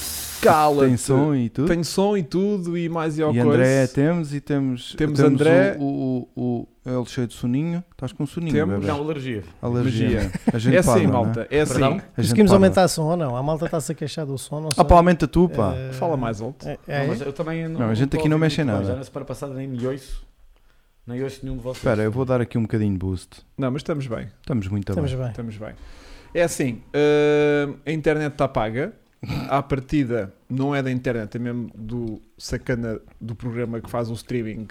escala. Tem som e tudo. Tem som e tudo e mais e ao e coisa. André é temos e temos. Temos André. O, o, o, o- ele cheio de soninho. Estás com soninho, Temos. bebê. Não, alergia. Alergia. Magia. A gente É assim, parla, né? malta. É assim. Perdão? A gente Conseguimos parla. aumentar o som ou não? A malta está-se a queixar do som, não sei. Ah, pá, aumenta tu, pá. Eh, Fala mais alto. É, Não, é? mas eu também não. Não, a gente estou aqui não ouvir mexe em muito bem, nada. Já na semana passada nem me ouço. Nem ouço nenhum de vocês. Espera, eu vou dar aqui um bocadinho de boost. Não, mas estamos bem. Estamos muito Estamos bem. bem. Estamos bem. É assim, hum, a internet está paga. À partida, não é da internet, é mesmo do sacana do programa que faz o streaming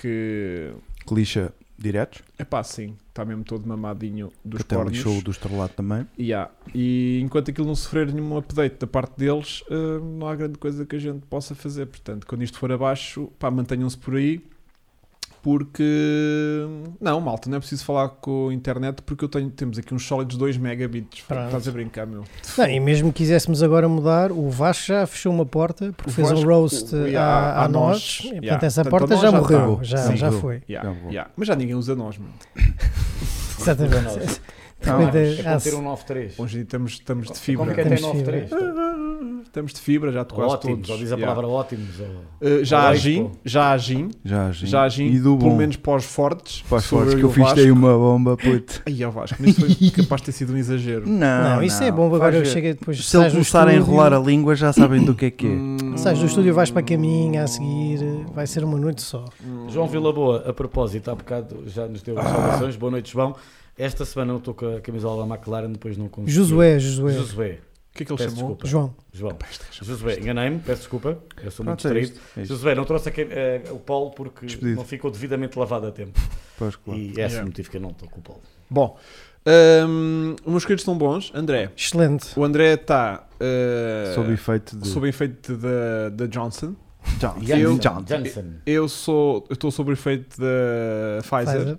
que. Que lixa diretos. É pá, sim, está mesmo todo mamadinho dos que até cornos. lixou o do estrelado também. Yeah. E enquanto aquilo não sofrer nenhum update da parte deles, hum, não há grande coisa que a gente possa fazer. Portanto, quando isto for abaixo, pá, mantenham-se por aí. Porque. Não, malta, não é preciso falar com a internet porque eu tenho, temos aqui uns sólidos 2 megabits. Pronto. Estás a brincar, meu. Não, e mesmo quiséssemos agora mudar, o Vasco já fechou uma porta porque O fez um Vasco, roast o- a, a- a a nós, nós. E, yeah. portanto, essa Portanto, a porta nós já já morreu, tá. já, Sim, já morreu. foi. Yeah, Já vou. yeah. Mas já ninguém usa nós, meu. Exatamente. Nós. De Não, É repente, há- como ter um 9-3. Hoje estamos, estamos de Como fibra. é que é Temos ter 9-3? Estamos de fibra É, já de quase Ótimos, todos. ou diz a Yeah. palavra ótimos. ou- Uh, já Ou agim, Expo. já agim, Já agim. já agim, E do pelo bom. menos para os fortes. Para os sou fortes eu e que eu o fiz um- dei Vasco. uma bomba, puto. Ai, ó Vasco, mas isso foi capaz de ter sido um exagero. Não, Não, isso é bom, agora chega depois. Se ele sais do começar a estúdio, enrolar a língua, já sabem do que é que Hum, é. Sais do estúdio, vais para a caminha a seguir, vai ser uma noite só. João Vila Boa, a propósito, há bocado já nos deu as saudações. Boa noite, João. Esta semana eu estou com a camisola da McLaren, depois não consegui. Josué, Josué. Josué. Então O que é que ele Peço chamou? desculpa. João, João. Josué, enganei-me, peço desculpa. Eu sou muito é Pronto, é distraído. isto. É isto. Josué, não trouxe aqui, eh, o Paulo porque Despedido. não ficou devidamente lavado a tempo. Pois, claro. E é esse Yeah. o motivo que eu não estou com o Paulo. Bom, hum, os meus queridos estão bons. André, excelente. o André está uh, Sob efeito de. sob efeito da da Johnson. Johnson. é Eu- Johnson. Johnson. Eu sou, eu estou sob efeito da Pfizer. Pfizer.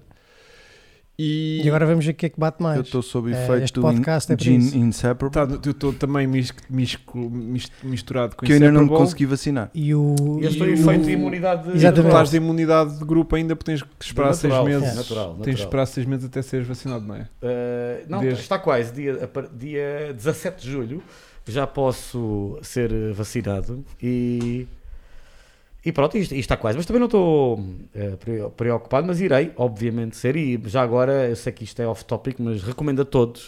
E, E agora vamos ver o que é que bate mais. Eu estou sob É, efeito este podcast é para Gene isso. Inseparable, Tá, eu estou também mis- misco- mis- misturado com É que eu ainda não me Inseparable. consegui vacinar. E o. Eu estou e em o- efeito de imunidade. E tu Exatamente. estás de imunidade de grupo ainda porque tens que esperar seis natural, meses. é. Natural, Tens de natural. esperar seis meses até seres vacinado, não é? Uh, não, Desde- está quase, dia, a par- dia 17 de julho já posso ser uh, vacinado e, e pronto, isto, isto está quase. Mas também não estou uh, pre- preocupado, mas irei, obviamente, ser. E já agora, eu sei que isto é off-topic, mas recomendo a todos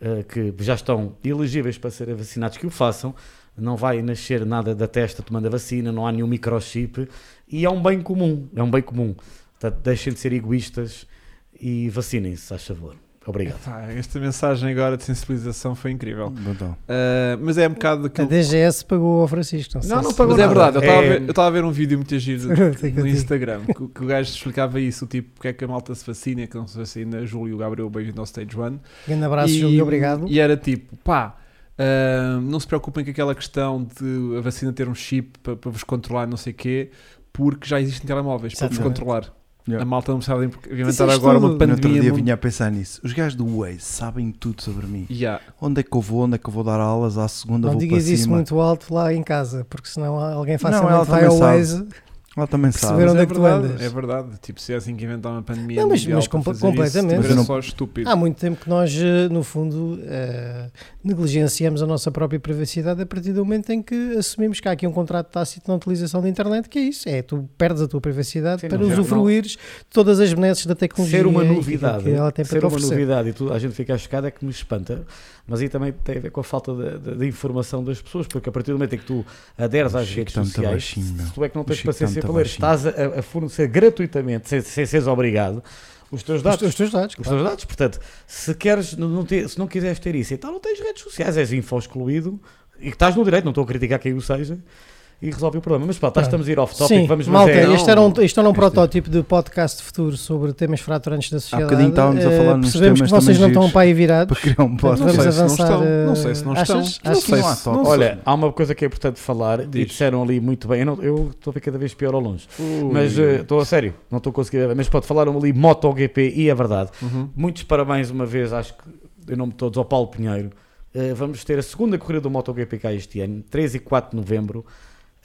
uh, que já estão elegíveis para serem vacinados que o façam. Não vai nascer nada da testa tomando a vacina, não há nenhum microchip e é um bem comum. É um bem comum. Portanto, deixem de ser egoístas e vacinem-se, faz favor. Obrigado. Tá, esta mensagem agora de sensibilização foi incrível. Então, Ah, mas é um bocado A daquilo. DGS pagou ao Francisco. Não, sei Não, se- não pagou Mas é nada. verdade, eu estava a ver- É- eu estava a, ver um vídeo muito giro Sei que eu no digo. Instagram que, o- que o gajo explicava isso, o tipo, porque é que a malta se vacina, que não se vacina. Júlio Gabriel, bem-vindo ao Stage One. Grande abraço, E- Júlio, obrigado. E era tipo, pá, ah, não se preocupem com aquela questão de a vacina ter um chip para, para vos controlar, não sei o quê, porque já existem telemóveis para vos Exatamente. controlar. Yeah. A malta não precisava de inventar Disseste agora uma tudo. no outro pandemia. dia mun- vinha a pensar nisso. Os gajos do Waze sabem tudo sobre mim. Yeah. Onde é que eu vou, onde é que eu vou dar aulas, à segunda Não vou para digas isso cima. muito alto lá em casa, porque senão alguém ela facilmente vai também ao sabe. Waze. Ela também sabe. Perceberam? onde Mas é que tu verdade, andas. É verdade, tipo, se é assim que inventar uma pandemia. Não, mas- mundial mas para compa- fazer isso, completamente. mas Ah, Mas eu era não- só estúpido. Há muito tempo que nós, eh, no fundo, eh, negligenciamos a nossa própria privacidade a partir do momento em que assumimos que há aqui um contrato tácito na utilização da internet, que é isso, é tu perdes a tua privacidade Sim, para não, não. usufruires de todas as benesses da tecnologia. ser uma e novidade, que ela tem para ser te uma oferecer. novidade e tudo, a gente fica chocada é que me espanta, mas aí também tem a ver com a falta de, de- de informação das pessoas, porque a partir do momento em que tu aderes O às Chico redes tá muito sociais, baixinho, meu. se tu é que não O tens Chico tá paciência muito para ler, baixinho. estás a, a fornecer gratuitamente, sem, sem seres obrigado, os teus Os dados. teus, os teus dados, Os claro. teus dados, portanto, se, queres, não- não ter- se não quiseres ter isso, então não tens redes sociais, és info excluído e que estás no direito, não estou a criticar quem o seja, e resolve o problema. Mas pá, tá, Claro. estamos a ir off topic, Sim, vamos mas malta, é- este era um, não. este era um Este- protótipo de podcast futuro sobre temas fraturantes da sociedade. bocadinho estávamos a Eh, falar nos Percebemos temas que vocês também não estão giros. para aí virados. Para criar um Não podcast. sei sei se não avançar, estão, eh, não sei se não achas? estão. Achas Não que sei não há se top. um não sei. Olha, há uma coisa que é importante falar e Diz. disseram ali muito bem. Eu não- Eu estou a ver cada vez pior ao longe, Ui. mas eh, estou a sério, não estou a conseguir. Mas pronto, falaram ali MotoGP e é verdade. Uhum. Muitos parabéns uma vez, acho que em nome de todos, ao Paulo Pinheiro. Eh, vamos ter a segunda corrida do MotoGP cá este ano, 3 e 4 de novembro.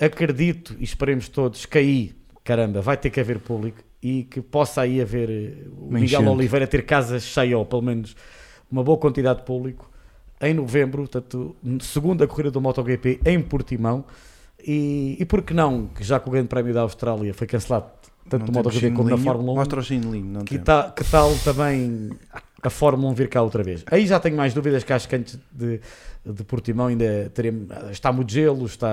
Acredito e esperemos todos que aí, caramba, vai ter que haver público e que possa aí haver eh, o Uma Miguel enchente. Oliveira ter casa cheia ou pelo menos uma boa quantidade de público. em novembro, portanto, segunda corrida do MotoGP em Portimão. E, e por que não, que já que o Grande Prémio da Austrália foi cancelado, tanto Não no temos MotoGP como na chinelinho. um. Fórmula 1, Mostra o chinelinho, não que, temos. tá- ta- que tal também a Fórmula 1 vir cá outra vez? Aí já tenho mais dúvidas que acho que antes de, de Portimão ainda teremos. Está Mugello, está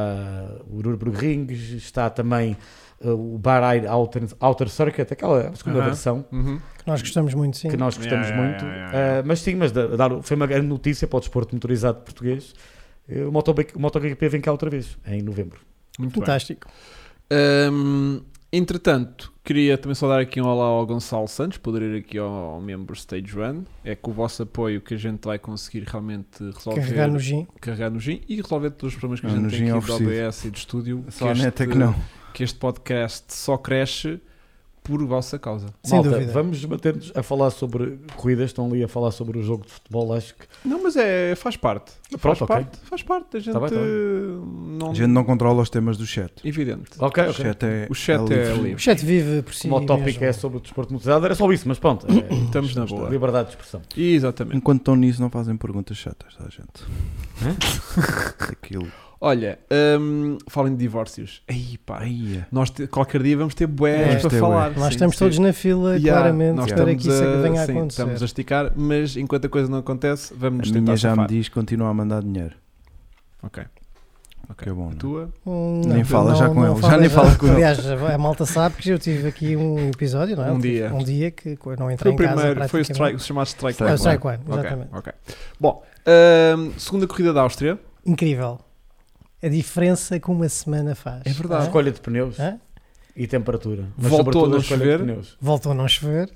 o Nürburgring Rings, está também eh, o Bahrain Outer, Outer Circuit, aquela segunda Aham. versão Uhum. que nós gostamos muito, sim. que nós gostamos Yeah, yeah, muito. yeah, yeah, yeah. Ah, mas sim, mas da- dar- foi uma grande notícia para o desporto motorizado português. Eh, O, MotoB, o MotoGP vem cá outra vez, em novembro. é. Muito bem. Fantástico. Hum, entretanto, queria também só dar aqui um olá ao Gonçalo Santos, poder ir aqui ao, ao membro Stage One. É com o vosso apoio que a gente vai conseguir realmente resolver Carregar no gin. carregar no GIM e resolver todos os problemas que a Ah, gente no tem gin aqui é do oferecido. OBS e do estúdio. Só a este- neta é que não. que este podcast só cresce por vossa causa. Sem Malta, dúvida. Vamos manter-nos a falar sobre corridas, estão ali a falar sobre o jogo de futebol, acho que. Não, mas é, faz parte. faz Pronto, ok. parte, faz parte. A gente, Tá bem, tá não... A gente não controla os temas do chat. Evidente. Ok, O ok. chat é, O chat é O livre. chat vive por si Como o tópico mesmo. é sobre o desporto motorizado, era só isso, mas pronto. é- Estamos na boa. Liberdade de expressão. Exatamente. Enquanto estão nisso, não fazem perguntas chatas, tá, gente? Aquilo. Olha, hum, falem de divórcios. Aí, pá. Paia. Nós te- qualquer dia vamos ter bués Vamos para ter falar. Lá Sim, estamos assim, sim. todos na fila, Yeah, claramente, nós para estamos que isso a- venha a sim, acontecer. Estamos a esticar, mas enquanto a coisa não acontece, vamos nos A tentar minha já me safar. diz que continua a mandar dinheiro. Ok. Ok. Que é bom, A não é? tua? Hum, Nem fala já com não ele, já nem fala com ele. Aliás, a malta sabe que eu tive aqui um episódio, não é? Um Eu tive dia. Um dia que eu não Foi entrei o em casa primeiro, foi o, praticamente. strike, o chamado Strike Ah, o One. strike one, Ok, exatamente. ok. Bom, hum, segunda corrida da Áustria. Incrível. A diferença que uma semana faz. É verdade. não Escolha de pneus Hã? e temperatura. Mas Voltou sobretudo a não escolha chover. de pneus. Voltou a não chover.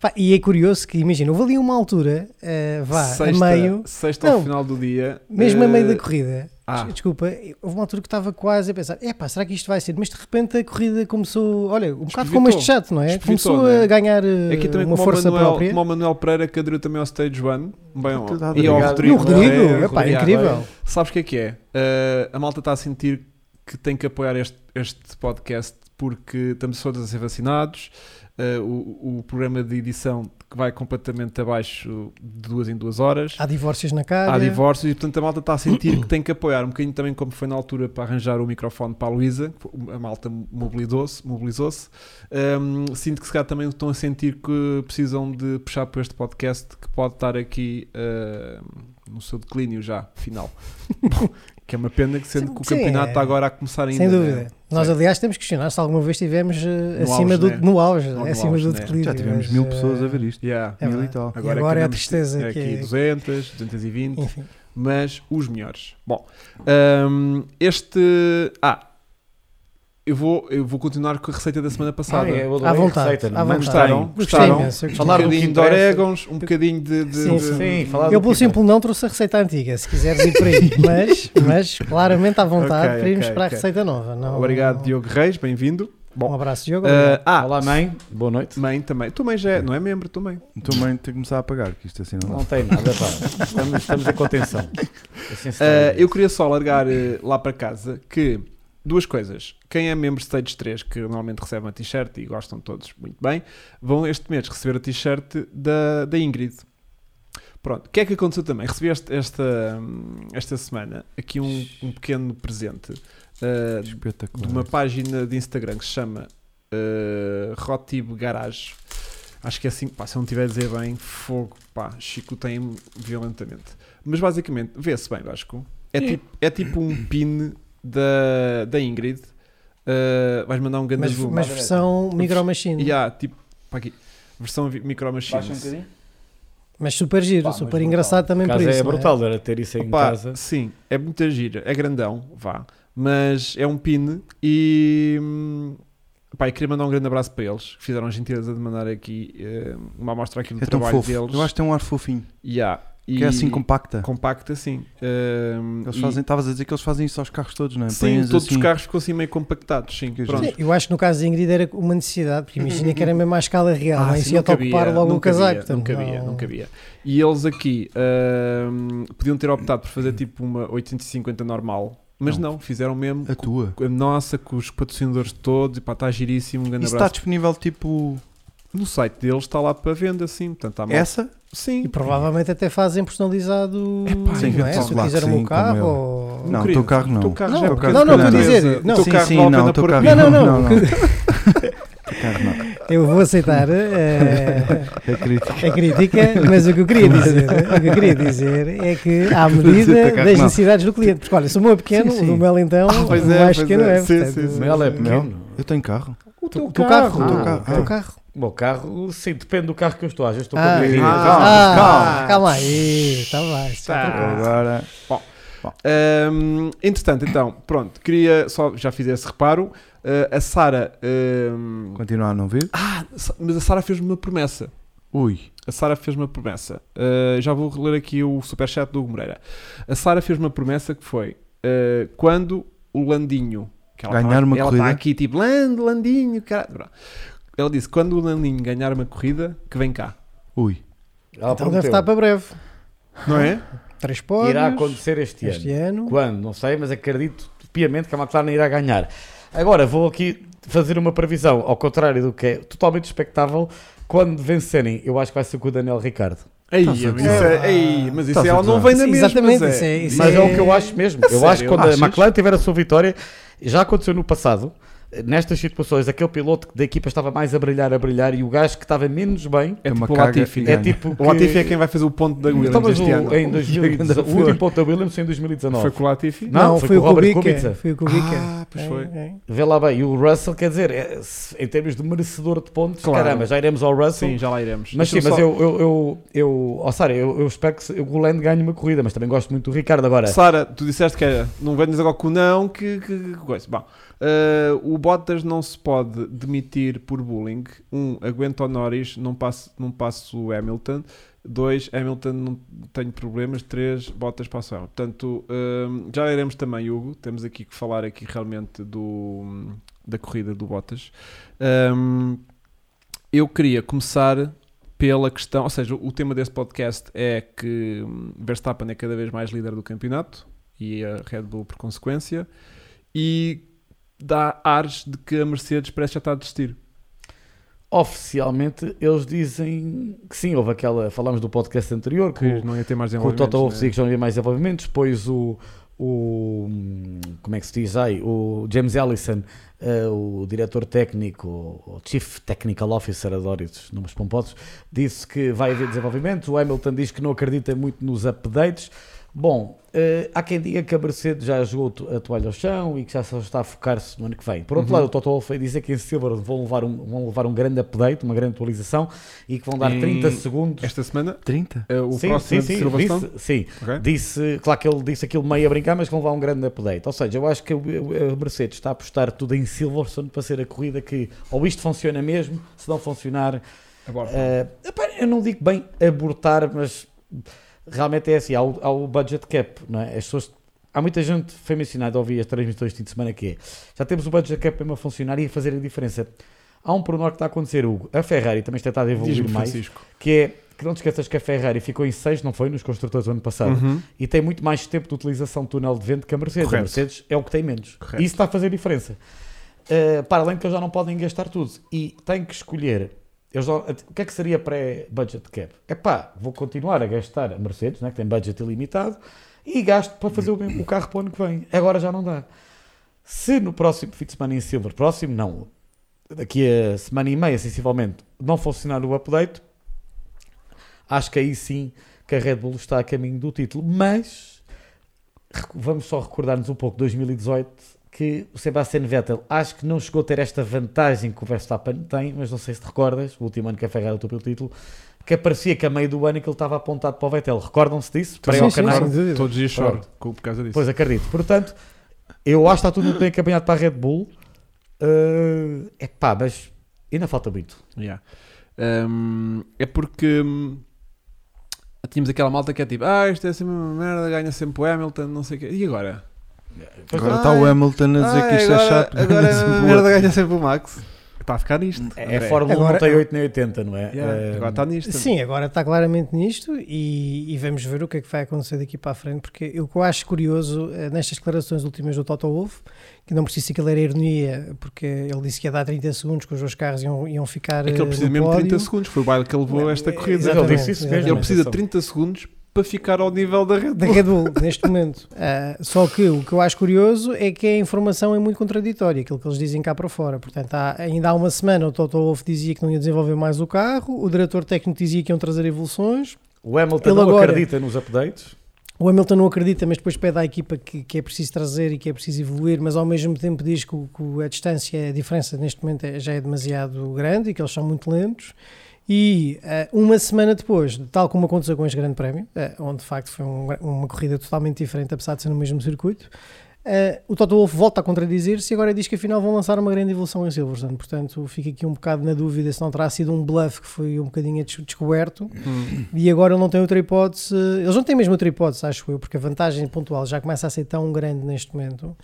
Pá, e é curioso que, imagina, houve ali uma altura, eh, vá, sexta, a meio, Sexta ao Não. final do dia. mesmo a meio eh, da corrida, Ah, Des- Desculpa, houve uma altura que estava quase a pensar: epá, será que isto vai ser? Mas de repente a corrida começou, olha, um bocado como Espevitou. este chat, não é? Espevitou, Começou não é? a ganhar eh, aqui também uma como, força o Manuel, própria. como o Manuel Pereira que aderiu também ao Stage One. Bem, Tudo ao- a e ao obrigado. Rodrigo. no Rodrigo, Pereira, epá, é Rodrigo. incrível. Sabes o que é que é? Eh, a malta está a sentir que tem que apoiar este, este podcast porque estamos todos a ser vacinados. eh, o, o programa de edição que vai completamente abaixo de duas em duas horas. Há divórcios na cara. Há divórcios e, portanto, a malta está a sentir que tem que apoiar um bocadinho também, como foi na altura para arranjar o microfone para a Luísa. que A malta mobilizou-se. mobilizou-se. Hum, sinto que, se calhar, também estão a sentir que precisam de puxar para este podcast que pode estar aqui hum, no seu declínio já, final. Bom, que é uma pena que, sendo Sim, que o sim, campeonato é. está agora a começar ainda. Sem dúvida. né? Nós, Sim. aliás, temos que questionar se alguma vez estivemos eh, acima auge, do, né? no auge, Ou no acima auge, do né? declínio. Já tivemos mas, mil eh, pessoas a ver isto. Yeah. É é? mil e verdade. tal. E agora é a que andamos- tristeza é que aqui é- 200, 220. Enfim, mas os melhores. Bom, hum, este. Ah, eu vou, eu vou continuar com a receita da semana passada. Ah, é, eu adorei à a vontade. receita, não à é? vontade. Gostaram? Gostei Gostaram? imenso, eu Um gostei. Falar do que bocadinho de interessa. orégãos, um bocadinho de. de- Sim, de- Sim, sim. falar do Eu, pelo que interessa. simples, não trouxe a receita antiga, se quiseres ir por aí, mas, mas claramente à vontade Ok, para irmos ok, para a ok. receita nova. Não, Obrigado, Diogo Reis, bem-vindo. Bom. Um abraço, Diogo. Ah, ah, Olá, mãe. Boa noite. mãe também. Tu mãe já é, não é membro, tu mãe. Também tem que começar a pagar, que isto assim não dá. Não tem nada, pá. Estamos, estamos em contenção. Assim se Ah, está. eu queria só largar eh, lá para casa que duas coisas. Quem é membro Stage 3, que normalmente recebe uma t-shirt e gostam todos muito bem, vão este mês receber a t-shirt da, da Ingrid. Pronto, o que é que aconteceu também? Recebi este- esta, hum, esta semana aqui um, um pequeno presente ah, de é Espetacular. uma página de Instagram que se chama uh, Rotib Garage. Acho que é assim, pá, se eu não tiver a dizer bem, fogo, pá, chicoteiem-me violentamente. Mas basicamente, vê-se bem, Vasco. É, tipo, é tipo um pin da, da Ingrid. Uh, vais mandar um grande mas, zoom. mas versão micro machine. E há, tipo, pá, aqui, versão vi- micro machines. Mas super giro, Pá, mas super brutal. engraçado também Por por acaso isso. é não brutal, era ter isso em Opa, casa. Sim, é muita gira, é grandão, vá. Mas é um pin e. hum, Pá, eu queria mandar um grande abraço para eles, que fizeram a gentileza de mandar aqui eh, uma amostra aqui do É tão trabalho fofo. deles. Eu acho que tem um ar fofinho. Yeah, e Que é assim compacta. compacto assim. Hum, Eles e- fazem, estavas a dizer que eles fazem isso aos carros todos, não é? Sim, Põem-os todos assim. os carros ficam assim meio compactados, sim. Que pronto. Sim, eu acho que no caso da Ingrid era uma necessidade, porque imagina que era mesmo à escala real, Uhum, Ah, ah, sim, isso ia não cabia, ocupar logo não o casaco. Cabia, não portanto, cabia, não cabia. E eles aqui hum, podiam ter optado por fazer tipo uma 850 normal, mas não, fizeram mesmo A tua. a nossa, com os patrocinadores todos, e pá, está giríssimo, um grande Isso está abraço. disponível tipo No site deles está lá para venda, sim. Portanto, há mal- Essa? Sim. E provavelmente até fazem personalizado. sim, não é? Se eu claro quiser que o sim, meu como carro. eu. Ou... Não, o querido, teu carro não. O teu Não, carro já é não, um bocado não, de vou empresa. dizer, O não, teu sim, carro sim, vale a não, pena o teu pôr- carro Não, não, não, não. não, Teu carro não. Eu vou aceitar eh, É crítico. a crítica, mas o que eu queria dizer, o que eu queria dizer é que à medida Teu carro das não. necessidades do cliente. Porque olha, se o meu é pequeno, Sim, sim. o meu então, Ah, pois o é, mais pois pequeno é. é. Sim, portanto, sim, sim. O meu é Não, pequeno. eu tenho carro. O teu O teu carro, carro. teu o carro, teu ah. carro. O meu carro, sim, depende do carro que eu estou. Às vezes estou Ah, com birrinhas. calma, ah, calma. calma aí, está bem. isso é Tá. outra coisa. Agora. Ahm, entretanto, então, pronto, queria só já fiz esse reparo. Ah, a Sara, ahm, Continuar a não vir? Ah. Sa- mas a Sara fez-me uma promessa. Ui. A Sara fez-me uma promessa. Ah, já vou reler aqui o superchat do Hugo Moreira. A Sara fez-me uma promessa que foi ah, quando o Landinho que ela Ganhar tá- uma ela corrida. tá aqui tipo Lando, Landinho, caralho. Ela disse quando o Landinho ganhar uma corrida que vem cá, Ui. Ela Então deve prometeu. estar para breve. não é? Três pódios. Irá acontecer este, este ano. ano. Quando? Não sei, mas acredito piamente que a McLaren irá ganhar. Agora vou aqui fazer uma previsão, ao contrário do que é totalmente expectável. Quando vencerem, eu acho que vai ser com o Daniel Ricardo. Ei, Tá-se a isso gozar. é- ei, mas isso Tá-se é, a ela não gozar. vem na mesma. Exatamente, mas isso é- isso Mas é é- o que eu acho mesmo. Eu sério? acho que quando Achas? a McLaren tiver a sua vitória, já aconteceu no passado, nestas situações, aquele piloto que da equipa estava mais a brilhar, a brilhar, e o gajo que estava menos bem, É É uma tipo o carga Latifi. é Ganha. tipo. O Latifi é quem vai fazer o ponto da Williams Estavas este ano. o, em 2019, o último ponto da Williams em Foi 2019. com o Latifi? Não, foi com o Robert Kubica. Foi o Kubica. Ah, pois foi. É, é. Vê lá bem, e o Russell, quer dizer, é, se- em termos de merecedor de pontos, Claro. caramba, já iremos ao Russell. Sim, já lá iremos. Mas sim, Deixa-me só- mas eu, eu, eu, eu, ó, Sara, eu, eu espero que se- o Land ganhe uma corrida, mas também gosto muito do Ricardo agora. Sara, tu disseste que era. Não venhas agora com o não, que, que, que coisa. Bom, eh, o Bottas não se pode demitir por bullying. Um, aguento honoris, não passo, não passo o Hamilton. Dois, Hamilton não tenho problemas. Três, Bottas passo Hamilton. Portanto, eh, já iremos também, Hugo. Temos aqui que falar aqui realmente do, da corrida do Bottas. Ehm, eu queria começar pela questão, ou seja, o tema desse podcast é que hum, Verstappen é cada vez mais líder do campeonato e a Red Bull por consequência e dá ares de que a Mercedes parece já estar a desistir. Oficialmente, eles dizem que sim, houve aquela, falámos do podcast anterior, que o- Que não é? ia ter mais Com o Toto desenvolvimentos, Wolff dizia que já não havia mais desenvolvimentos, depois o, o como é que se diz aí, o James Ellison, eh, o diretor técnico, o Chief Technical Officer, adoro esses nomes pomposos, disse que vai haver desenvolvimento, o Hamilton diz que não acredita muito nos updates, Bom, eh, há quem diga que a Mercedes já jogou to- a toalha ao chão e que já só está a focar-se no ano que vem. Por Uhum. outro lado, o Toto Wolff veio dizer que em Silver vão levar, um, vão levar um grande update, uma grande atualização e que vão dar Em- 30 né? segundos. Esta semana, 30? eh, o Sim, próximo sim, é de sim, Silverstone. disse, sim, Ok. disse, claro que ele disse aquilo meio a brincar, mas que vão levar um grande update. Ou seja, eu acho que o- a Mercedes está a apostar tudo em Silverstone para ser a corrida que, ou isto funciona mesmo, se não funcionar, Agora, eh, epá, eu não digo bem abortar, mas realmente é assim, há o, há o budget cap, não é? As pessoas, há muita gente, foi mencionado, ouvi as transmissões de fim de semana que é, já temos o budget cap mesmo a funcionar e a fazer a diferença. Há um pormenor que está a acontecer, Hugo, a Ferrari também está a tentar evoluir diz-me mais, Francisco. que é, que não te esqueças que a Ferrari ficou em 6, não foi, nos construtores do ano passado, Uhum. e tem muito mais tempo de utilização de túnel de vento que a Mercedes. Correto. A Mercedes é o que tem menos. Correto. E isso está a fazer diferença. Uh, para além de que eles já não podem gastar tudo. E têm que escolher. Eles não- o que é que seria pré-budget cap? É pá, vou continuar a gastar a Mercedes, né, que tem budget ilimitado, e gasto para fazer o, mesmo- o carro para o ano que vem. Agora já não dá. Se no próximo fim de semana em Silver, próximo não, daqui a semana e meia, sensivelmente, não funcionar o update, acho que aí sim que a Red Bull está a caminho do título. Mas rec- vamos só recordar-nos um pouco 2018 que o Sebastian Vettel acho que não chegou a ter esta vantagem que o Verstappen tem, mas não sei se te recordas, o último ano que a Ferrari lutou pelo título, que aparecia que a meio do ano é que ele estava apontado para o Vettel. Recordam-se disso? Para ir ao Sim, sim, canal. sem dúvida. Todos os dias choro Pronto. com- por causa disso. Pois acredito. Portanto, eu acho que está tudo muito bem caminhado para a Red Bull. É pá, mas ainda falta muito. Yeah. Um, é porque hum, tínhamos aquela malta que é tipo, ah, isto é sempre uma merda, ganha sempre o Hamilton, não sei o quê. E agora? Agora está o Hamilton a dizer Ah, que isto agora, é chato. Agora a merda ganha sempre o Max. está a ficar nisto. É, é André. Fórmula 1 não Agora- tem 8 nem 80, não é? Yeah, Eh, agora está nisto. Sim, agora está claramente nisto e, e vamos ver o que é que vai acontecer daqui para a frente, porque eu- o que eu acho curioso eh, nestas declarações últimas do Toto Wolff, que não preciso que ele era ironia, porque ele disse que ia dar 30 segundos, que os dois carros iam, iam ficar. É que eh, ele precisa no mesmo de 30 pódio. É, Eh, segundos. Foi o baile que ele levou a esta corrida. Mas ele Exatamente, disse isso exatamente. mesmo. Ele precisa de 30 segundos para ficar ao nível da Red da Bull. Red Bull neste momento. Ah, só que o que eu acho curioso é que a informação é muito contraditória, aquilo que eles dizem cá para fora. Portanto, há- ainda há uma semana o Toto Wolff dizia que não ia desenvolver mais o carro, o diretor técnico dizia que iam trazer evoluções, O Hamilton Ele não agora- acredita nos updates. o Hamilton não acredita, mas depois pede à equipa que, que é preciso trazer e que é preciso evoluir, mas ao mesmo tempo diz que, o- que o- a distância, a diferença neste momento é- já é demasiado grande e que eles são muito lentos. E ah, uma semana depois, tal como aconteceu com este Grande Prémio, ah, onde de facto foi um gra- uma corrida totalmente diferente, apesar de ser no mesmo circuito, ah, o Toto Wolff volta a contradizer-se e agora diz que afinal vão lançar uma grande evolução em Silverstone. Portanto, fica aqui um bocado na dúvida se não terá sido um bluff que foi um bocadinho des- descoberto e agora ele não tem outra hipótese. Eles não têm mesmo outra hipótese, acho eu, porque a vantagem pontual já começa a ser tão grande neste momento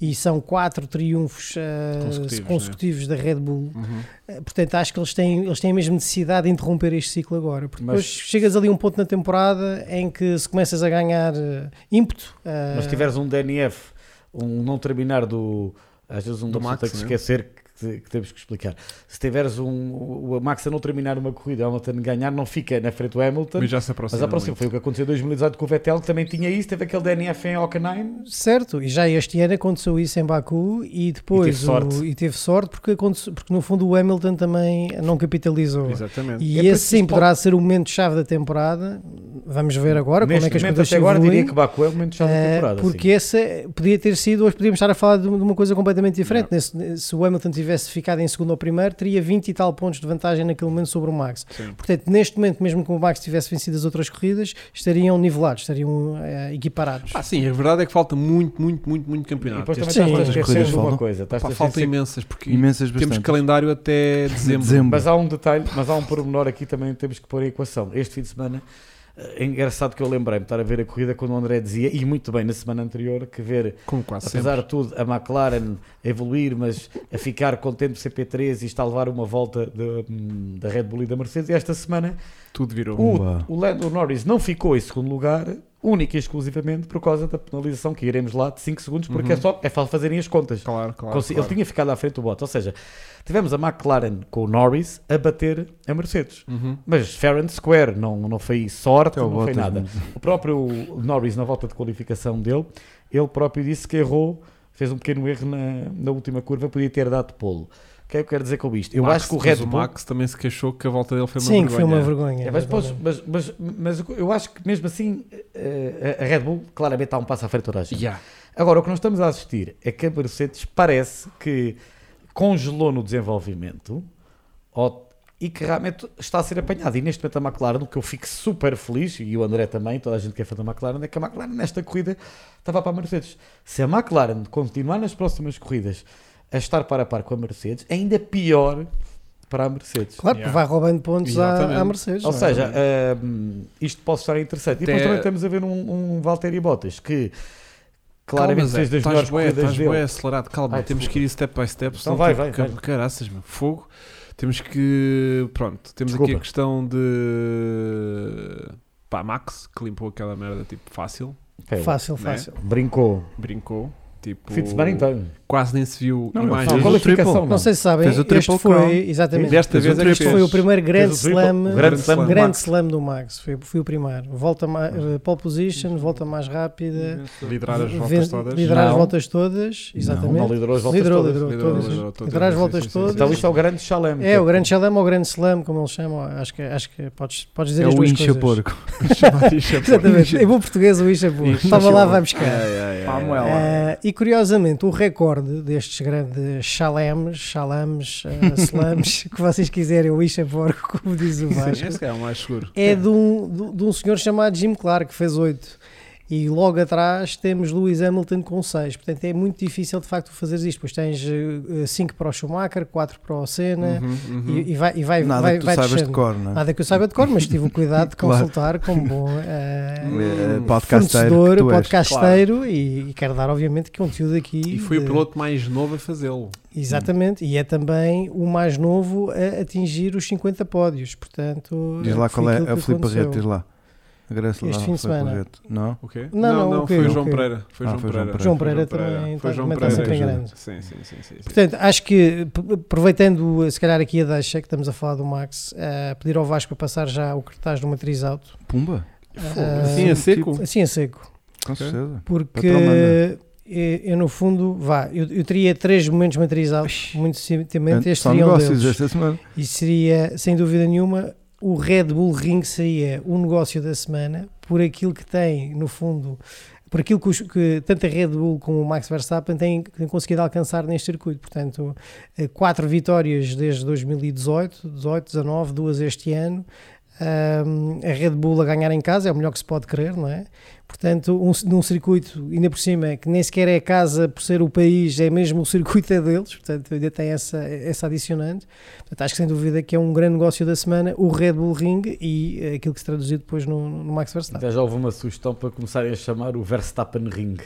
e são quatro triunfos ah, Consecutivos, né? consecutivos da Red Bull. Uhum. Eh, Portanto, acho que eles têm, eles têm mesmo necessidade de interromper este ciclo agora. Porque Mas- depois chegas ali a um ponto na temporada em que se começas a ganhar eh, ímpeto. eh, Mas se tiveres um DNF, um não terminar do. Às vezes um Do do Max, tem Max, que né? esquecer que, que temos que explicar. Se tiveres um, o o Max a não terminar uma corrida, o Hamilton ganhar, não fica na frente do Hamilton. Mas já se aproxima. é? Mas aproxima, muito. foi o que aconteceu em 2018 com o Vettel, que também tinha isso, teve aquele DNF em Hockenheim. Certo, e já este ano aconteceu isso em Baku e E depois teve sorte. o- e teve sorte porque, aconteceu- porque no fundo o Hamilton também não capitalizou. Exatamente. E É esse preciso sim pau- poderá ser o momento-chave da temporada. Vamos ver agora como Neste é que as momento, coisas até agora, evoluem. diria que Baku é o momento já da Eh, temporada. porque essa podia ter sido, hoje podíamos estar a falar de de uma coisa completamente diferente. Nesse- se o Hamilton tivesse ficado em segundo ou primeiro, teria 20 e tal pontos de vantagem naquele momento sobre o Max. Sim. Portanto, neste momento, mesmo que o Max tivesse vencido as outras corridas, estariam nivelados, estariam eh, equiparados. Ah, sim, a verdade é que falta muito, muito, muito, muito Sim. E campeonato. depois Este- também Sim. estás a Quantas esquecer corridas de uma faltam? coisa. Estás pá, a falta esquecer- imensas, porque Imensas temos bastante. calendário até dezembro. Dezembro. ah, Mas há um detalhe, mas há um pormenor aqui também que temos que pôr em equação. Este fim de semana, é engraçado que eu lembrei-me de estar a ver a corrida quando o André dizia, e muito bem na semana anterior, que ver, Como quase apesar de tudo, a McLaren a evoluir, mas a ficar contente do CP3 e está a levar uma volta de- hum, da Red Bull e da Mercedes. E esta semana sempre. Tudo virou. Uh, Pumba. o, o Lando Norris não ficou em segundo lugar, única e exclusivamente por causa da penalização que iremos lá de 5 segundos, porque Uhum. é só é fácil fazerem as contas. Claro, claro. Consi- claro. Ele tinha ficado à frente do Bottas, ou seja, tivemos a McLaren com o Norris a bater a Mercedes. Uhum. Mas fair and square, não, não foi sorte, Até o não foi Bottas nada. mesmo. O próprio Norris, na volta de qualificação dele, ele próprio disse que errou, fez um pequeno erro na, na última curva, podia ter dado polo. O que é que eu quero dizer com isto? Eu Max- acho que o mas Red Bull... Max também se queixou que a volta dele foi uma Sim, vergonha. que foi uma vergonha. É, mas, pois, exatamente. mas, mas, mas eu acho que mesmo assim eh, a a Red Bull claramente está um passo à frente de toda a gente. Yeah. Agora, o que nós estamos a assistir é que a Mercedes parece que congelou no desenvolvimento ou- e que realmente está a ser apanhada. E neste momento a McLaren, o que eu fico super feliz, e o André também, toda a gente que é fã da McLaren, é que a McLaren nesta corrida estava para a Mercedes. Se a McLaren continuar nas próximas corridas a estar para a par com a Mercedes, é ainda pior para a Mercedes. Claro, Yeah. porque vai roubando pontos à, à Exatamente. Mercedes. Ou não é? seja, hum, isto pode estar interessante. E depois Até- também estamos a ver um, um Valtteri Bottas que Claramente claramente fez das melhores corridas Estás dele. bué acelerado, calma, Ai, temos desculpa. que ir step by step. senão vai, tu- vai, car- vai. Caraças, meu, fogo. Temos que. Pronto, temos aqui Desculpa. a questão de. Pá, Max, que limpou aquela merda tipo fácil, Pá, fácil, não é? fácil. Brincou. brincou. Tipo, Fim de semana inteiro. quase nem se viu Não, é imagens. fez Não, é o qualificação, triple. não. Não sei se sabem, Fez o este Triple Crown. foi, exatamente, Desta Fez o vez é que triplo. este foi o primeiro grande Fez o triple. slam. Grande slam. do Um Grande Max. slam do Max, foi, foi o primeiro. Volta mais, eh, pole position, volta mais rápida, É Liderar as ve- voltas todas. liderar as Não. voltas todas, exatamente. Não liderou as voltas liderou, todas. liderou, Liderou, todas. liderou todas, Liderar as sim, voltas sim, sim, todas. Então isto é o grande chalem. É, o grande slam ou o grande slam, como eles chamam, acho que, acho que podes, podes dizer É as o duas incha coisas. porco. Exatamente, em bom português o Isha Porco. Estava lá, vai buscar. É, É, Ah, e curiosamente, o recorde destes grandes chalemes, chalames, ah, slams, que vocês quiserem, o Isha Porco, como diz o Vasco, Esse é o mais seguro. é de um, de- de um senhor chamado Jim Clark, que fez 8. E logo atrás temos Lewis Hamilton com 6. Portanto, é muito difícil de facto fazer isto. Pois tens 5 para o Schumacher, 4 para o né? Senna, Uhum, uhum. e, e vai, e vai, Nada vai, que tu vai saibas descendo. de cor, não é? Nada que eu saiba de cor, mas tive o cuidado de Claro. consultar com um bom ah, É, Hum, Podcasteiro que fornecedor, tu és. podcasteiro e, e quero dar obviamente conteúdo aqui. E foi o de- piloto mais novo a fazê-lo. Exatamente, e é também o mais novo a atingir os 50 pódios, portanto... eh, Diz lá foi qual é aquilo a que Filipe aconteceu. Arrete, diz lá. Agradece lá Este ao fim de Filipe semana. Arrete. Não? O quê? Não, não, o quê, foi o João quê? Pereira. Foi Ah, João foi João Pereira. João Pereira também Foi está- João também está Pereira. sempre em ajuda. grande. Sim, sim, sim, sim, sim. Portanto, acho que, p- aproveitando eh, se calhar aqui a deixa que estamos a falar do Max, eh, pedir ao Vasco para passar já o cartaz do matriz alto, Pumba, Foda-se. Sim, a seco. assim a seco, com certeza. porque Patrão eh, manda. eu, no fundo, vá, eu, eu teria três momentos matriz alto, muito simplesmente este Só seria um negócios deles. esta semana. E seria, sem dúvida nenhuma, o Red Bull Ring seria o negócio da semana por aquilo que tem, no fundo, por aquilo que, os- que tanto a Red Bull como o Max Verstappen têm, têm conseguido alcançar neste circuito. Portanto, eh, quatro vitórias desde 2018, 18, 19, duas este ano. Ahm, a Red Bull a ganhar em casa é o melhor que se pode querer, não é? Portanto, um, num circuito, ainda por cima, que nem sequer é casa por ser o país, é mesmo o circuito é deles, portanto, ainda tem essa, essa adicionante. Portanto, acho que sem dúvida que é um grande negócio da semana o Red Bull Ring e eh, aquilo que se traduziu depois no, no Max Verstappen. Até já houve uma sugestão para começarem a chamar o Verstappen Ring.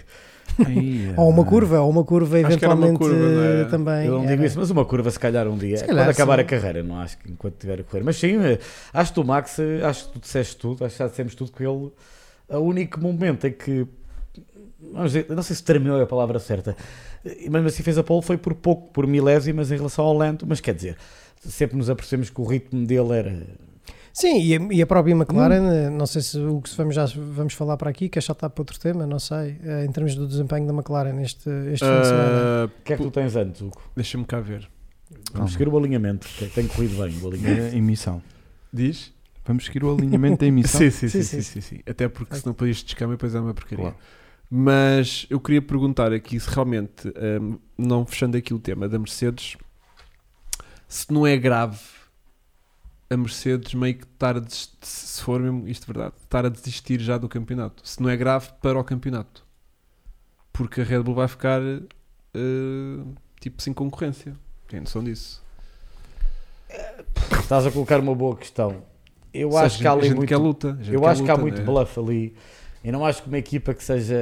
É. Ou uma ah. curva, ou uma curva Acho que era uma eventualmente curva, não é? eh, também. Eu não digo era. isso, mas uma curva se calhar um dia. Se calhar, Quando acabar a sim. carreira, não acho que enquanto tiver a correr. Mas sim, eh, acho que o Max, eh, acho que tu disseste tudo, acho que já dissemos tudo com ele. O único momento em que. Vamos dizer, não sei se tremeu é a palavra certa, eh, mas assim fez a pole foi por pouco, por milésimas em relação ao lento, mas quer dizer, sempre nos apercebemos que o ritmo dele era. Sim, e a, e a própria McLaren, eh, não sei se o que se vamos, já vamos falar para aqui, que é já está para outro tema, não sei, eh, em termos do desempenho da McLaren este, este fim de semana. Ah, O que é que tu tens antes, Hugo? Deixa-me cá ver. Vamos seguir o alinhamento, é que tem corrido bem o alinhamento. É emissão. Diz? Vamos seguir o alinhamento da emissão. Sim sim sim, Sim, sim, sim, sim, sim. Até porque senão depois isto descama e depois é uma porcaria. Claro. Mas eu queria perguntar aqui se realmente, hum, não fechando aqui o tema da Mercedes, se não é grave a Mercedes meio que estar a desistir, se for mesmo isto verdade, estar a desistir já do campeonato. Se não é grave para o campeonato. Porque a Red Bull vai ficar eh, tipo sem concorrência. Tem noção disso. Estás a colocar uma boa questão. Eu Se acho que há É. a ali gente muito quer luta. a gente Eu quer acho que há luta, muito né? bluff ali. Eu não acho que uma equipa que seja,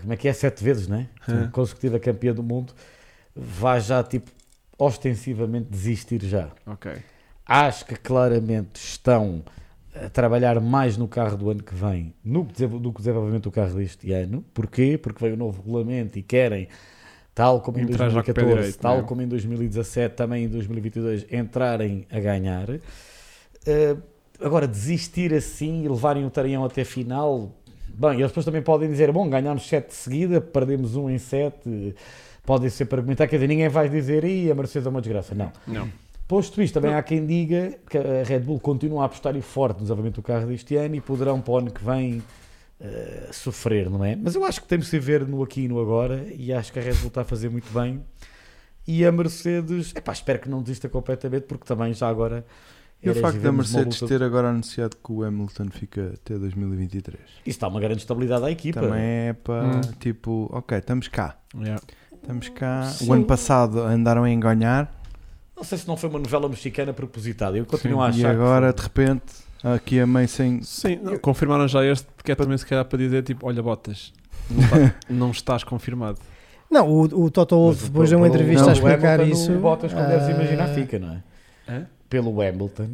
como é que é, sete vezes, né? Hã. Consecutiva campeã do mundo, vá já, tipo, ostensivamente desistir já. Ok. Acho que claramente estão a trabalhar mais no carro do ano que vem no que desenvol- do que desenvolvimento do carro deste ano. Porquê? Porque veio o novo regulamento e querem, tal como em Entrar já com o pé 2014, direito, tal não é? como em 2017, também em 2022, entrarem a ganhar. Eh, agora, desistir assim e levarem o Taranhão até final. Bem, eles depois também podem dizer: bom, ganhámos 7 de seguida, perdemos um em 7. Podem ser para argumentar, quer dizer, ninguém vai dizer, e a Mercedes é uma desgraça. Não. Não. Posto isto, também há quem diga que a Red Bull continua a apostar e forte no desenvolvimento do carro deste ano e poderão para o ano que vem eh, sofrer, não é? Mas eu acho que temos de ver no aqui e no agora e acho que a Red Bull está a fazer muito bem e a Mercedes, epá, espero que não desista completamente porque também já agora E o era facto da vivemos uma Mercedes luta- ter agora anunciado que o Hamilton fica até 2023 Isso dá uma grande estabilidade à equipa. também é para Hum. tipo, ok, estamos cá, Yeah. estamos cá. Sim. O ano passado andaram a enganhar Não sei se não foi uma novela mexicana propositada, eu continuo Sim, a achar e que agora foi. de repente aqui a mãe sem. Sim, não, confirmaram já este, porque é também se calhar para dizer tipo, olha botas, não, tá- não estás confirmado. Não, o, o Toto Wolff Mas o depois de pro- uma pro- entrevista não, a o explicar Hamilton, isso. O Bottas, como deves imaginar, ah, fica, não é? Hã? Pelo Hamilton.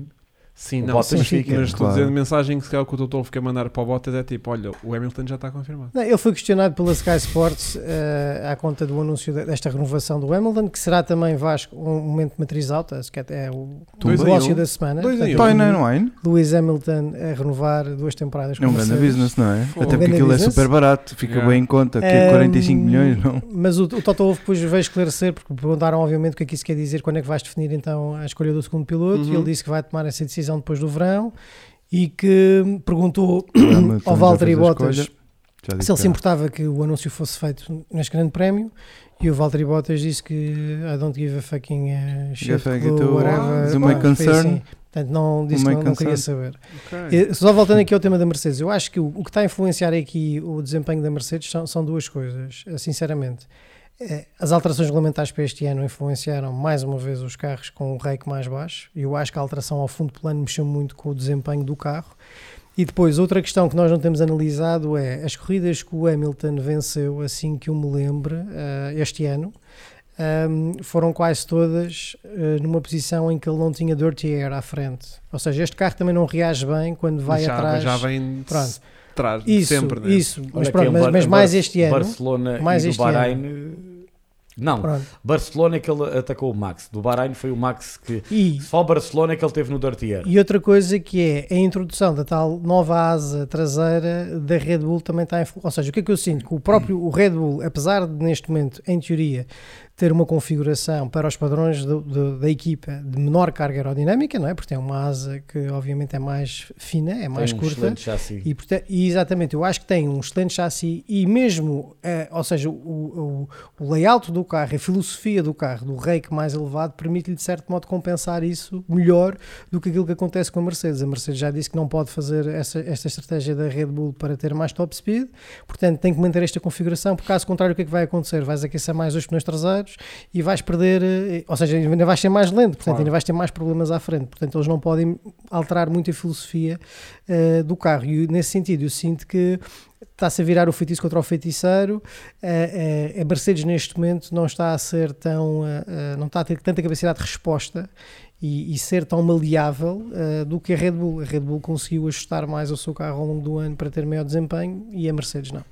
Sim, O não, Bottas sim, mas fica, estou claro. dizendo mensagem que se calhar que o Totolfo quer mandar para o Bottas é tipo, olha, o Hamilton já está confirmado. Não, ele foi questionado pela Sky Sports eh, à conta do anúncio de- desta renovação do Hamilton, que será também Vasco um momento de matriz alta, acho que até é o Dois em negócio um. da semana. Dois em Portanto, um. Toy Nine Wine Lewis Hamilton a renovar duas temporadas é um grande Mercedes. business, não é? Fogo. Até porque Grande aquilo é business. super barato, fica Yeah. bem em conta, que é Ahm, 45 milhões, não? Mas o, o Toto Wolff depois veio esclarecer, porque perguntaram obviamente o que é que isso quer dizer, quando é que vais definir então a escolha do segundo piloto, Uhum. e ele disse que vai tomar essa decisão depois do verão, e que perguntou Hamilton ao Ah, já Valtteri fez a Bottas escolha. Já se disse ele se que importava que o anúncio fosse feito neste grande prémio e o Valtteri Bottas disse que I don't give a fucking uh, shit fuck clue, to whatever, the pá, my foi concern. assim. portanto não, disse my que não, não queria concern. saber E, só voltando aqui ao tema da Mercedes eu acho que o, o que está a influenciar aqui o desempenho da Mercedes são, são duas coisas eh, sinceramente Eh, as alterações regulamentares para este ano influenciaram mais uma vez os carros com o rake mais baixo e eu acho que a alteração ao fundo plano mexeu muito com o desempenho do carro e depois, outra questão que nós não temos analisado é as corridas que o Hamilton venceu, assim que eu me lembro, eh, este ano. um, foram quase todas uh, numa posição em que ele não tinha dirty air à frente. Ou seja, este carro também não reage bem quando vai já, atrás. já vem de Pronto. trás, de isso, sempre, né? isso. Mas, Olha pronto, que mas, em Bar- mas em mais Bar- este ano. Barcelona mais e do este ano. Bahrein. eh, Não, Pronto. Barcelona é que ele atacou o Max. Do Bahrein foi o Max que. E, Só Barcelona é que ele teve no Dirty Air. e outra coisa que é a introdução da tal nova asa traseira da Red Bull também está em Ou seja, o que é que eu sinto? Que o próprio o Red Bull, apesar de neste momento, em teoria, ter uma configuração para os padrões do- do- da equipa de menor carga aerodinâmica, não é? Porque tem uma asa que obviamente é mais fina, é mais Tem um curta. excelente chassi. E, porta- e exatamente, eu acho que tem um excelente chassi e mesmo, eh, ou seja, o, o- o layout do carro, a filosofia do carro, do rake mais elevado, permite-lhe de certo modo compensar isso melhor do que aquilo que acontece com a Mercedes. A Mercedes já disse que não pode fazer essa, esta estratégia da Red Bull para ter mais top speed, portanto tem que manter esta configuração, porque caso contrário o que é que vai acontecer? Vais aquecer mais os pneus traseiros e vais perder, eh, ou seja, ainda vais ser mais lento, portanto Claro. ainda vais ter mais problemas à frente, portanto eles não podem alterar muito a filosofia eh, do carro. E nesse sentido, eu sinto que está-se a virar o feitiço contra o feiticeiro. Eh, eh, a Mercedes, neste momento, não está a ser tão. eh, eh, não está a ter tanta capacidade de resposta e, e ser tão maleável eh, do que a Red Bull. A Red Bull conseguiu ajustar mais o seu carro ao longo do ano para ter maior desempenho e a Mercedes não.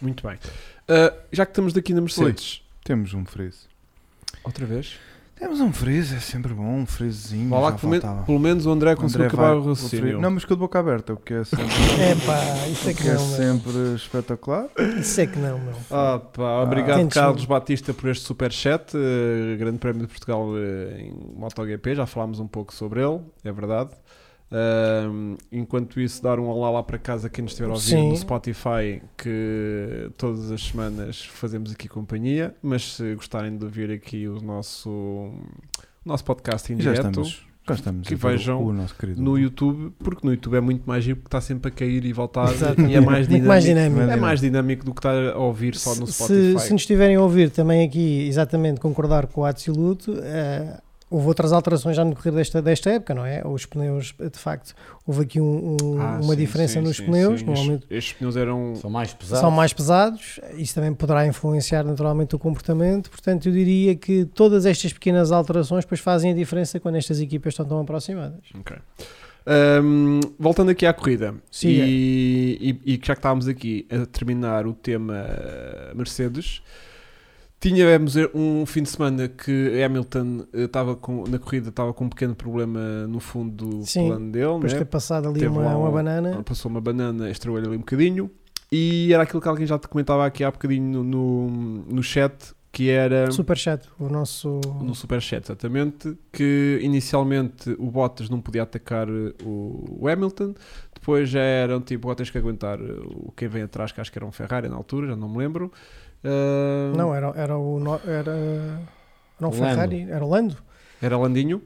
Muito bem. Ah, já que estamos daqui na Mercedes, Temos um freeze. outra vez. Temos um freeze, é sempre bom, um freezinho. Vá lá já que é pelo, men- faltava. pelo menos o André O conseguiu André acabar vai- o raciocínio. freeze- Não, mas com a boca aberta, o que é sempre, É pá, isso é o que que é não, meu. sempre espetacular. Isso é que não, meu. Ah, pá, obrigado Tente-se. Carlos Batista por este superchat, eh, Grande Prémio de Portugal eh, em MotoGP, já falámos um pouco sobre ele, é verdade. Ahm, enquanto isso, dar um olá lá para casa quem nos estiver a ouvir Sim. no Spotify, que todas as semanas fazemos aqui companhia, mas se gostarem de ouvir aqui o nosso, o nosso podcast em E já direto estamos, já estamos Que a ver o- vejam o nosso querido. no YouTube, porque no YouTube é muito mais giro porque está sempre a cair e voltar Exato. e é mais Muito dinâmico. mais dinâmico. É mais dinâmico do que estar a ouvir só no se, Spotify. se nos estiverem a ouvir também aqui, exatamente, concordar com o absoluto, eh, houve outras alterações já no decorrer desta, desta época, não é? Os pneus, eh, de facto, houve aqui um- um- Ah, uma sim, diferença sim, nos sim, pneus, sim. normalmente Estes, estes pneus eram. São mais pesados. são mais pesados, isso também poderá influenciar naturalmente o comportamento, portanto eu diria que todas estas pequenas alterações depois fazem a diferença quando estas equipas estão tão aproximadas. Ahm, voltando aqui à corrida, Siga. e, e, e que já que estávamos aqui a terminar o tema eh, Mercedes, tínhamos um fim de semana que Hamilton eh, estava com, na corrida estava com um pequeno problema no fundo do Sim, é. plano dele, Depois de né? ter passado ali Teve uma, lá um- uma banana, passou uma banana, estragou ali um bocadinho, e era aquilo que alguém já te comentava aqui há bocadinho no, no, no chat, que era... super chato, o nosso... no Superchat, exatamente, que inicialmente o Bottas não podia atacar eh, o o Hamilton, depois já eram tipo, "Ah, tens que aguentar eh, o quem vem atrás, que acho que era um Ferrari na altura, já não me lembro. Ah, Não, é. era, era o... no- Era, não, Lando. Ferrari, era o Lando. Era Landinho.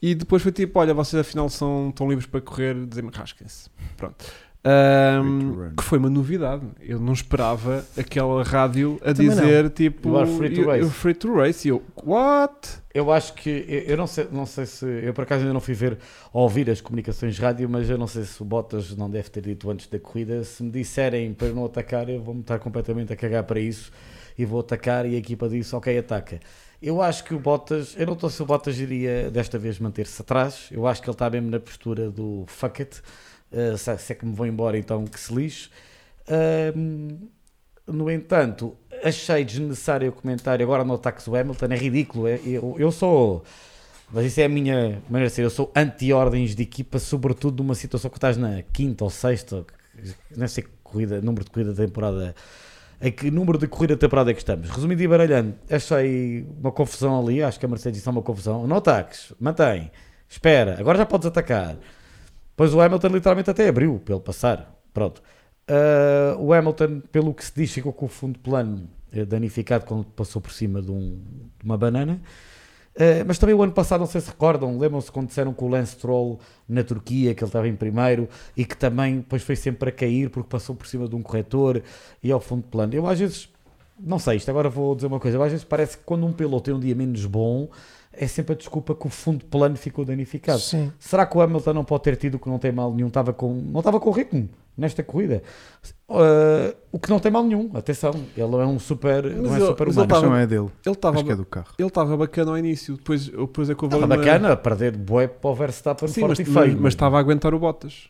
E depois foi tipo, olha, vocês afinal são tão livres para correr, dizem-me, rasquem-se. Pronto. Ah, Free to run. que foi uma novidade. Eu não esperava aquela rádio a Também não. dizer tipo You are free to "You- race." you're free to race. E eu, what? Eu acho que. Eu, eu não, sei, não sei se. Eu por acaso ainda não fui ver ou ouvir as comunicações de rádio, mas eu não sei se o Bottas não deve ter dito antes da corrida. Se me disserem para não atacar, eu vou-me estar completamente a cagar para isso e vou atacar. E a equipa disse: Ok, ataca. Eu acho que o Bottas. Eu não estou se o Bottas iria desta vez manter-se atrás. Eu acho que ele está mesmo na postura do fuck it. Uh, se, se é que me vou embora, então que se lixe. Um, no entanto, achei desnecessário o comentário agora no ataque do Hamilton, é ridículo. é- eu, eu sou, mas isso é a minha maneira de ser, eu sou anti-ordens de equipa, sobretudo numa situação que estás na quinta ou sexta, não sei que corrida, número de corrida da temporada, a que número de corrida da temporada é que estamos. Resumindo e baralhando, achei uma confusão ali, acho que a Mercedes disse uma confusão. Não ataques, mantém, espera, agora já podes atacar. Pois o Hamilton literalmente até abriu para ele passar. Pronto. Ah, o Hamilton, pelo que se diz, ficou com o fundo plano eh, danificado quando passou por cima de, um- de uma banana. Ah, mas também o ano passado, não sei se recordam, lembram-se quando disseram que o Lance Troll na Turquia, que ele estava em primeiro e que também depois foi sempre a cair porque passou por cima de um corretor e ao fundo plano. Eu às vezes Não sei, isto agora vou dizer uma coisa. Às vezes parece que quando um piloto tem um dia menos bom, é sempre a desculpa que o fundo de plano ficou danificado. Sim. Será que o Hamilton não pode ter tido que não tem mal nenhum? Estava com, não estava com ritmo nesta corrida. Ah, o que não tem mal nenhum, atenção, ele não é um super, não é ele- super mas Mas ele humano. tava- não é dele. Ele estava Acho que é do carro. ele estava bacana ao início, depois, depois é que houve Estava ali uma- bacana a perder bué para o Verstappen Sim, mas forte e mas- feio. mas estava a aguentar o Bottas.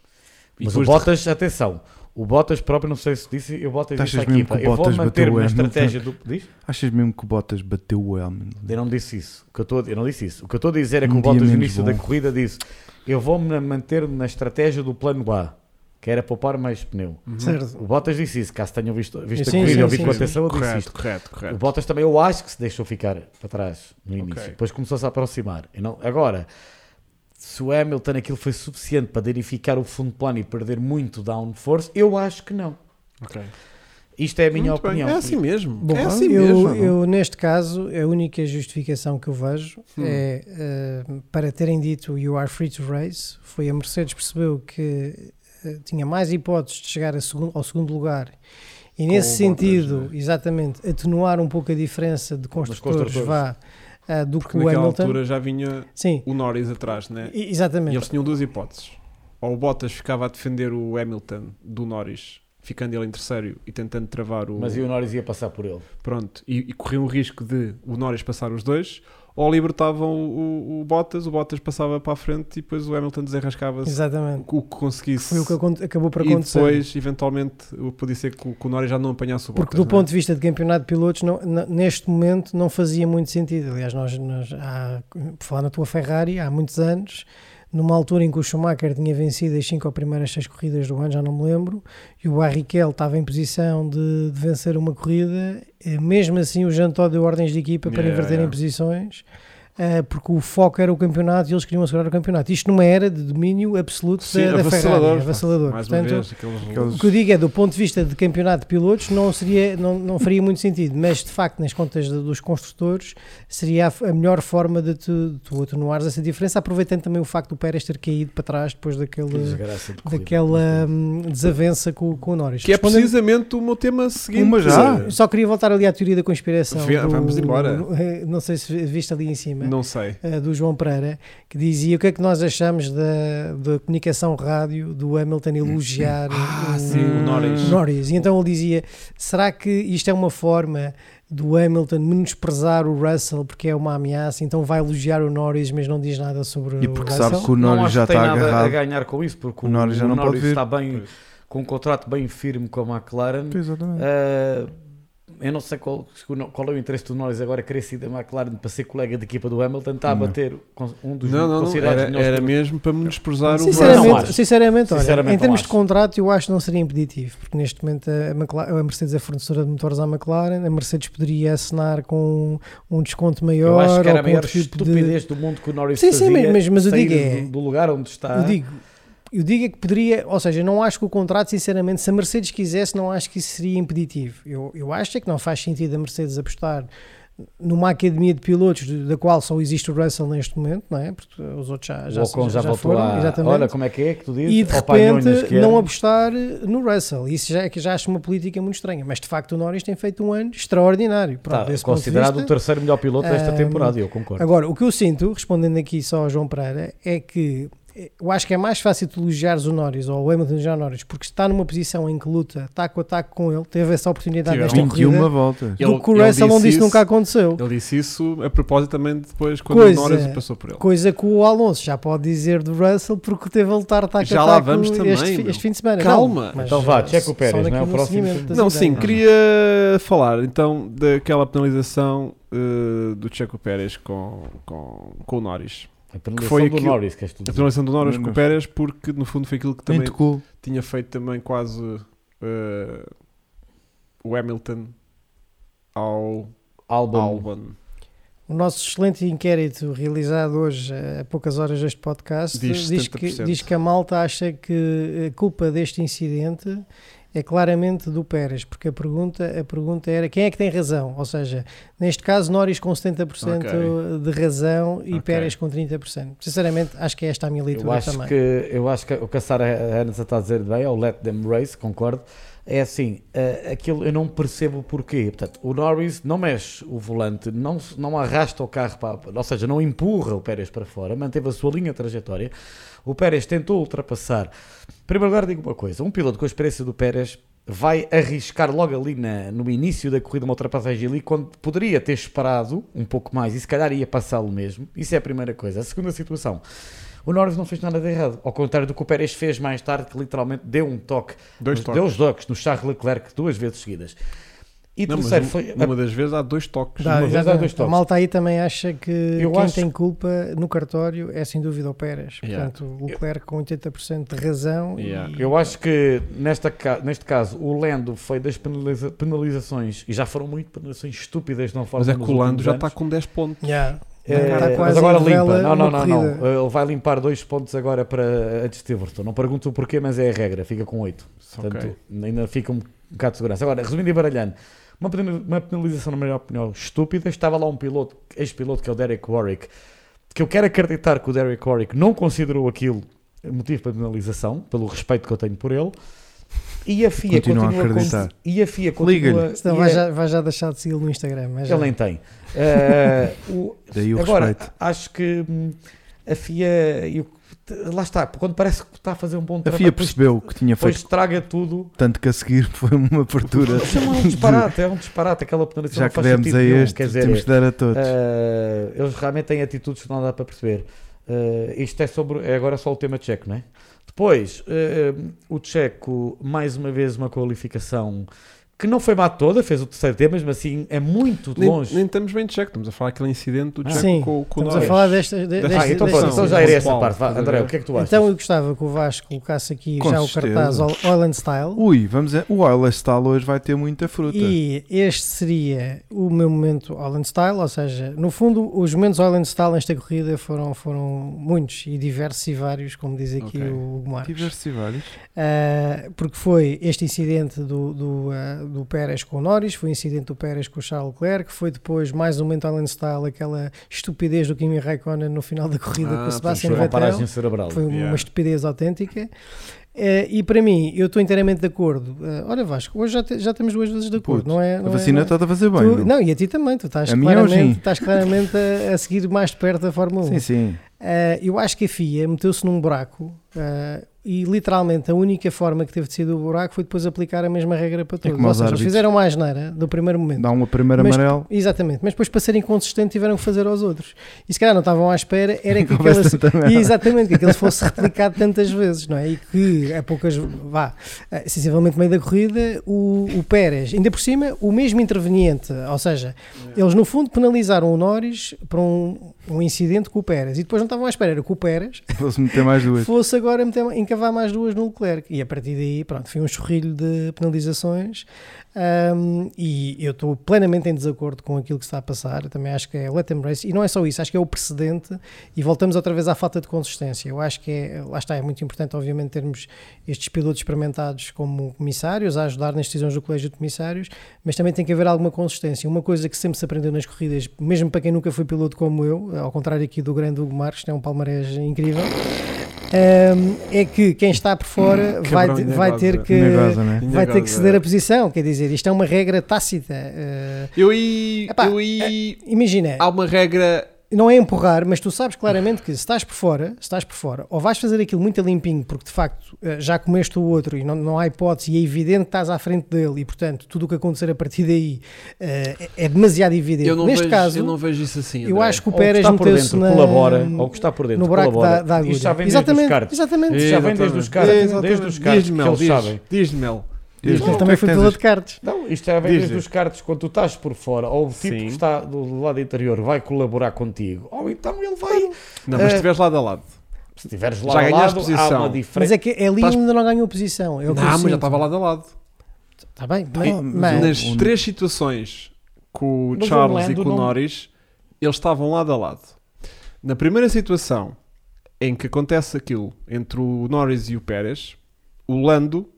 E Mas o depois de- Bottas, atenção, o Bottas próprio, não sei se disse, o Bottas disse à Achas mesmo equipa, que o eu vou Bottas manter bateu uma o Hamilton? estratégia do... Diz? Achas mesmo que o Bottas bateu o Hamilton? Eu não disse isso. O que eu, estou a- eu não disse isso. O que eu estou a dizer é que Um o dia Bottas no menos início bom. da corrida disse: Eu vou-me na- manter na estratégia do plano A, que era poupar mais pneu. Uhum. Certo. É O Bottas disse isso, caso tenham visto, visto Sim, a corrida, sim, eu vi sim, com sim. atenção, eu disse Correto, isto. correto, O correto. Bottas também eu acho que se deixou ficar para trás no início. Ok. Depois começou-se a aproximar. Eu não- agora, se o Hamilton aquilo foi suficiente para danificar o fundo plano e perder muito downforce, eu acho que não. Ok. Isto é a minha Muito bem. opinião. É assim mesmo. Bom, é assim eu, mesmo. eu, neste caso, a única justificação que eu vejo Hum. é eh, para terem dito You are free to race. Foi a Mercedes percebeu que eh, tinha mais hipóteses de chegar a segun- ao segundo lugar. E Com né? nesse o sentido, Bottas, exatamente, atenuar um pouco a diferença de construtores, construtores. vá, ah, do que Porque o naquela Hamilton. altura já vinha Sim, o Norris atrás, né? e- E exatamente. eles tinham duas hipóteses. Ou o Bottas ficava a defender o Hamilton do Norris, ficando ele em terceiro e tentando travar o. Mas e o Norris ia passar por ele? Pronto, e, e corriam o risco de o Norris passar os dois, ou libertavam o, o- o Bottas, o Bottas passava para a frente e depois o Hamilton desenrascava-se Exatamente. o que conseguisse. Foi o que aconte- acabou por e acontecer. depois, eventualmente, o- podia ser que o, que o Norris já não apanhasse o Bottas. Porque do não é? ponto de vista de campeonato de pilotos, não- n- neste momento não fazia muito sentido. Aliás, nós, nós há, por falar na tua Ferrari, há muitos anos, numa altura em que o Schumacher tinha vencido as cinco ou primeiras seis corridas do ano, já não me lembro, e o Barrichello estava em posição de, de vencer uma corrida, eh, mesmo assim o Jantó deu ordens de equipa para Yeah, inverterem yeah. posições. eh, porque o foco era o campeonato e eles queriam assegurar o campeonato. Isto numa era de domínio absoluto Sim, da, da Ferrari, avassalador. avassalador. Mais Portanto, uma vez, aqueles- Aqueles- o que eu digo é, do ponto de vista de campeonato de pilotos, não, seria, não, não faria muito sentido, mas de facto, nas contas de- dos construtores, seria a, f- a melhor forma de tu, de tu atenuares essa diferença, aproveitando também o facto do Pérez ter caído para trás depois Que daquele, desgraça de corrida. daquela hum, desavença com, com o Norris. Que é Respondendo- um precisamente o meu tema seguinte. Uma já? Só queria voltar ali à teoria da conspiração. Vê- do- vamos embora. Não sei se viste ali em cima Não sei. eh, do João Pereira, que dizia o que é que nós achamos da, da comunicação rádio do Hamilton Hum, elogiar Ah, o, sim, o Norris. Norris. E então ele dizia: será que isto é uma forma do Hamilton menosprezar o Russell porque é uma ameaça? Então vai elogiar o Norris, mas não diz nada sobre E o porque Russell? sabe que o não Norris acho já que tem está nada a agarrado. ganhar com isso, porque o, O Norris já o não Norris pode vir. está bem, Pois. com um contrato bem firme com a McLaren. Exatamente. Ah, eu não sei qual, qual é o interesse do Norris agora querer sair da McLaren para ser colega de equipa do Hamilton, está a Não. bater com- um dos Não, não, não. considerados Era, melhores era pilotos. mesmo para menosprezar o Não Sinceramente, acho. sinceramente, olha, Sinceramente, em não termos acho. de contrato, eu acho que não seria impeditivo, porque neste momento a, McLaren, a Mercedes é fornecedora de motores à McLaren, a Mercedes poderia assinar com um desconto maior. Eu acho que era ou a com maior outro tipo de- estupidez do mundo que o Norris Sim, sim, fazia mas- mas eu sair digo é- do, do lugar onde está. Eu digo, eu digo é que poderia, ou seja, não acho que o contrato, sinceramente, se a Mercedes quisesse, não acho que isso seria impeditivo. Eu, eu acho é que não faz sentido a Mercedes apostar numa academia de pilotos de- da qual só existe o Russell neste momento, não é? Porque os outros já, já, o Ocon já, já voltou foram, lá. exatamente. Olha como é que é que tu dizes. e de Opa, Nhonhas, repente que é um- era. não apostar no Russell. Isso já, é que já acho uma política muito estranha. Mas de facto o Norris tem feito um ano extraordinário. Pronto, Está desse ponto de tá considerado vista- o terceiro melhor piloto desta Ahm, temporada, eu concordo. Agora, o que eu sinto, respondendo aqui só ao João Pereira, é que eh, eu acho que é mais fácil tu elogiares o Norris ou o Hamilton já Norris, porque está numa posição em que luta taco a taco com ele, teve essa oportunidade Tiveram nesta 21 corrida, voltas. Ele- do que o ele Russell não disse disse isso. nunca aconteceu. Ele disse isso a propósito também depois quando Coisa- o Norris passou por ele. Coisa que o Alonso já pode dizer do Russell porque teve a lutar taco Já a lá taco vamos este, também, fi- meu. este fim de semana. Calma. Não, mas, Então vá, eh, check o Pérez, só não é? daqui O no próximo- seguimento das Não, sim, ideias. queria falar então daquela penalização eh, do Checo Pérez com, com, com o Norris. a penalização foi do aquilo- Norris, queres A tu dizer. penalização do Norris Não com o gosto. Pérez, porque no fundo foi aquilo que Nem também tocou. tinha feito também quase eh, o Hamilton ao Albon. Albon. O nosso excelente inquérito realizado hoje, eh, a poucas horas deste podcast, Diz diz, 70%. que, diz que a malta acha que a culpa deste incidente é claramente do Pérez, porque a pergunta, a pergunta era quem é que tem razão? Ou seja, neste caso, Norris com 70% de razão e Ok. Pérez com 30%. Sinceramente, acho que esta é a minha Eu leitura acho, também. que, eu acho que o que a Sara Hansa está a dizer bem é o Let Them Race, concordo. é assim, eh, aquilo eu não percebo o porquê. Portanto, o Norris não mexe o volante, não, se- não arrasta o carro, para, ou seja, não empurra o Pérez para fora, manteve a sua linha de trajetória. O Pérez tentou ultrapassar. Em primeiro lugar, digo uma coisa: um piloto com a experiência do Pérez vai arriscar logo ali na- no início da corrida uma ultrapassagem ali, quando poderia ter esperado um pouco mais e se calhar ia passá-lo mesmo. Isso é a primeira coisa. A segunda situação. O Norris não fez nada de errado, ao contrário do que o Pérez fez mais tarde, que literalmente deu um toque Dois nos- toques. Deu os toques no Charles Leclerc duas vezes seguidas. E Não, mas terceiro um- foi. Uma das vezes há dois toques. Dá, uma vez dá exatamente. dois a toques. malta aí também acha que Eu quem acho- tem culpa no cartório é sem dúvida o Pérez. Yeah. Portanto, o Leclerc com 80% de razão. Yeah. E... Eu acho que nesta, ca- neste caso o Lando foi das penaliza- penalizações e já foram muito penalizações estúpidas não Mas é que o Lando já está com 10 pontos. Yeah. É, Tá Está mas Tá quase agora em limpa. vela Não, não, na não, não. corrida. Ele vai limpar dois pontos agora para antes de Everton. Não pergunto o porquê, mas é a regra. Fica com oito. Portanto, Ok. ainda fica um bocado de segurança. Agora, resumindo e baralhando, uma, pena- uma penalização, na minha opinião, estúpida. Estava lá um piloto, ex-piloto, que é o Derek Warwick, que eu quero acreditar que o Derek Warwick não considerou aquilo motivo para penalização, pelo respeito que eu tenho por ele. E a FIA Continua a continua con- acreditar. E a FIA continua. Liga-lhe. Senão e vai, a- já, vai já deixar de segui-lo no Instagram. mas já- Ele nem tem. Eh, o- Daí o Agora, respeito. acho que hum, a FIA. e o- Lá está, quando parece que está a fazer um bom A trabalho, FIA depois, percebeu que tinha depois feito estraga tudo. tanto que a seguir foi uma abertura. Isto é um disparate, é um disparate. Aquela penalização Já não que faz demos sentido a nenhum, este, quer dizer, temos de dar a todos. eh, eles realmente têm atitudes que não dá para perceber. Eh, isto é sobre. É agora só o tema tcheco, não é? Depois, eh, o tcheco, mais uma vez, uma qualificação que não foi má toda, fez o terceiro tema, mas assim é muito Nem, longe. nem estamos bem de check, estamos a falar daquele incidente do Ah. check Sim, com, com o Estamos a Norris. falar desta. de- Ah, desta- ah, então desta- pronto, então já era essa parte. Vá, Estás a André, ver? o que é que tu achas? Então eu gostava que o Vasco colocasse aqui Com já o certeza. cartaz Ol- Oil and Style. Ui, vamos a... o Oilers Style hoje vai ter muita fruta. E este seria o meu momento Holland Style, ou seja, no fundo, os momentos Holland Style nesta corrida foram, foram muitos e diversos e vários, como diz aqui Ok. o Hugo Marques. Diversos e vários. Ah, porque foi este incidente do, do, ah, do Pérez com o Norris, foi o incidente do Pérez com o Charles Leclerc, foi depois mais um momento Holland Style, aquela estupidez do Kimi Raikkonen no final da corrida Ah, com o pois Sebastian Foi uma Vettel. paragem cerebral. Foi uma Yeah. estupidez autêntica. Eh, e para mim, eu estou inteiramente de acordo. Eh, olha, Vasco, hoje já, te- já temos duas vezes de acordo, Puto, não é? a Não vacina é, não é? está a fazer bem. Tu- não? não, e a ti também, tu estás A minha é o claramente, gin. estás claramente a, a seguir mais de perto da Fórmula 1. Sim, sim. Eh, eu acho que a FIA meteu-se num buraco eh, e literalmente a única forma que teve de sair do buraco foi depois aplicar a mesma regra para todos. É como Ou aos seja, eles árbitros. fizeram uma asneira do primeiro momento. Dá uma primeira Mas- amarelo. Exatamente, mas depois para serem consistentes tiveram que fazer aos outros. E se calhar não estavam à espera, era que aquela, Conversa também. e exatamente, que aquilo fosse replicado tantas vezes, não é? E que a poucas, vá, eh, sensivelmente no meio da corrida, o, o Pérez, ainda por cima, o mesmo interveniente, ou seja, eles no fundo penalizaram o Norris para um, um incidente com o Pérez e depois não estavam à espera, era que o Pérez Vou-se meter mais duas. fosse agora meter, encavar mais duas no Leclerc. E a partir daí, pronto, foi um chorrilho de penalizações. Ahm, e eu estou plenamente em desacordo com aquilo que se está a passar. Eu também acho que é let them race. E não é só isso, acho que é o precedente. E voltamos outra vez à falta de consistência. Eu acho que é, lá está, é muito importante, obviamente, termos estes pilotos experimentados como comissários, a ajudar nas decisões do Colégio de Comissários, mas também tem que haver alguma consistência. Uma coisa que sempre se aprendeu nas corridas, mesmo para quem nunca foi piloto como eu, ao contrário aqui do grande Hugo Marques, tem um palmarés incrível. Hum, é que quem está por fora Hum, vai, cabrão, te- ainda vai goza. ter que Tinha goza, né? Ainda vai ter que goza. ceder a posição, quer dizer, isto é uma regra tácita. eh, Eu aí. Epá, eu aí. imagina, Há uma regra. não é empurrar, mas tu sabes claramente que se estás por fora, se estás por fora, ou vais fazer aquilo muito a limpinho, porque de facto eh, já comeste o outro e não, não há hipótese, e é evidente que estás à frente dele, e portanto tudo o que acontecer a partir daí eh, é é demasiado evidente. Eu não, Neste vejo, caso, Tipo, eu não vejo isso assim. eu acho que o Ou que Pérez está por meteu-se dentro, na- colabora. Ou que está por dentro, no buraco colabora. da, da agulha. Isto já vem desde os exatamente, cartas. exatamente. Isto já vem desde os cartas, desde os cartos que Diz-me, eles sabem. diz, diz-me. Mel. Ele Diz-me, o que também é que foi tens pela a- de cartas. Não, isto é bem Diz, desde diz. os cartos, quando tu estás por fora, ou o tipo Sim. que está do lado interior vai colaborar contigo, ou então ele vai. Não, mas Eh, se estiveres lado a lado. Se estiveres Já lá ao ganhaste lado, há posição. uma Mas diferença. é que ali Estás- ainda não ganhou posição. É o Não, que eu mas já sinto. estava lado a lado. Está bem, Tá Ah, mas, mas mas- Nas um- três situações com Mas o o Charles e Lando com o não- Norris, eles estavam lado a lado. Na primeira situação em que acontece aquilo entre o Norris e o Pérez, o Lando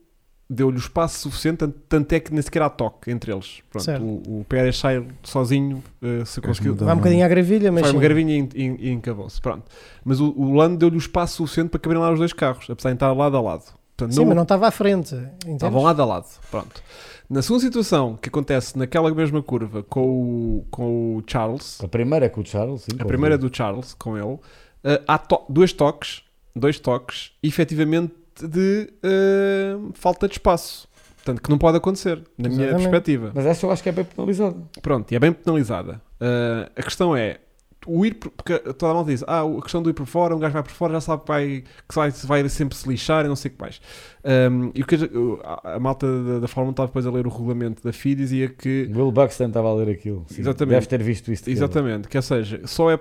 deu-lhe o espaço suficiente, tanto- tanto é que nem sequer há toque entre eles. Pronto, Certo. o, o Pérez sai sozinho, eh, se conseguiu, mudar. vai um bocadinho à gravilha, mas Foi uma sim. gravinha e- e e encavou-se. Pronto. Mas o, o Lando deu-lhe o espaço suficiente para caberem lá os dois carros, apesar de estar lado a lado. Portanto, Sim, mas não estava à frente. Tá entendes? Estavam lado a lado, pronto. Na segunda situação, que acontece naquela mesma curva com o, com o Charles, A primeira é com o Charles, sim. a com primeira é o- do Charles, com ele, eh, há to- dois toques, dois toques, efetivamente de eh, falta de espaço. Portanto, que não pode acontecer, na minha Exatamente. perspectiva. Mas essa eu acho que é bem penalizada. Pronto, e é bem penalizada. Ah, a questão é, o ir por- porque toda a malta diz, ah, a questão do ir por fora, um gajo vai por fora, já sabe que vai, que vai, vai sempre se lixar e não sei o que mais. Ahm, e o que a, a malta da, da Fórmula 1 estava depois a ler o regulamento da FI dizia que Will Buxton estava a ler aquilo. Sim, Exatamente. Deve ter visto isso. de cada. Exatamente, que ou seja, só, é,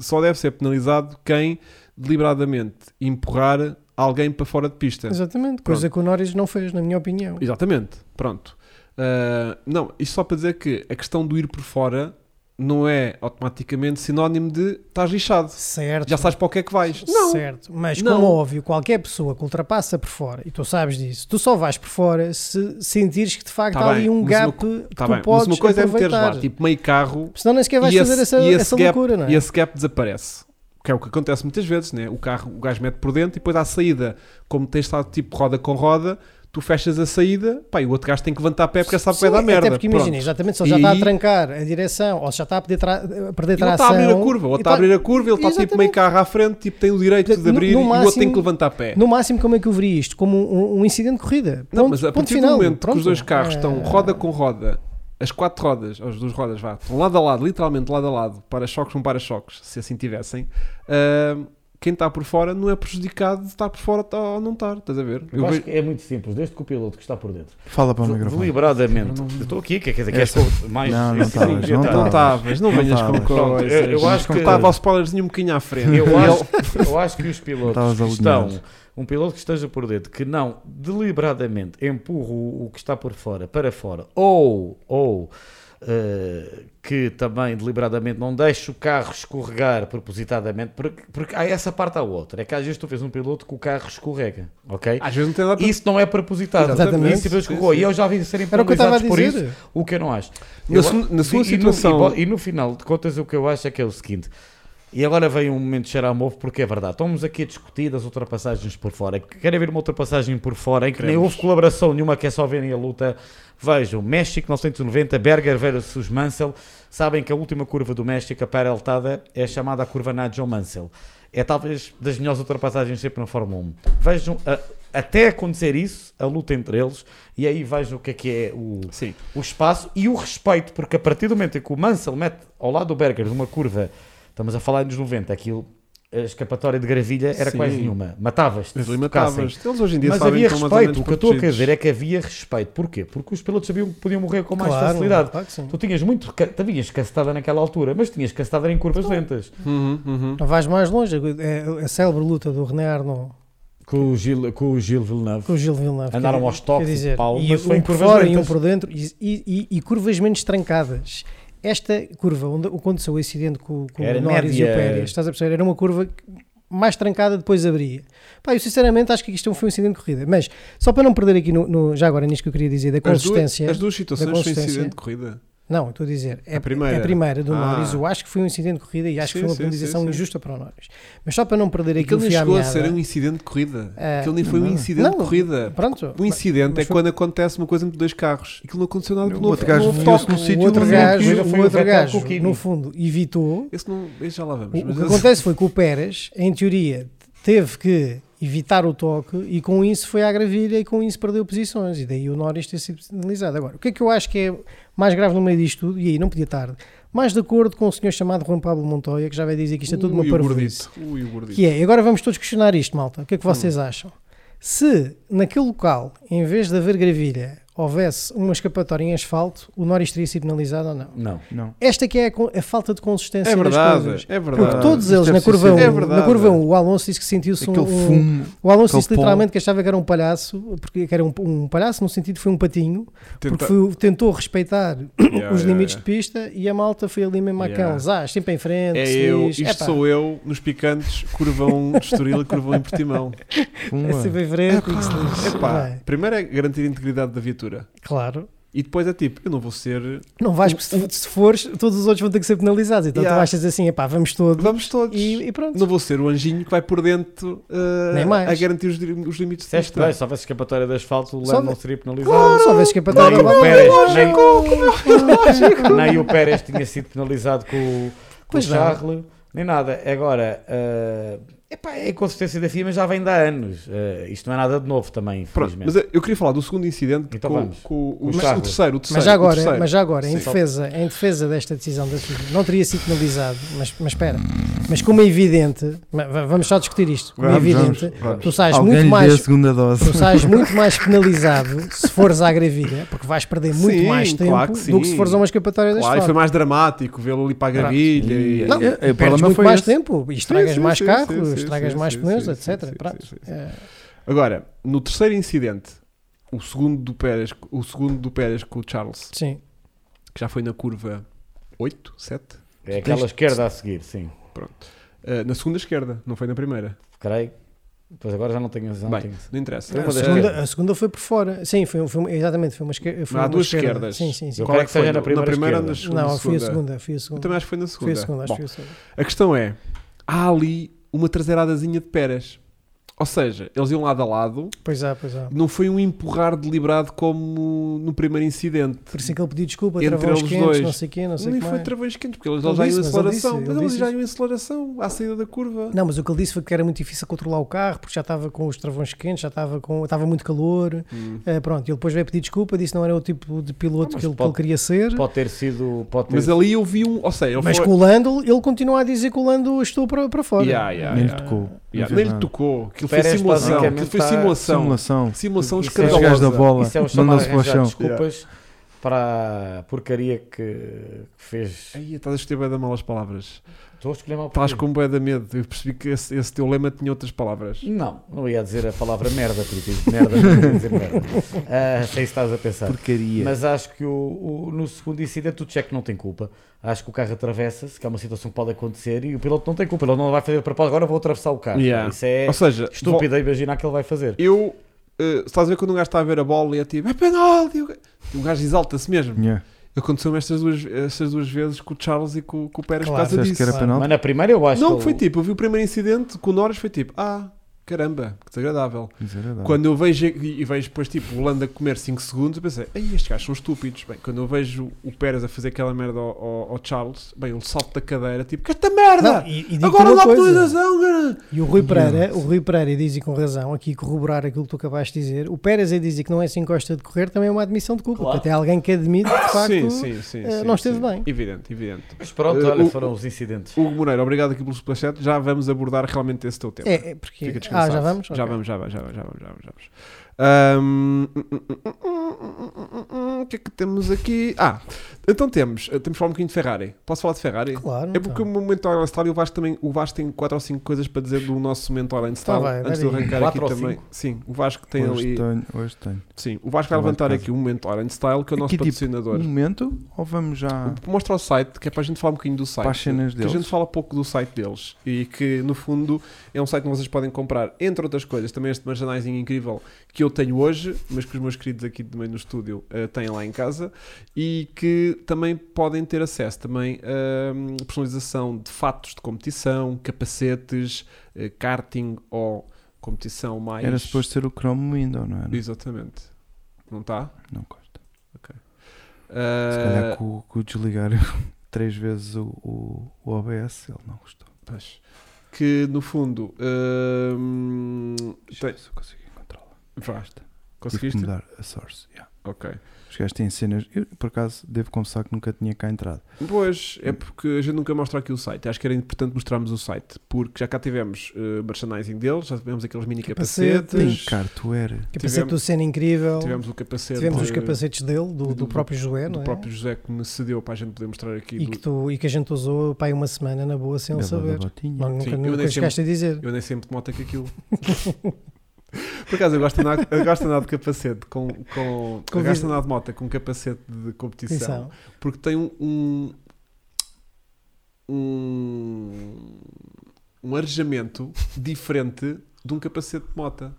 só deve ser penalizado quem deliberadamente empurrar alguém para fora de pista. Exatamente, coisa que o Norris não fez, na minha opinião. Exatamente, pronto. Ah, não, isto só para dizer que a questão do ir por fora não é automaticamente sinónimo de estás lixado, Certo. já sabes para o que é que vais. Não, Certo, mas Não. como é óbvio, qualquer pessoa que ultrapassa por fora, e tu sabes disso, tu só vais por fora se sentires que de facto Tá há bem, ali um mas gap que está tu Tá bem, mas podes uma coisa aproveitar. é meteres lá, tipo meio carro Senão nem sequer vais e fazer esse- essa, e esse essa gap- loucura, não é? e esse gap desaparece. Que é o que acontece muitas vezes, né? O carro, o gajo mete por dentro e depois à saída, como tens estado tipo roda com roda, tu fechas a saída, pá, e o outro gajo tem que levantar a pé porque sabe que vai Sim, dar merda. Até porque imagina, Pronto. exatamente, se ele já E está aí- a trancar a direção, ou se já está a perder, tra- a E perder ele tração. está a abrir a curva, ou e está a tá- abrir a curva, ele está tipo Exatamente. meio carro à frente, tipo tem o direito de No- abrir no e o outro tem máximo- que levantar a pé. No máximo, como é que eu veria isto? Como um, um incidente de corrida. Não, Ponto- mas a ponto partir do final. momento que Pronto. os dois carros É, estão roda com roda, as quatro rodas, as duas rodas, vá, estão lado a lado, literalmente lado a lado, para-choques com para-choques, se assim tivessem, ahm, quem está por fora não é prejudicado de estar por fora tá- ou não estar, estás a ver? Eu, Eu acho vejo- que é muito simples, desde que o piloto que está por dentro. Fala para o microfone. Deliberadamente. Eu Estou aqui, quer dizer, queres Essa- pôr mais. Não, não esse estavas, tipo de não detalhe? Não tá. estavas, não Não venhas com estavas. coisas. Eu- eu acho que- Estava aos spoilerzinho um bocadinho à frente. Eu E ele- acho, eu acho que os pilotos Estavas que estão, alinhados. um piloto que esteja por dentro, que não deliberadamente empurra o o que está por fora para fora, ou, ou eh, que também deliberadamente não deixa o carro escorregar propositadamente, porque, porque há essa parte à outra. É que às vezes tu vês um piloto que o carro escorrega, ok? Às vezes não tem nada para Isso não é propositado. Exatamente. Isso simplesmente escorregou. Sim, sim. E eu já vi serem Era o que eu estava a penalizados por isso. dizer. O que eu não acho. Na Eu- su- na sua e- situação- E no, e bo- e no final de contas, o que eu acho é que é o seguinte. E agora vem um momento de cheirar a mofo, porque é verdade. Estamos aqui a discutir das ultrapassagens por fora. É Querem ver uma ultrapassagem por fora em que nem Queremos. houve colaboração nenhuma, que é só verem a luta. Vejam, México 990, Berger versus Mansell. Sabem que a última curva do México, a peraltada, é chamada a curva Nigel Mansell. É talvez das melhores ultrapassagens sempre na Fórmula 1. Vejam, a- até acontecer isso, a luta entre eles, e aí vejam o que é que é o, Sim. o espaço e o respeito, porque a partir do momento em que o Mansell mete ao lado do Berger numa curva, estamos a falar nos 90, aquilo, a escapatória de gravilha era Sim. quase nenhuma, matavas-te. Mas se tocassem. limitavas. Eles hoje em dia Mas sabem havia que estão mais ou respeito, o menos que eu estou a querer protegidos. dizer é que havia respeito. Porquê? Porque os pilotos sabiam que podiam morrer com mais Claro, facilidade. claro que sim. Tu tinhas muito, ca- tu tinhas cacetada naquela altura, mas tinhas cacetada em curvas lentas. Uhum, uhum. Não vais mais longe. É, A, a, a célebre luta do René Arnaud Com o Gil, com o Gil Villeneuve. com o Gil Villeneuve. Andaram quer- aos toques quer de pau, e mas foi em um por curvas fora e um lentas. por dentro e, e- e curvas menos trancadas. Esta curva, onde aconteceu o acidente com, com Era o Norris e média. o Pérez, estás a perceber? Era uma curva que- mais trancada, depois abria. Pá, eu sinceramente acho que isto foi um incidente de corrida. Mas, só para não perder aqui, no, no- já agora nisto que eu queria dizer, da As duas, consistência. as duas situações foi consistência. incidente de corrida. Não, eu estou a dizer. É, A primeira. é a primeira do Ah. Norris. Eu acho que foi um incidente de corrida e acho Sim, que foi uma sim, penalização sim, sim. injusta para o Norris. Mas só para não perder aqui Aquilo o nem fio à chegou a meada. ser um incidente de corrida. É, Aquilo nem foi um não é. incidente de Não, corrida. Pronto. O incidente é mas foi- quando acontece uma coisa entre dois carros. Aquilo não aconteceu nada porque O não outro houve não gajo houve viu-se toque. no O sítio Um outro onde corrida gajo, foi o o um outro Vettel gajo com o Kimi. no fundo, evitou. Esse não, esse já lá vamos. O, o mas que esse- acontece foi que o Pérez, em teoria, teve que evitar o toque e com isso foi à gravilha e com isso perdeu posições. E daí o Norris ter sido penalizado. Agora, o que é que eu acho que é mais grave no meio disto tudo? E aí não podia tarde. Mais de acordo com o senhor chamado Juan Pablo Montoya, que já vai dizer que isto é tudo uma Ui, o parvoíce. gordito. Ui, o gordito. Que é, e agora vamos todos questionar isto, malta. O que é Hum. que vocês acham? Se naquele local, em vez de haver gravilha, houvesse uma escapatória em asfalto, o Norris teria sido penalizado ou não? Não. Não. Esta que é a, co- a falta de consistência É das verdade, coisas. é verdade. Porque todos Isto eles, deve na ser curva, sido- É 1, verdade. na curva 1, o Alonso disse que sentiu-se um, Aquele um- fumo. O Alonso aquele disse literalmente que achava que era um palhaço, porque que era um, um palhaço, no sentido foi um patinho, porque Tenta- foi- tentou respeitar Yeah, os yeah, limites yeah. de pista e a malta foi ali mesmo Yeah. macão. Zás, sempre em frente, É eu, feliz. isto Epá, sou eu, nos picantes, curvão de Estoril e curvão em Portimão. Pumba. É sempre em frente, e se lixe. Epá, Vai. primeiro é garantir a integridade da viatura. Claro. E depois é tipo, eu não vou ser. Não vais, porque se, se fores, todos os outros vão ter que ser penalizados. Então Yeah. tu achas assim, epá, vamos todos. Vamos todos. E, e pronto. Não vou ser o anjinho que vai por dentro eh, Nem mais. a garantir os, dir- os limites de Disseste estrada. bem, se houvesse escapatória é de asfalto, o Só Leno ve- não seria penalizado. Claro, só vês que é para dar Nem o agora. Pérez, nem- é Nem o Pérez tinha sido penalizado com, o- com o Pois não. Charles, nem nada. Agora, eh, epá, a inconsistência da FIA mas já vem de há anos. Eh, isto não é nada de novo também, Pronto, infelizmente. mas eu eu queria falar do segundo incidente Então com, vamos. com o, Mas- o terceiro, o terceiro. Mas o já agora, terceiro. mas já agora em, Sim. defesa, em defesa desta decisão da Suzuki, não teria sido penalizado, mas, mas espera, mas como é evidente, mas va- vamos só discutir isto, como é Vamos, evidente, vamos, tu sais Alguém muito lhe dê a mais. segunda dose. Tu sais muito mais penalizado se fores à gravilha, porque vais perder muito Sim, mais tempo claro que do sim. que se fores a uma escapatória das Claro, e foi mais dramático vê-lo ali para a Pronto. gravilha. e- Não, e- É, o Perdes problema muito foi mais esse. tempo e estragas sim, mais sim, carro, sim, sim, estragas sim, mais sim, pneus, sim, etc. sim, sim, Pronto. sim, sim. É, Agora, no terceiro incidente, o segundo do Pérez, o segundo do Pérez com o Charles, Sim. que já foi na curva 8, 7, É aquela esquerda a seguir, sim. eh, na segunda esquerda, não foi na primeira. Creio. Pois agora já não tenho razão. Bem, tenho- não interessa. Eh, Foi uma A das segunda, esquerdas. a segunda foi por fora. Sim, foi, um- foi um- exatamente, foi uma esquerda. Mas há duas esquerdas. Sim, sim, sim. Eu quero é que seja na primeira primeira ou esquerda. na segunda? Não, foi a segunda, foi a segunda. Eu também acho que foi na Foi segunda. a segunda, acho Bom, que foi a segunda. A questão é: há ali uma traseiradazinha de Pérez. Ou seja, eles iam lado a lado, Pois há, pois há. não foi um empurrar deliberado como no primeiro incidente. Por isso é que ele pediu desculpa, Entre travões eles quentes, dois. não sei o quê, não sei o Nem que foi mais. travões quentes, porque eles Ele já disse, iam em mas ele aceleração. disse, Mas ele eles disse já isso. iam em aceleração à saída da curva. Não, mas o que ele disse foi que era muito difícil controlar o carro, porque já estava com os travões quentes, já estava com estava muito calor. Hum. Eh, pronto, ele depois veio pedir desculpa, disse que não era o tipo de piloto Ah, mas que, ele, que pode- ele queria ser. Pode ter sido. Pode ter Mas ali eu vi um. Ou seja, ele mas foi. com o Lando, ele continua a dizer que o Lando estou para, para fora. Yeah, yeah, Nem lhe yeah. tocou. Yeah, Não Nem fez lhe nada. ah, tocou. Aquilo foi Pérez simulação. basicamente tá Aquilo foi está- simulação. Simulação. Simulação Isso é- Os gajos da escandalosa. bola Isso é um chamado mandam-se para o arranjar chão. desculpas para a porcaria que fez. Aí estás a escolher bem de malas palavras. Estou a escolher mal Estás porquê. com bué da medo. Eu percebi que esse, esse teu lema tinha outras palavras. Não, não ia dizer a palavra merda, porque eu digo merda, não ia dizer merda. Ah, sei se estás a pensar. Porcaria. Mas acho que o, o- no segundo incidente o Checo não tem culpa. Acho que o carro atravessa-se, que é uma situação que pode acontecer e o piloto não tem culpa. Ele não vai fazer de propósito, agora vou atravessar o carro. Yeah. Isso é Ou seja, estúpido a imaginar que ele vai fazer. Eu. eh, estás a ver quando um gajo está a ver a bola e é tipo, é penalti! O gajo- O gajo exalta-se mesmo. Yeah. Aconteceu-me estas duas, estas duas vezes com o Charles e com, com o Pérez Claro. por causa Disseste disso. que era Claro. penalti? Mas na primeira eu acho Não, que foi ele- tipo, eu vi o primeiro incidente com o Norris, foi tipo, ah, caramba, que desagradável. Desagradável. Quando eu vejo e e vejo depois tipo o Landa comer 5 segundos, eu pensei, ei, estes gajos são estúpidos. Bem, quando eu vejo o Pérez a fazer aquela merda ao, ao- ao Charles, bem, ele salta da cadeira, tipo, que esta merda! Não, e, e digo-te Agora uma dá coisa. penalização, cara! E o Rui Pereira, o Rui Pereira diz e com razão, aqui corroborar aquilo que tu acabaste de dizer, o Pérez a dizer que não é assim que gosta de correr também é uma admissão de culpa, Claro. até alguém que admite de facto. Ah, sim, sim, sim, eh, sim, não esteve sim. bem. Evidente, evidente. Mas pronto, Eh, olha, o- foram os incidentes. Hugo Moreira, obrigado aqui pelo superchat. Já vamos abordar realmente esse teu tema. É, é porque Fica ah, descansado. já vamos? Já Ok. vamos, já vamos, já vamos, já vamos, já vamos. já vamos. Ahm, hum, hum, hum, hum, hum, hum, hum, hum, O que é que temos aqui? Ah, então temos, temos de falar um bocadinho de Ferrari. Posso falar de Ferrari? Claro. É então. porque o meu momento Island Style, o Vasco também, o Vasco tem 4 ou 5 coisas para dizer do nosso momento Island Style, Então vai, antes de vai eu aí. arrancar Quatro aqui ou também. Sim, o Vasco tem hoje tá. ali, tenho, hoje tenho. sim, o Vasco vai Trabalho de levantar casa. aqui o momento Island Style, que é o nosso Aqui, tipo, patrocinador. Um momento ou vamos já Mostra o site, que é para a gente falar um bocadinho do site. Ah. para as cenas Que a gente deles? fala pouco do site deles e que, no fundo, é um site que vocês podem comprar, entre outras coisas, também este merchandising incrível que eu tenho hoje, mas que os meus queridos aqui também no estúdio eh, têm lá em casa e que também podem ter acesso também a hum, personalização de fatos de competição, capacetes, eh, karting ou competição mais... Era suposto ser o Chrome Window, não era? Exatamente. Não tá? está? Não gosto. Se Ah, calhar com, com o desligar três vezes o, o, o OBS, ele não gostou. pois. Que, no fundo... hum, Deixa eu tem... ver se eu consigo encontrá-la. Vá, Tive que conseguiste? mudar a source. yeah. Ok. Os gajos têm cenas. Eu, por acaso, devo confessar que nunca tinha cá entrado. Pois, é porque a gente nunca mostra aqui o site. Acho que era importante mostrarmos o site, porque já cá tivemos eh, merchandising deles, já tivemos aqueles mini Capacetes. capacetes, Brincar, tu era. Capacete Tivemos- do Senna incrível. tivemos o capacete Tivemos os eh, capacetes dele, do, do do- próprio Joé, do não é? próprio José que me cedeu para a gente poder mostrar aqui. e, do- que tu, e que a gente usou pá, aí uma semana na boa sem ele Bela da saber. botinha. Não, nunca Sim, eu nunca nem chegaste a dizer. Eu nem sempre de moto que aquilo. Por acaso, eu gosto de andar, eu gosto de, andar de capacete com. com eu Convido. gosto de andar de moto com capacete de competição, Atenção. porque tem um. um um, um arejamento diferente de um capacete de moto.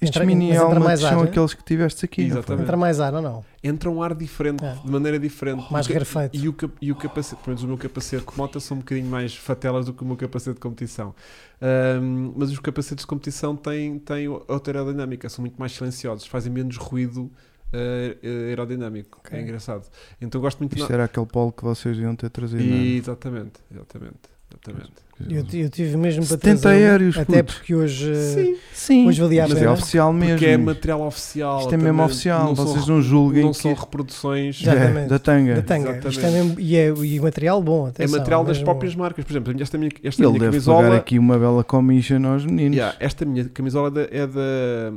Estes Entra- mini é mas entra helmets mais ar, são né? aqueles que tiveste aqui, não foi? Exatamente. Entra mais ar ou não? Entra um ar diferente, Ah. de maneira diferente. Mais O ca- grafeito. E o, cap- e o capacete, pelo menos o meu capacete de moto são um bocadinho mais fatelas do que o meu capacete de competição. Ahm, mas os capacetes de competição têm, têm outra aerodinâmica, são muito mais silenciosos, fazem menos ruído eh, eh, aerodinâmico. Ok. É engraçado. Então eu gosto muito Isto na- era aquele polo que vocês deviam ter é trazido. é? E- Exatamente, exatamente. exatamente. não é? Eu, eu tive mesmo para 70 trazer um, euros, Até puto. porque hoje. eh, Sim, Sim, Hoje valia a mas é pena. oficial mesmo. porque é material oficial. Isto é também mesmo oficial, são vocês re- não julguem não que são reproduções. Já. Exatamente. É, da tanga. Da tanga. Isto é Exatamente. mesmo- e, é, e material bom, até É material das próprias marcas. Por exemplo, esta minha, esta Ele minha deve camisola. pagar aqui uma bela commission aos meninos. Yeah, esta minha camisola da- é da,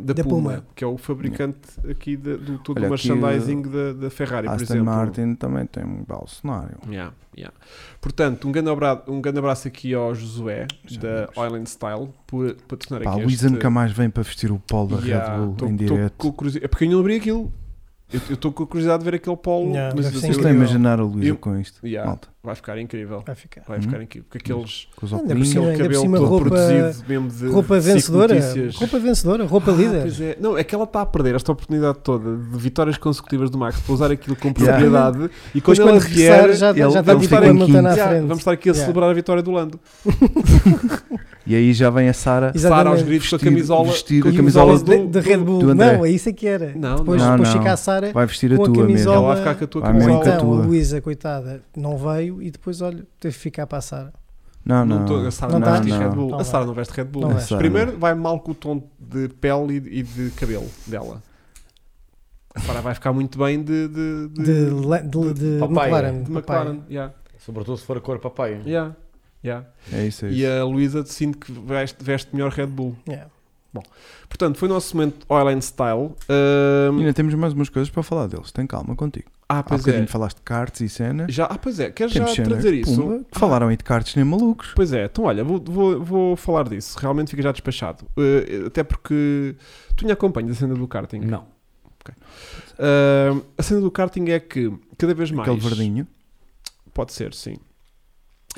da, Da Puma, Puma. que é o fabricante aqui de, do todo Olha, o aqui, merchandising da, da Ferrari, é por Aston exemplo. Martin também tem um belo cenário. Yeah, yeah. Portanto, um grande, abraço, um grande abraço aqui ao Josué Já da vimos. Oil and Style por patrocinar Pá, aqui. a é Luísa este- nunca mais vem para vestir o polo da Yeah, Red Bull tô- em tô direto. com curiosi- É porque eu ainda não abri aquilo. Eu eu estou com curiosidade de ver aquele polo, Yeah, mas deve eu ser sei Estou que a incrível. imaginar a Luísa Eu- com isto. Yeah. Malta, vai ficar incrível. Vai ficar. Vai ficar Hum. incrível. Porque aqueles, com os Ainda por óculos. aquele cima- Uhum. ainda por cabelo cima, todo roupa- produzido mesmo de Roupa Cic vencedora, Notícias. roupa vencedora, roupa Ah, líder. Pois é. Não, é que ela está a perder esta oportunidade toda de vitórias consecutivas do Max para usar aquilo com Yeah. propriedade e Depois quando, quando ela vier, regressar já, ele- já está ele tipo fica a em Hamilton à já, frente. vamos estar aqui a Yeah. celebrar a vitória do Lando. E aí já vem a Sara. Sara aos Exatamente. gritos com a Vestir- camisola. vestir com a a camisola camisola de, de Red Bull. do André. não, é isso é que era. Não, depois não. não. depois fica a Sara. Vai vestir a com a tua mesmo. camisola- Ela vai ficar com a tua Vai Ou mesmo camisola. com a então tua. a Luísa, coitada, não veio e depois, olha, teve que ficar para a Sara. Não, não. Não tô- a Sara Não não, tá? veste Não, Red não. Bull. Não a Sara vai. não veste Red Bull. Não é. A veste. Sara Primeiro vai mal com o tom de pele e, e de cabelo dela. A Sara vai ficar muito bem de, de, de, De, Le- de, de Papaya. McLaren. de Papaya. McLaren. Yeah. Sobretudo se for a cor papai. Yeah. Yeah. É isso, é E eh, isso. a Luísa sinto que veste, veste melhor Red Bull. Yeah. Portanto, foi o nosso momento Oil and Style. Ahm, Ainda temos mais umas coisas para falar deles. Tem calma contigo. ah, Há pois é. bocadinho falaste de cartes e cenas. Já, ah, pois é. Queres já Temos cenas. trazer isso? Pumba, que falaram aí de cartes nem malucos. Pois é. Então, olha, vou, vou, vou falar disso. Realmente fica já despachado. Eh, até porque tu me acompanhas a cena do karting. Não. Ahm, a cena do karting é que cada vez mais... Aquele verdinho. Pode ser, sim.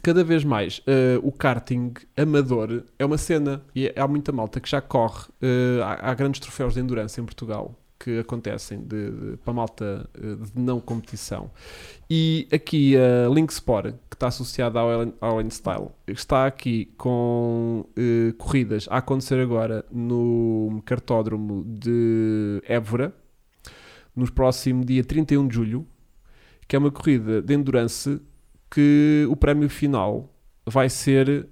Cada vez mais eh, o karting amador é uma cena e há muita malta que já corre. eh, há, há grandes troféus de endurance em Portugal que acontecem de, de- para malta eh, de não competição. E aqui a Link Sport, que está associada ao Allen- ao Allen Style, está aqui com eh, corridas a acontecer agora no cartódromo de Évora, no próximo dia 31 de julho, que é uma corrida de endurance que o prémio final vai ser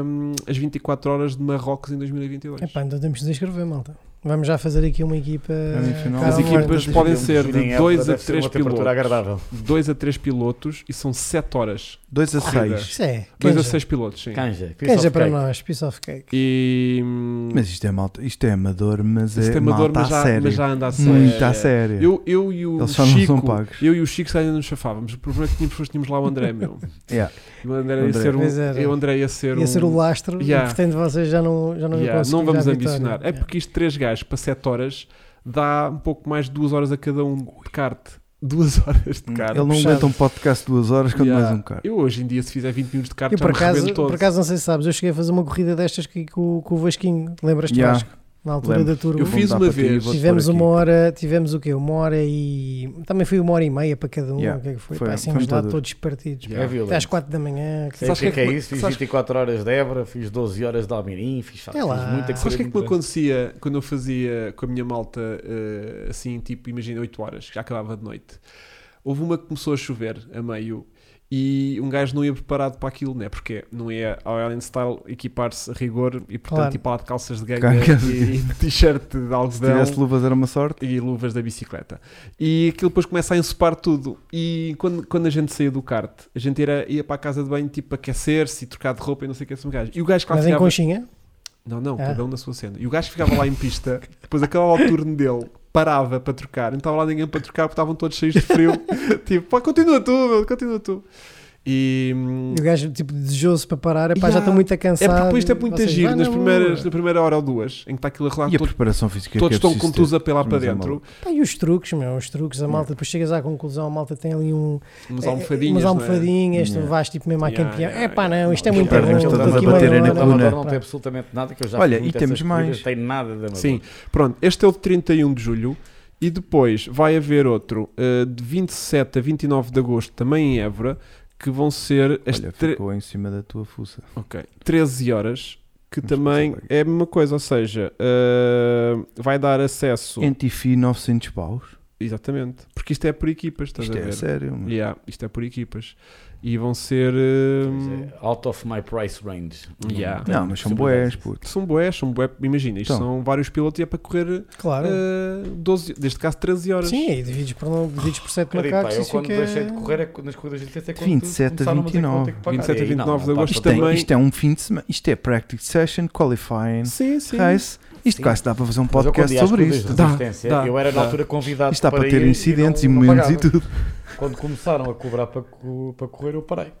ahm, as 24 horas de Marrocos em 2022. Epá, ainda temos de inscrever, malta. Vamos já fazer aqui uma equipa. Grande final. Cara, As olha, equipas deixa- podem ser Imaginem, de é, 2 a deve ser 3 uma temperatura pilotos. agradável. 2 a 3 pilotos e são 7 horas. 2 a Corrida. 6. Isso é. 2 a canja. 6 pilotos, sim. Canja. piece Canja of para cake. nós, piece of cake. E. hum, Mas isto é malta, isto é amador, mas é esse amador, amador, malta mas a já, sério. mas já anda a sério. Muito a É. sério. Eu, eu e o Eles só não são Chico, pagos. eu e o Chico ainda nos chafávamos. O problema é que tínhamos, tínhamos lá o André, meu. Yeah. E O André ia André. ser um, Pois era. e o André ia ser Ia um, ser o lastro Yeah. e portanto vocês já não já não, iam Yeah, conseguir não já vamos a vitória. ambicionar. É Yeah. porque isto, 3 gajos para 7 horas, dá um pouco mais de 2 horas a cada um de kart. 2 horas de kart. Ele não puxado. aguenta um podcast de 2 horas quando Yeah. mais um cara. Eu hoje em dia, se fizer 20 minutos de kart, Eu já por me acaso, arrebento todo. por acaso não sei se sabes, eu cheguei a fazer uma corrida destas que, com, com o Vasquinho, lembras-te Yeah. Vasco? Na altura Lembro. da turma. Eu fiz Vou-me uma dar para ti e vez. vou-te Tivemos pôr aqui. uma hora, tivemos o quê? Uma hora e. Também foi uma hora e meia para cada um. Yeah, O que é que foi? foi- Pá, assim, uns foi-me lá todo. todos partidos. Yeah. É violento. Até às 4 da manhã. que- Sei Sabes o que é que que é é que- isso? Fiz sabes- 24 horas de Évora, fiz 12 horas de Almirim, fiz, fiz É lá. muita coisa. Sabes o que é que me muito grande. acontecia quando eu fazia com a minha malta eh, assim, tipo, imagina 8 horas, que já acabava de noite? Houve uma que começou a chover a meio e um gajo não ia preparado para aquilo, né? Porque não é ao Allen Style equipar-se a rigor e, portanto, Claro. tipo, lá de calças de ganga Ganga. e, e t-shirt de algodão. Se tivesse luvas era uma sorte. e luvas da bicicleta. E aquilo depois começa a ensopar tudo. E quando, quando a gente saía do kart, a gente era, ia para a casa de banho, tipo, aquecer-se e trocar de roupa e não sei o que é esse gajo. E o gajo que lá Mas em ficava... conchinha? Não, não, Ah. cada um na sua cena. E o gajo que ficava lá em pista, depois acabava o turno dele, parava para trocar, não estava lá ninguém para trocar porque estavam todos cheios de frio. tipo, pá, continua tu, meu, continua tu. E, hum, E o gajo tipo, desejou-se para parar, epá, já Yeah. estou muito é cansado. porque depois isto é muito Vocês, "Ah, giro "Vá nas na primeiras, boa." na primeira hora ou duas, em que está aquilo a rolar E a todos, preparação física todos que é estão com preciso ter? tudo a pelar para Mas é dentro, Pá, e os truques, meu, os truques, a malta, depois chegas à conclusão, a malta tem ali um, umas eh, almofadinhas. umas não é? almofadinhas, tu Yeah. vais tipo mesmo à Yeah, campeão. yeah, Epá, yeah. não, isto é Não, muito perdem bom. todas estou a aqui meia baterem na hora. coluna. não tem absolutamente nada que eu já Olha, fui e muito temos essas mais. corridas, Tem nada de amador. Sim, pronto, este é o de 31 de julho e depois vai haver outro eh, de 27 a 29 de agosto, também em Évora, que vão ser as Olha, tre- ficou em cima da tua fuça. ok, 13 horas, que Vamos também passar logo. é a mesma coisa, ou seja, eh, vai dar acesso. Entifi 900 paus. Exatamente, porque isto é por equipas, estás Isto a é ver? sério, mano. Yeah, isto é por equipas. E vão ser. eh, Pois é, Out of my price range. Yeah. Não tem Não, mas são possibilidades. boés, puto. São boés, são boé. Imagina, isto Então. são vários pilotos e é para correr Claro. eh, 12, neste caso 13 horas. Sim, e divides por, um- divides por 7 Acredito, pá, macacos. eu isso quando fica- deixei de correr é que nas corridas de licença é quando 27 a começaram dizer que vão ter que 29. pagar. 27 a E aí, não, 29 de não, pá, agosto só Isto, tem- também. isto é um fim de semana. Isto é practice session, qualifying, sim. sim. race. Isto Sim. quase dá para fazer um Mas eu quando podcast ia às sobre corridas isto. de Dá, resistência, dá, eu era na dá. altura convidado Isto dá para ir ter não- incidentes e não momentos e pagava. tudo. Quando começaram a cobrar para, co- para correr, eu parei.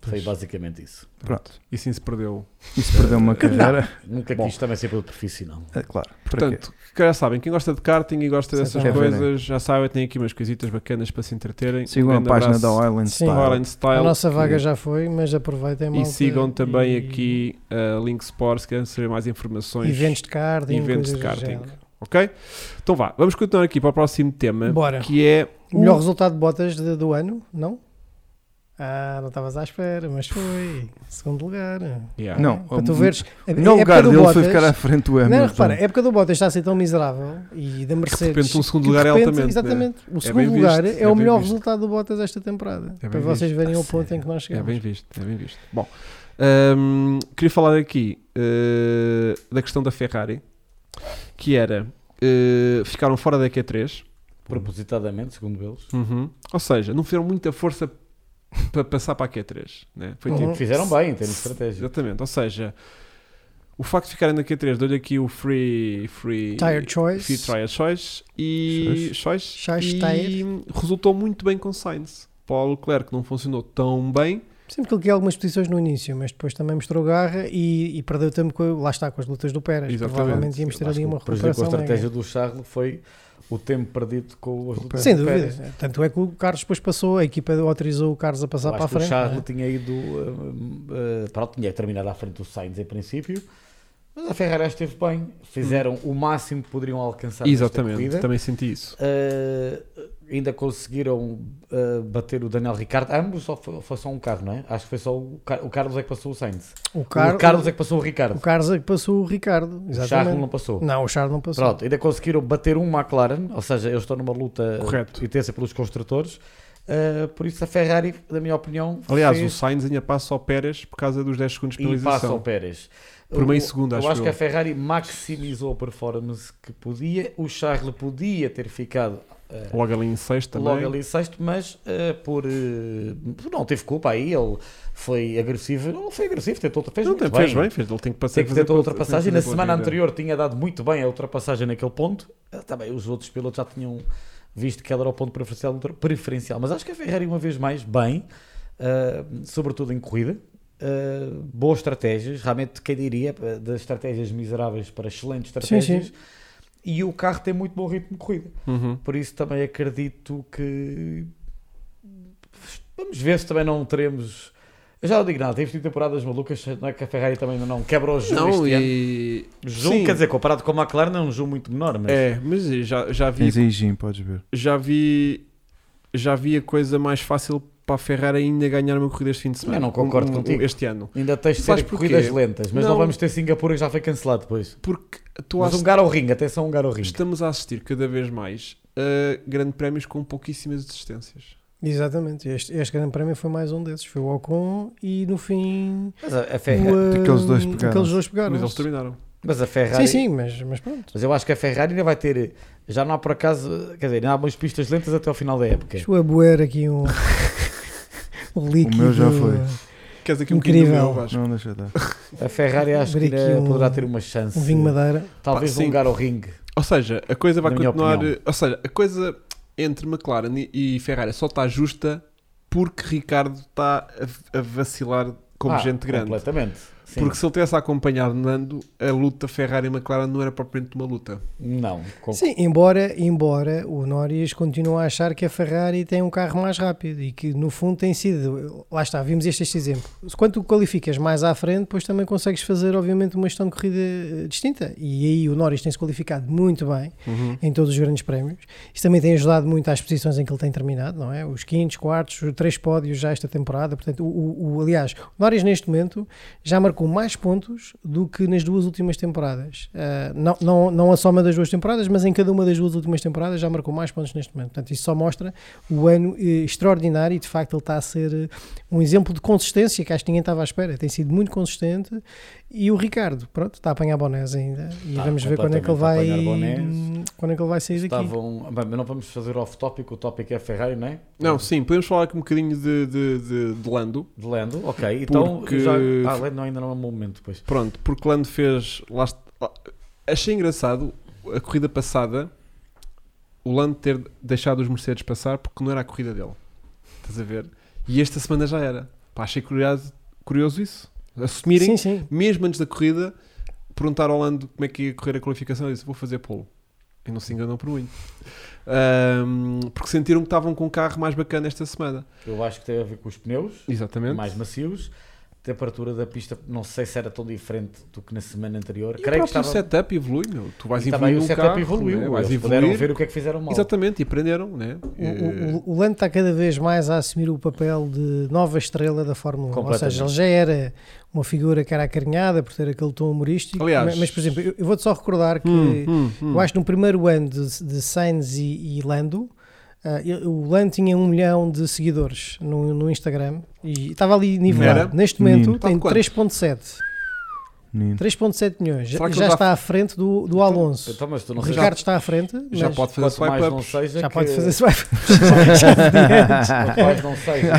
Foi basicamente isso. Pronto. E sim se perdeu. E se perder uma carreira, Nunca Bom. quis também ser piloto profissional. é claro. para quê? Portanto, que já sabem, quem gosta de karting e gosta dessas Exatamente. coisas, já sabem, tem aqui umas coisitas bacanas para se entreterem. Sigam a um grande página abraço, da Island Sim. Style. Island Style. A nossa vaga que- já foi, mas aproveitem E malta, sigam também e- aqui a Link Sports, que querem saber mais informações. Eventos de karting. Eventos de coisas do karting. género. Ok? Então vá, vamos continuar aqui para o próximo tema, Bora. que é O melhor resultado de botas de- do ano, não? Ah, não estavas à espera, mas foi. Segundo lugar. Yeah. Não, é Para tu o- veres. é- O melhor lugar do dele foi Bottas- ficar à frente do Hamilton. Não, repara, é a época do Bottas está a ser tão miserável e de da Mercedes. repente um segundo que de lugar é repente- altamente, Exatamente. O bem segundo visto, lugar é é, bem o melhor visto. resultado do Bottas esta temporada. É para bem vocês verem Ah, o ponto em sério? que nós É chegamos. bem visto, é bem visto. Bom, hum, queria falar aqui eh, da questão da Ferrari, que era eh, ficaram fora da Q3, Propositadamente, segundo eles. Uhum. ou seja, não fizeram muita força para passar para a Q3, né? foi Uhum. tipo, Fizeram bem em termos de estratégia. exatamente, ou seja, o facto de ficarem na Q3 deu-lhe aqui o free free Tire choice. free tire choice e choice, Choice e tire. resultou muito bem com Sainz. Paulo Leclerc não funcionou tão bem, Sempre que ele ganhou algumas posições no início, mas depois também mostrou garra e, e perdeu tempo com, lá está, com as lutas do Pérez. Exatamente. Provavelmente íamos ter Eu acho ali que uma o prejuízo com a recuperação. estratégia do mega. Charles foi o tempo perdido com as lutas Sem de dúvida. Pérez. Tanto é que o Carlos depois passou, a equipa autorizou o Carlos a passar Eu para a acho que frente. O Charles não é? tinha ido. hum, hum, eh, pronto, tinha terminado à frente do Sainz em princípio. Mas a Ferrari esteve bem. Fizeram Hum. o máximo que poderiam alcançar. nesta exatamente, Tá, corrida. também senti isso. Eh, ainda conseguiram eh, bater o Daniel Ricciardo. Ambos só foi, foi só um carro, não é? Acho que foi só o, Car- o Carlos é que passou o Sainz. O, o Car- Carlos é que passou o Ricardo. o Carlos é que passou o Ricardo. O Charles não Exatamente. passou. Não, o Charles não passou. Pronto, ainda conseguiram bater um McLaren, ou seja, eles estão numa luta Correto. intensa pelos construtores. Eh, por isso a Ferrari, na minha opinião, Aliás, fez o Sainz ainda passa ao Pérez por causa dos 10 segundos de e passa penalização. ao Pérez. Por Eu- meio segundo, eu acho acho, eu. que a Ferrari maximizou a performance que podia. O Charles podia ter ficado eh, Logo ali em né? 6 também. logo ali em sexto, mas eh, por eh, não teve culpa aí. Ele foi agressivo, não foi agressivo, tentou fez Não, muito tem, fez bem, fez. Ele tem que passar Tem que tentou a fazer- né? ultrapassagem. tem Na que fazer semana pela vida. anterior tinha dado muito bem a ultrapassagem naquele ponto. Eh, Também os outros pilotos já tinham visto que ele era o ponto preferencial, ultra- preferencial. Mas acho que a Ferrari, uma vez mais, bem, eh, sobretudo em corrida. Eh, boas estratégias, realmente, quem diria, eh, das estratégias miseráveis para excelentes Sim, sim. estratégias. E o carro tem muito bom ritmo de corrida. Uhum. Por isso também acredito que vamos ver se também não teremos. Eu já não digo nada, temos tido temporadas malucas, não é que a Ferrari também ainda não quebra o jogo Não, este ano. e. O Zoom, Sim. quer dizer, comparado com a McLaren, é um jogo muito menor, mas É, mas já, já, vi, Tens aí Jim, podes ver. já vi. Já vi a coisa mais fácil para a Ferrari ainda ganhar uma corrida este fim de semana. Eu não concordo Um- um- contigo. Este ano. ainda tens de Sabes ter porquê? corridas lentas. Mas não, Não. vamos ter Singapura que já foi cancelado depois. Porque tu Mas achas um garo ao ringue, atenção, um garo ao ringue. estamos a assistir cada vez mais a grandes prémios com pouquíssimas distâncias. Exatamente, este, este grande prémio foi mais um desses. Foi o Ocon e no fim. Mas a, a o, Ferrari, ah, É, Aqueles dois pegaram-se. aqueles dois Mas pegaram-se. eles terminaram. mas a Ferrari Sim, sim, mas, mas É. pronto. Mas eu acho que a Ferrari ainda vai ter. Já não há por acaso, quer dizer, não há umas pistas lentas até ao final da época. Deixa eu aboer aqui um. um líquido. meu já foi. Queres aqui um bocadinho do Incrível. meu, Vasco? Não, deixa dar. A Ferrari acho que Abrir aqui ainda um- poderá ter uma chance. Um vinho madeira. Talvez Pá, sim. um lugar ao ringue. Ou seja, a coisa vai Na minha continuar. opinião. Ou seja, a coisa entre McLaren e e Ferrari só está justa porque Ricardo está a, a vacilar como Ah, gente grande. Completamente. Sim. Porque se ele tivesse acompanhado Nando, a luta Ferrari-McLaren não era propriamente uma luta. Não. com- Sim, embora, embora o Norris continue a achar que a Ferrari tem um carro mais rápido e que no fundo tem sido. Lá está, vimos este, este exemplo. Se Quanto qualificas mais à frente, depois também consegues fazer, obviamente, uma gestão de corrida eh, distinta. E aí o Norris tem-se qualificado muito bem Uhum. em todos os grandes prémios. Isso também tem ajudado muito às posições em que ele tem terminado, não é? Os quintos, quartos, três pódios já esta temporada. Portanto, o, o- o- aliás, o Norris neste momento já marcou mais pontos do que nas duas últimas temporadas. Ah, não, não, não a soma das duas temporadas, mas em cada uma das duas últimas temporadas já marcou mais pontos neste momento. Portanto, isso só mostra o ano eh, extraordinário e de facto ele está a ser eh, um exemplo de consistência que acho que ninguém estava à espera. Tem sido muito consistente e o Ricardo, pronto, está a apanhar bonés ainda e Está vamos ver quando é que ele vai completamente a apanhar quando é que ele vai sair daqui. Estavam. Bem, mas não vamos fazer off-topic, o tópico é Ferrari, não é? Não, sim, podemos falar aqui um bocadinho de, de, de- de Lando. De Lando, ok. Então, Porque- já... Ah, Lando ainda não é um momento depois. Pronto, porque Lando fez. Lá, est- lá- achei engraçado a corrida passada o Lando ter deixado os Mercedes passar porque não era a corrida dele. Estás a ver? E esta semana já era. Pá, achei curioso, curioso isso. Assumirem, Sim, sim. mesmo antes da corrida, perguntaram ao Lando como é que ia correr a qualificação. Ele disse: Vou fazer polo. E não se enganou por muito. Ahm, porque sentiram que estavam com um carro mais bacana esta semana. Eu acho que teve a ver com os pneus, Exatamente. mais macios. Temperatura da pista, não sei se era tão diferente do que na semana anterior. E o Creio próprio que estava... setup evolui, meu. Tu vais e também evoluir o um setup carro, evoluiu. né? Eles vais puderam evoluir. ver o que é que fizeram mal. Exatamente, e aprenderam, né? O, o- o- o Lando está cada vez mais a assumir o papel de nova estrela da Fórmula 1. Ou Completamente. seja, ele já era uma figura que era acarinhada por ter aquele tom humorístico. Aliás- mas, mas, por exemplo, eu, eu vou-te só recordar que Hum, é- eu acho que no primeiro ano de, de Sainz e, e Lando. ah, ele- o Lando tinha um milhão de seguidores no, no Instagram e estava ali nivelado. Era? Neste momento Menino. Tá de tem quanto? 3.7 Menino. 3.7 milhões. Já, Será que ele já já- está à frente do, do Alonso. Então, mas tu o não Ricardo está à frente. já mas- pode fazer Quanto mais swipe não up. seja já que- pode é fazer swipe. Já podia antes. Quanto mais não seja na-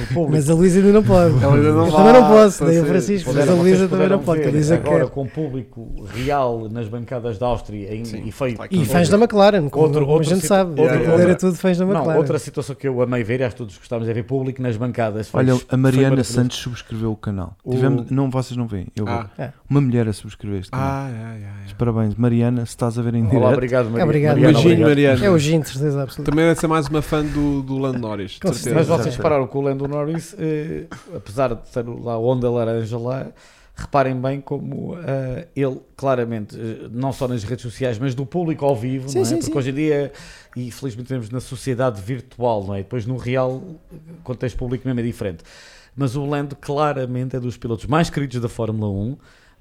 no público. Mas a Luísa ainda não pode. Ela ainda não eu vai, também não posso, pode nem o ser. Francisco, mas a Puderam- Luísa vocês também não puderam pode. que é. A ver Luísa agora quer. com público real nas bancadas da Áustria em- Sim, e foi está aqui. E fãs da McLaren, como Outro- como outro a gente situ- sabe. outro- Aquilo outra- era tudo fãs da Não, McLaren. outra situação que eu amei ver, e acho que todos gostávamos é ver público nas bancadas. Foi- Olha, foi a Mariana maravilhoso. Santos subscreveu o canal. O- Tivemos, não, vocês não veem. Eu Ah, vou. Uma mulher a subscrever este canal. ah, ai, ai, ai. Parabéns, Mariana, se estás a ver em Olá, direto. obrigado, Maria. Obrigado, Mariana, Beijinho, obrigado. Mariana. É o Gin, certeza absoluta. Também deve ser mais uma fã do, do Lando Norris, de Com certeza. Mas certeza. vocês repararam que o Lando Norris, eh, apesar de ter lá a onda laranja lá, reparem bem como eh, ele claramente, eh, não só nas redes sociais, mas do público ao vivo, Sim, não é? sim, Porque sim. hoje em dia, e felizmente temos na sociedade virtual, não é? Depois no real contexto público mesmo é diferente. Mas o Lando claramente é dos pilotos mais queridos da Fórmula 1.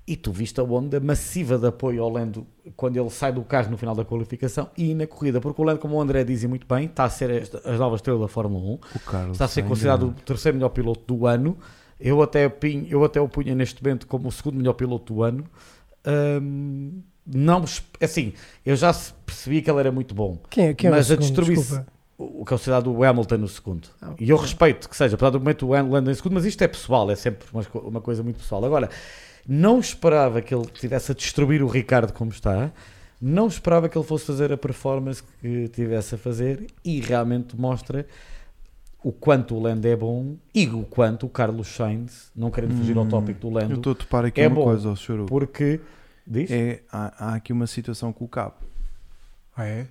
E tu viste a onda massiva de apoio ao Lando quando ele sai do carro no final da qualificação e na corrida, porque o Lando, como o André dizia muito bem, está a ser esta- as novas estrelas da Fórmula 1 O Carlos é. está a ser ainda considerado um o não. terceiro melhor piloto do ano. Eu até, pin- eu até o punha neste momento como o segundo melhor piloto do ano. Ahm, não, me esp- assim, eu já se- percebi que ele era muito bom. Quem, é- quem é Mas o a segundo? destruir-se- Desculpa. O o que é considerado o Hamilton no segundo. Ah, E eu respeito que seja, apesar do momento o Hamilton em segundo, mas isto é pessoal, é sempre uma, co- uma coisa muito pessoal. Agora, não esperava que ele tivesse a destruir o Ricardo como está, não esperava que ele fosse fazer a performance que tivesse a fazer e realmente mostra o quanto o Lando é bom e o quanto o Carlos Sainz, não querendo fugir ao Hum, tópico do Eu Lando, estou a topar aqui É uma bom. coisa ao choro. porque diz? É, há, há aqui uma situação com o cabo. Ah, é?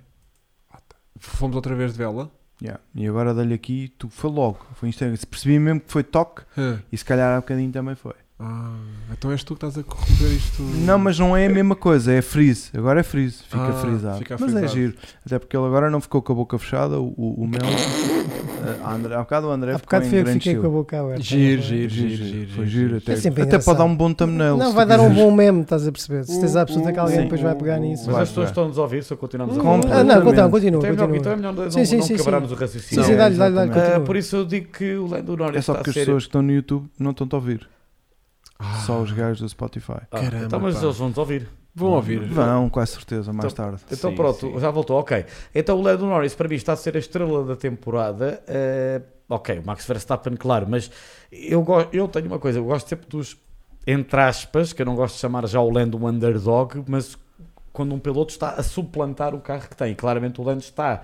Ah, tá. Fomos outra vez de vela. Yeah. E agora dei-lhe aqui, tu foi logo. Foi Instagram. Se percebi mesmo que foi toque Hum. Hã. e se calhar há bocadinho também foi. Ah, então és tu que estás a corromper isto. Não, mas não é a mesma coisa, é freeze. Agora é freeze, fica Ah, frisado. fica mas é frisado. giro. Até porque ele agora não ficou com a boca fechada, o, o, o Mel. eh, André, há bocado o André Há ficou bocado em foi eu que grande fiquei com a estilo. boca aberta. Giro, Não, giro, Giro, giro, giro, giro. foi giro. giro. Até, É sempre até engraçado. pode dar um bom thumbnail. Não, se vai tu dar um quiseres. bom meme, estás a perceber. Certeza absoluta que alguém Sim. depois vai pegar nisso. mas vai, as pessoas vai. estão-nos a ouvir, só continuamos a Hum, Completamente. Ah, não, continua, continua. Então é melhor, então é continua. melhor não, Sim, não sim, sim, quebrarmos o Sim, raciocínio. sim, Não, dá-lhe, dá-lhe, dá-lhe. exatamente. Ah, continua. por isso eu digo que o Lando Norris É só está porque a as ser... pessoas que estão no YouTube não estão a ouvir. Ah, Só os gajos do Spotify. Ah, Caramba, então, mas pá. eles vão-nos ouvir. Vão ouvir. Vão, com a certeza, mais tarde. Então Sim, pronto, sim. já voltou, ok. Então o Lando Norris para mim está a ser a estrela da temporada. eh, ok, o Max Verstappen, claro, mas eu, go- eu tenho uma coisa, eu gosto sempre dos, entre aspas, que eu não gosto de chamar já o Lando um underdog, mas quando um piloto está a suplantar o carro que tem. E claramente o Lando está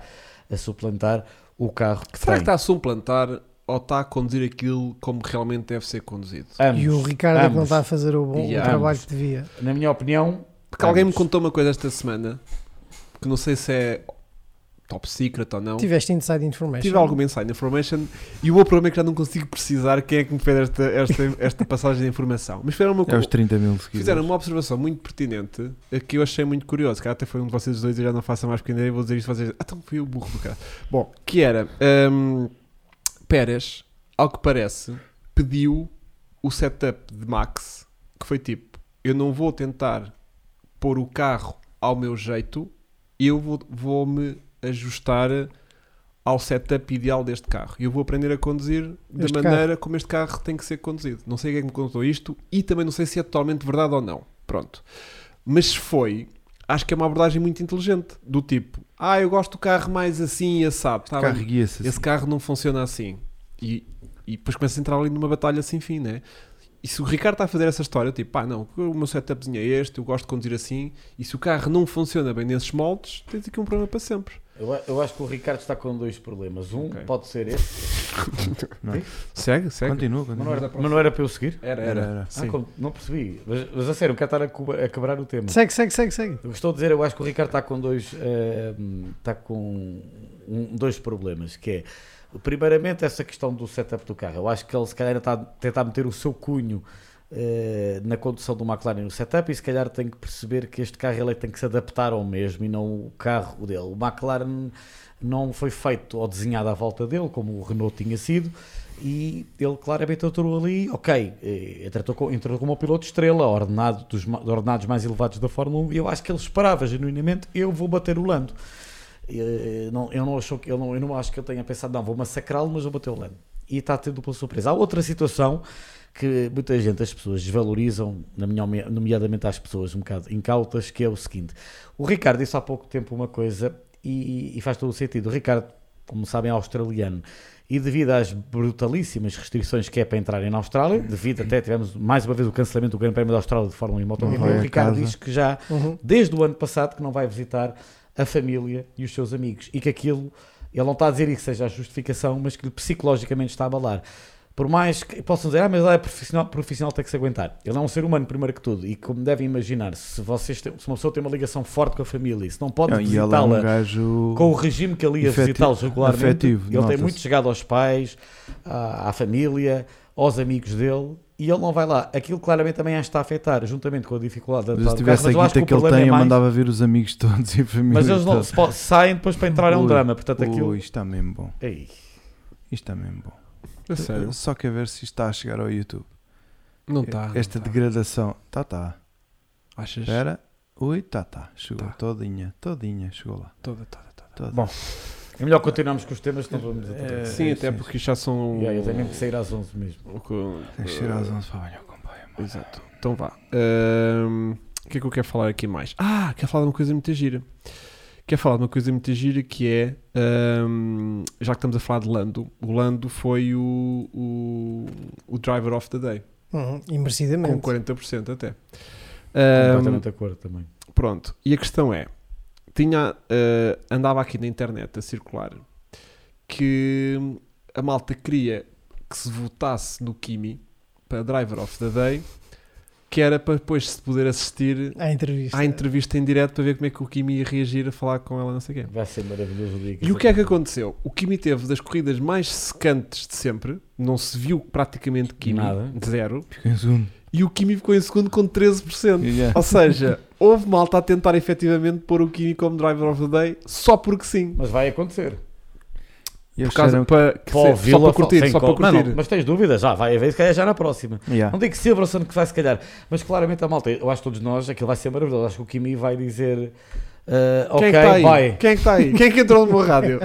a suplantar o carro que Será que tem. está a suplantar ou está a conduzir aquilo como realmente deve ser conduzido? Ambos. E o Ricardo é que não Ambos. está a fazer o, bom, Yeah. o trabalho Ambos. que devia. Na minha opinião, Porque alguém me ambos. contou uma coisa esta semana que não sei se é top secret ou não. Tiveste inside information. Tive alguma inside information e o meu problema é que já não consigo precisar quem é que me fez esta, esta, esta passagem de informação. Mas fizeram uma, É co- os 30 mil seguidores. fizeram uma observação muito pertinente eh, que eu achei muito curioso. Que até foi um de vocês dois, eu já não faço a mais pequena ideia, vou dizer isto a vocês. Ah, então fui o burro do cara. Bom, que era hum, Pérez, ao que parece, pediu o setup de Max, que foi tipo: eu não vou tentar pôr o carro ao meu jeito, eu vou- vou-me ajustar ao setup ideal deste carro. E eu vou aprender a conduzir da Este maneira como este carro tem que ser conduzido. Não sei quem é que me contou isto e também não sei se é totalmente verdade ou não. Pronto. Mas se foi, acho que é uma abordagem muito inteligente. Do tipo, ah, eu gosto do carro mais assim e assado. Tá bem, Carro guia-se. esse carro não funciona assim. E, e depois começa a entrar ali numa batalha sem fim, né? E se o Ricardo está a fazer essa história, eu tipo, pá, não, o meu setupzinho é este, eu gosto de conduzir assim, e se o carro não funciona bem nesses moldes, tens aqui um problema para sempre. eu, a- eu acho que o Ricardo está com dois problemas. Um Ok. pode ser esse, Segue, segue. Continua, mas é continua. não, era, mas não era para eu seguir. Era, era. era. Era, era. Sim. Ah, como- não percebi. Mas, mas a sério, eu quero estar a, cuba- a quebrar o tema. Segue, segue, segue, segue. Eu estou a dizer, é, eu acho que o Ricardo está com dois, eh, está com um- dois problemas, que é, primeiramente, essa questão do setup do carro. Eu acho que ele se calhar está a tentar meter o seu cunho eh, na condução do McLaren no setup e se calhar tem que perceber que este carro ele é que tem que se adaptar ao mesmo e não o carro dele. O McLaren não foi feito ou desenhado à volta dele, como o Renault tinha sido, e ele claramente entrou ali, ok, eh, entrou com- entrou como um piloto estrela, ordenado dos ma- ordenados mais elevados da Fórmula 1, e eu acho que ele esperava genuinamente, eu vou bater o Lando. Eh, não- eu, não achou que, eu, não, eu não acho que eu tenha pensado, não, vou massacrá-lo, mas vou bater o Lando. E está a ter dupla surpresa. Há outra situação que muita gente, as pessoas desvalorizam, na minha opini- nomeadamente às pessoas um bocado incautas, que é o seguinte. O Ricardo disse há pouco tempo uma coisa e, e faz todo o sentido. O Ricardo, como sabem, é australiano e devido às brutalíssimas restrições que é para entrar na Austrália, devido até tivemos mais uma vez o cancelamento do Grande Prémio da Austrália de Fórmula 1 e Motocross, vai o a Ricardo casa. diz que já Uhum. desde o ano passado que não vai visitar a família e os seus amigos e que aquilo, ele não está a dizer isso que seja a justificação, mas que psicologicamente está a abalar. Por mais que possam dizer, ah, mas ele é profissional, profissional tem que se aguentar. Ele é um ser humano, primeiro que tudo, e como devem imaginar, se, vocês têm- se uma pessoa tem uma ligação forte com a família e se não pode Não, e ele é um visitá-la gajo. com o regime que ele ia Efetivo- visitá-los regularmente, afetivo, ele tem nota-se. muito chegado aos pais, à, à família, aos amigos dele, e ele não vai lá. Aquilo claramente também acho que está a afetar, juntamente com a dificuldade de Mas se adaptar o carro, tivesse a mas eu acho guita que o ele problema tem, é eu mais- mandava vir os amigos todos e a família. Mas eles não toda. se po- saem depois para entrar é um Ui. drama, portanto Ui, aquilo. é isto está mesmo bom. Ei, Isto está mesmo bom. É sério. Só quer ver se isto está a chegar ao YouTube. Não tá, está. Esta degradação. Tá, tá. Achas? Espera. Ui, tá, tá. Chegou Tá. todinha, todinha. Chegou lá. Toda, toda, toda. Toda. Bom, É melhor continuarmos com os temas, senão vamos a É, todos. Sim, até sim, porque já são. E aí, eu tenho mesmo que sair às 11 mesmo. o que- Tens que chegar às 11 para amanhã o comboio. mano. Exato. Então vá. Ahm, O que é que eu quero falar aqui mais? Ah, quero falar de uma coisa muito gira. Quero falar de uma coisa muito gira que é. ahm, já que estamos a falar de Lando, o Lando foi o, o, o driver of the day. Uhum. E Com merecidamente. 40% até. Ahm, Completamente de acordo também. Pronto, e a questão é: tinha, eh, andava aqui na internet a circular que a malta queria que se votasse no Kimi para Driver of the Day, que era para depois se poder assistir À entrevista. à entrevista em direto para ver como é que o Kimi ia reagir a falar com ela, não sei o quê. Vai ser maravilhoso o dia é. E o que é que aconteceu? O Kimi teve das corridas mais secantes de sempre, não se viu praticamente Kimi, Nada. zero, Ficou em segundo. e o Kimi ficou em segundo com 13%. Yeah. Ou seja, houve malta a tentar efetivamente pôr o Kimi como driver of the day só porque sim. Mas vai acontecer. E eles Por causa, um disseram- para, que Para se- só ouvi-la para fa- curtir, sem só para col- Não, curtir. não, mas tens dúvidas? Já vai haver, se calhar já na próxima. Yeah. Não digo Silverson um que vai, se calhar, mas claramente a malta, eu acho que todos nós, aquilo vai ser maravilhoso. Acho que o Kimi vai dizer. ah, Quem ok, é que está aí? vai. Quem é que está aí? Quem é que entrou no meu rádio?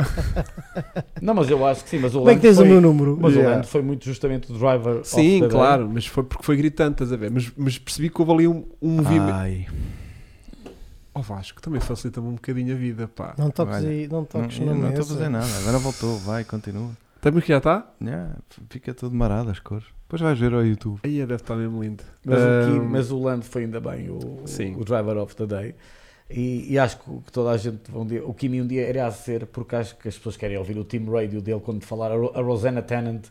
Não, mas eu acho que sim. Mas o Como é Lando que tens o foi, meu número? mas o Yeah. Lando foi muito justamente o driver. of the sim, day. claro, mas foi porque foi gritante, estás a ver? Mas, mas percebi que houve ali um, Ah. um movimento. Ai, Ó Vasco, também facilita-me um bocadinho a vida, pá. Não toques Olha, aí, não não toques eu Tá na não estou a mesa. fazer nada. Agora voltou, vai, continua. Também que já tá? está? Yeah, Fica todo marado as cores. Depois vais ver ao YouTube. Aí deve estar é, tá mesmo lindo. Mas, o Kim- Ahm, mas o Lando foi ainda bem o, Um, Sim. o driver of the day. E, e acho que o- que toda a gente um dia, o Kimi um dia irá ser, porque acho que as pessoas querem ouvir o team radio dele quando falar a, Ro- a Rosanna Tennant,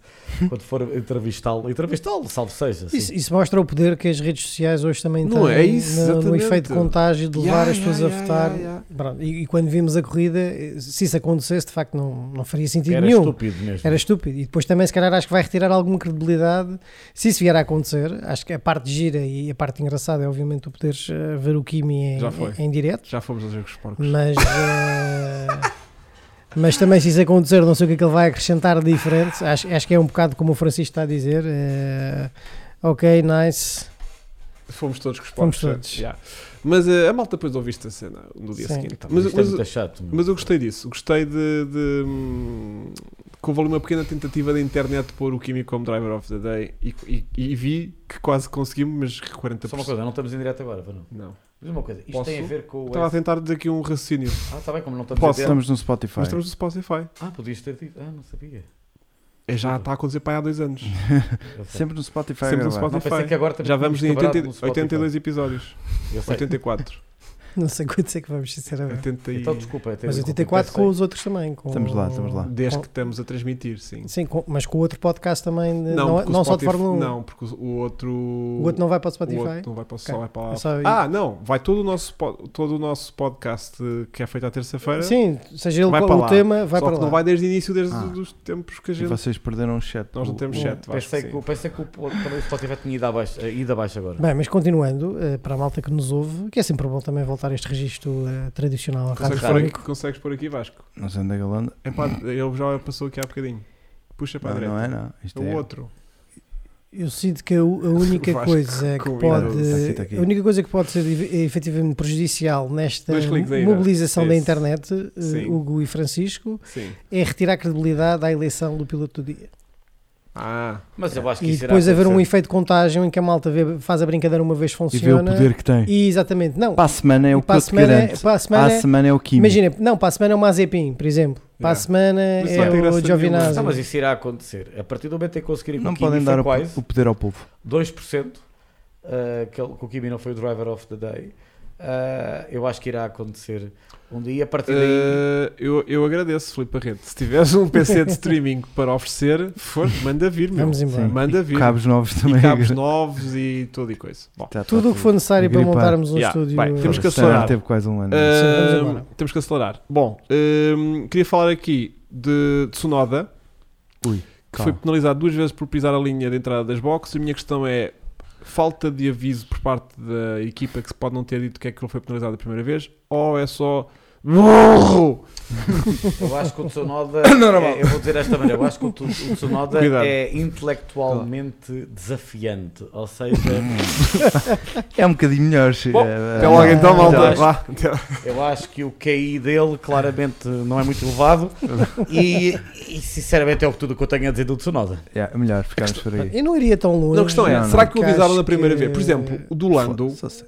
quando for entrevistá-lo. Entrevistá-lo, salve seja. assim. Isso, isso mostra o poder que as redes sociais hoje também Não têm é isso, no- no, exatamente. efeito de contágio de levar Yeah, as pessoas yeah, a yeah, votar. yeah, yeah. Pronto, e, e quando vimos a corrida, eh, se isso acontecesse, de facto não, não faria é sentido Era nenhum. estúpido mesmo. Era estúpido. E depois também, se calhar, acho que vai retirar alguma credibilidade. Se isso vier a acontecer, acho que a parte gira e a parte engraçada é, obviamente, tu poderes eh, ver o Kimi em, Já foi. em, em direto. Já fomos aos jogos porcos. Mas, eh, mas também, se isso acontecer, não sei o que é que ele vai acrescentar de diferente. Acho, acho que é um bocado como o Francisco está a dizer. eh, ok, nice. Fomos todos com os Fomos porcos. certo? todos. Yeah. Mas eh, a malta depois ouviste a cena no dia Sim. seguinte. Tá, Mas, isto é mas- muito chato. meu. mas eu gostei disso. Gostei de. de, hum, que houve ali uma pequena tentativa da internet de pôr o Kimi como driver of the day e, e- e vi que quase conseguimos, mas que 40%. Só uma coisa, não estamos em direto agora, Varão. Não. Mas uma coisa, isto Posso? tem a ver com o. Estava a tentar dizer aqui um raciocínio. Ah, está bem, como não estamos Posso? em direto. Estamos no Spotify. Mas estamos no Spotify. Ah, podias ter dito. Ah, não sabia. É, já está a acontecer para aí há dois anos. Eu sei. Sempre no Spotify. Sempre no agora. Spotify. Não, pensei que agora também Já vamos em tínhamos 80 quebrado no Spotify. 82 episódios. Eu sei. 84. Não sei quantos é que vamos, sinceramente. 80 e... Então desculpa. até Mas eu 84 com confessei. os outros também. com- Estamos lá, estamos lá. Desde que estamos a transmitir, sim. Sim, com- mas com o outro podcast também, de- não, é- porque o não só de Spotify- Fórmula 1. Não, porque o outro. O outro não vai para o Spotify. o outro não vai para o só vai para lá. É só isso. Ah, não, vai todo o nosso, pod- todo o nosso podcast eh, que é feito à terça-feira. Sim, seja ele Vai qual para o lá. tema, vai só para que lá. não vai desde o início, desde Ah. os tempos que a E gente. vocês perderam o chat. Nós não O- temos o- chat, Vasco, Pensei sim. que, o- pensei que o, também o Spotify tinha ido abaixo, eh, ido abaixo agora. Bem, mas continuando, eh, para a malta que nos ouve, que é sempre bom também voltar a este registro eh, tradicional a Consegues rádio pôr, Rádio. aqui, consegues pôr aqui, Vasco? Nós é anda galando. Epá, ele já passou aqui há bocadinho. Puxa para Não, a direita. não é, não. É Isto o é. outro. Eu sinto que a, u- a única Vasco, coisa que combinado. pode Tá aqui, tá aqui. a única coisa que pode ser ev- efetivamente prejudicial nesta Dois cliques aí, mobilização Vasco. da Esse. internet, eh, Sim. Hugo e Francisco, Sim. é retirar credibilidade à eleição do piloto do dia. Ah, Mas eu acho que E isso irá depois haver um acontecer. efeito de contágio em que a malta vê- faz a brincadeira uma vez E vê o funciona. poder que tem. E exatamente, não. Para a semana é E o que para, a eu te semana, garanto. para a semana, Para a semana é o Kimi. imagina, não, para a semana é o Mazepin, por exemplo. Para a Yeah. semana É. Mas não tem é graça o nenhuma. Giovinazzi. Não, Tá, mas isso irá acontecer. A partir do momento em que conseguirem Não que o Kimi podem dar foi o po- quase o poder ao povo. 2%, eh, que, ele- que o Kimi não foi o driver of the day, eh, eu acho que irá acontecer um dia. E a partir daí. eh, eu, eu agradeço, Filipe Arrete. Se tiveres um PC de streaming para oferecer, for, manda vir, meu. Vamos embora. Sim. Manda vir. Cabos novos também. e cabos novos e tudo e coisa. Bom. Tá, tá Tudo o que for necessário para Gripar. montarmos um Yeah, estúdio. bem, temos que A Sarah acelerar. teve quase um ano. Ahm, vamos embora. temos que acelerar. Bom, ahm, queria falar aqui de Tsunoda, Ui, que foi calma. penalizado duas vezes por pisar a linha de entrada das boxes. A minha questão é falta de aviso por parte da equipa que se pode não ter dito que é que ele foi penalizado a primeira vez, ou é só burro? Eu acho que o Tsunoda. Não era mal. é- eu vou dizer desta maneira. Eu acho que o, Tu- o Tsunoda Cuidado. é intelectualmente desafiante. Ou seja, É um bocadinho melhor. Bom, é, Até logo então, malta. acho- Vá. Até- eu acho que o QI dele claramente não é muito elevado. E, e, sinceramente é o que tudo que eu tenho a dizer do Tsunoda. É, melhor, ficamos por aí. Eu não iria tão longe. Não, a questão é, Não, será não. que o avisaram Acho da primeira vez? que- Por exemplo, o do Lando Foda-se, só sei.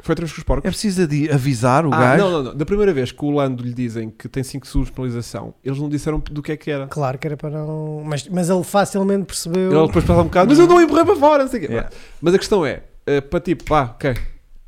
foi três com os porcos. É preciso adi- avisar o Ah, É um gajo. não, não, não. Da primeira vez que o Lando lhe dizem que tem 5 segundos de penalização, eles não disseram do que é que era. Claro que era para não. Mas, mas ele facilmente percebeu. Ele depois passa um bocado, mas eu não empurrei para fora, não sei o quê. Yeah. Mas a questão é, eh, para tipo, pá, ok,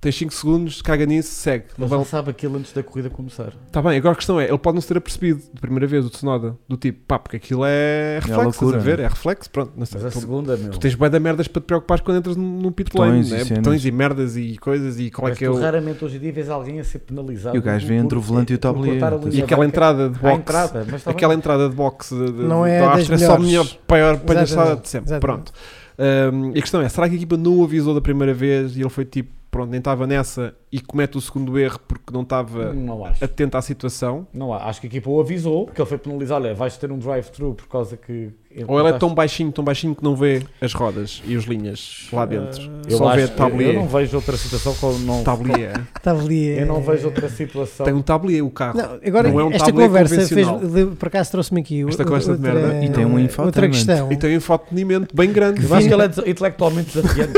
tens 5 segundos, caga nisso, segue. Não Mas vai- ele sabe aquilo antes da corrida começar. Tá bem, agora a questão é, ele pode não se ter apercebido de primeira vez o Tsunoda, do tipo, pá, porque aquilo é reflexo, loucura, estás a ver? né? É reflexo, pronto, não sei. Mas a Tu, segunda, meu. tu tens bué da merdas para te preocupares quando entras num num pit lane, Botões e né? cenas. Botões e merdas e coisas e qual é Mas que é tu o... raramente hoje em dia vês alguém a ser penalizado. E o gajo por- vem entre o por- volante e o por tabuleiro. cortar a E linha E aquela branca. entrada de À box, entrada, mas está bem. aquela entrada de box de, de, Tá Não é da das Astra, é só a melhor, melhores. maior palhaçada Exatamente, de sempre. exatamente. Pronto. Hum, e a questão é, será que a equipa não o avisou da primeira vez e ele foi tipo, pronto, nem estava nessa e comete o segundo erro porque não estava Hum. Não acho. atento à situação? Não há. Acho que a equipa o avisou que ele foi penalizado. Olha, vais ter um drive-thru por causa que. Ou ele é tão baixinho, tão baixinho que não vê as rodas e os linhas Ah, lá dentro? Eu Só vê acho- Eu, eu tablier. não vejo outra situação com. Não, Tá Tablier. Estava ali. Eu não eh, vejo outra situação. Tem um tablier o carro. Não, agora, Não é um esta tabuleiro conversa fez. convencional. de- Por acaso trouxe-me aqui. Esta outra- conversa de merda. outra- E tem um outra infotainment. questão. E tem um infotenimento bem grande. Eu acho que ele é des- intelectualmente é desafiante.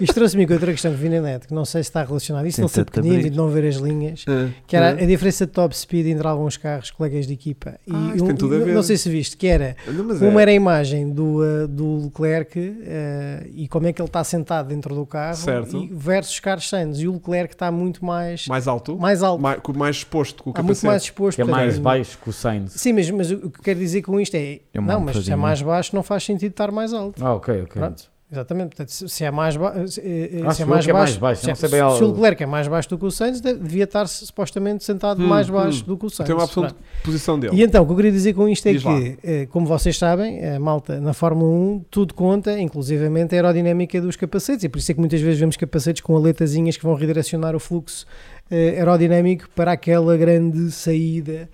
Isto trouxe-me aqui outra questão que vi na net, que não sei se está relacionado. Isso não ser Tenta-te pequenino e abrir. de não ver as linhas. Ah, Que era ah. a diferença de top speed entre alguns carros, colegas de equipa. E Ah, isto tem tudo a eu ver. Não sei se viste, que era Não, mas uma é. era a imagem do, uh, do Leclerc uh, e como é que ele está sentado dentro do carro Certo. e versus Carlos Sainz. E o Leclerc está muito mais, mais alto, mais, mais alto, com- mais exposto com o está muito capacete. mais exposto. Que é mais portanto, baixo que o Sainz. Sim, mas, mas o que quero dizer com isto é: É uma não, mas se é almofadinha. mais baixo, não faz sentido estar mais alto. Ah, ok, ok. Pronto. Exatamente, portanto, se se é mais, ba se, eh, eh, Acho se é eu mais que é mais baixo, baixo, se, não é- sei se- bem ao- se o Leclerc é mais baixo do que o Sainz, de- devia estar supostamente sentado Hum, mais baixo hum. do que o Sainz. Tem uma opção de Pronto. posição dele. E então, o que eu queria dizer com isto é Diz lá. que, eh, como vocês sabem, a malta na Fórmula 1 tudo conta, inclusivamente a aerodinâmica dos capacetes, e por isso é que muitas vezes vemos capacetes com aletazinhas que vão redirecionar o fluxo eh, aerodinâmico para aquela grande saída.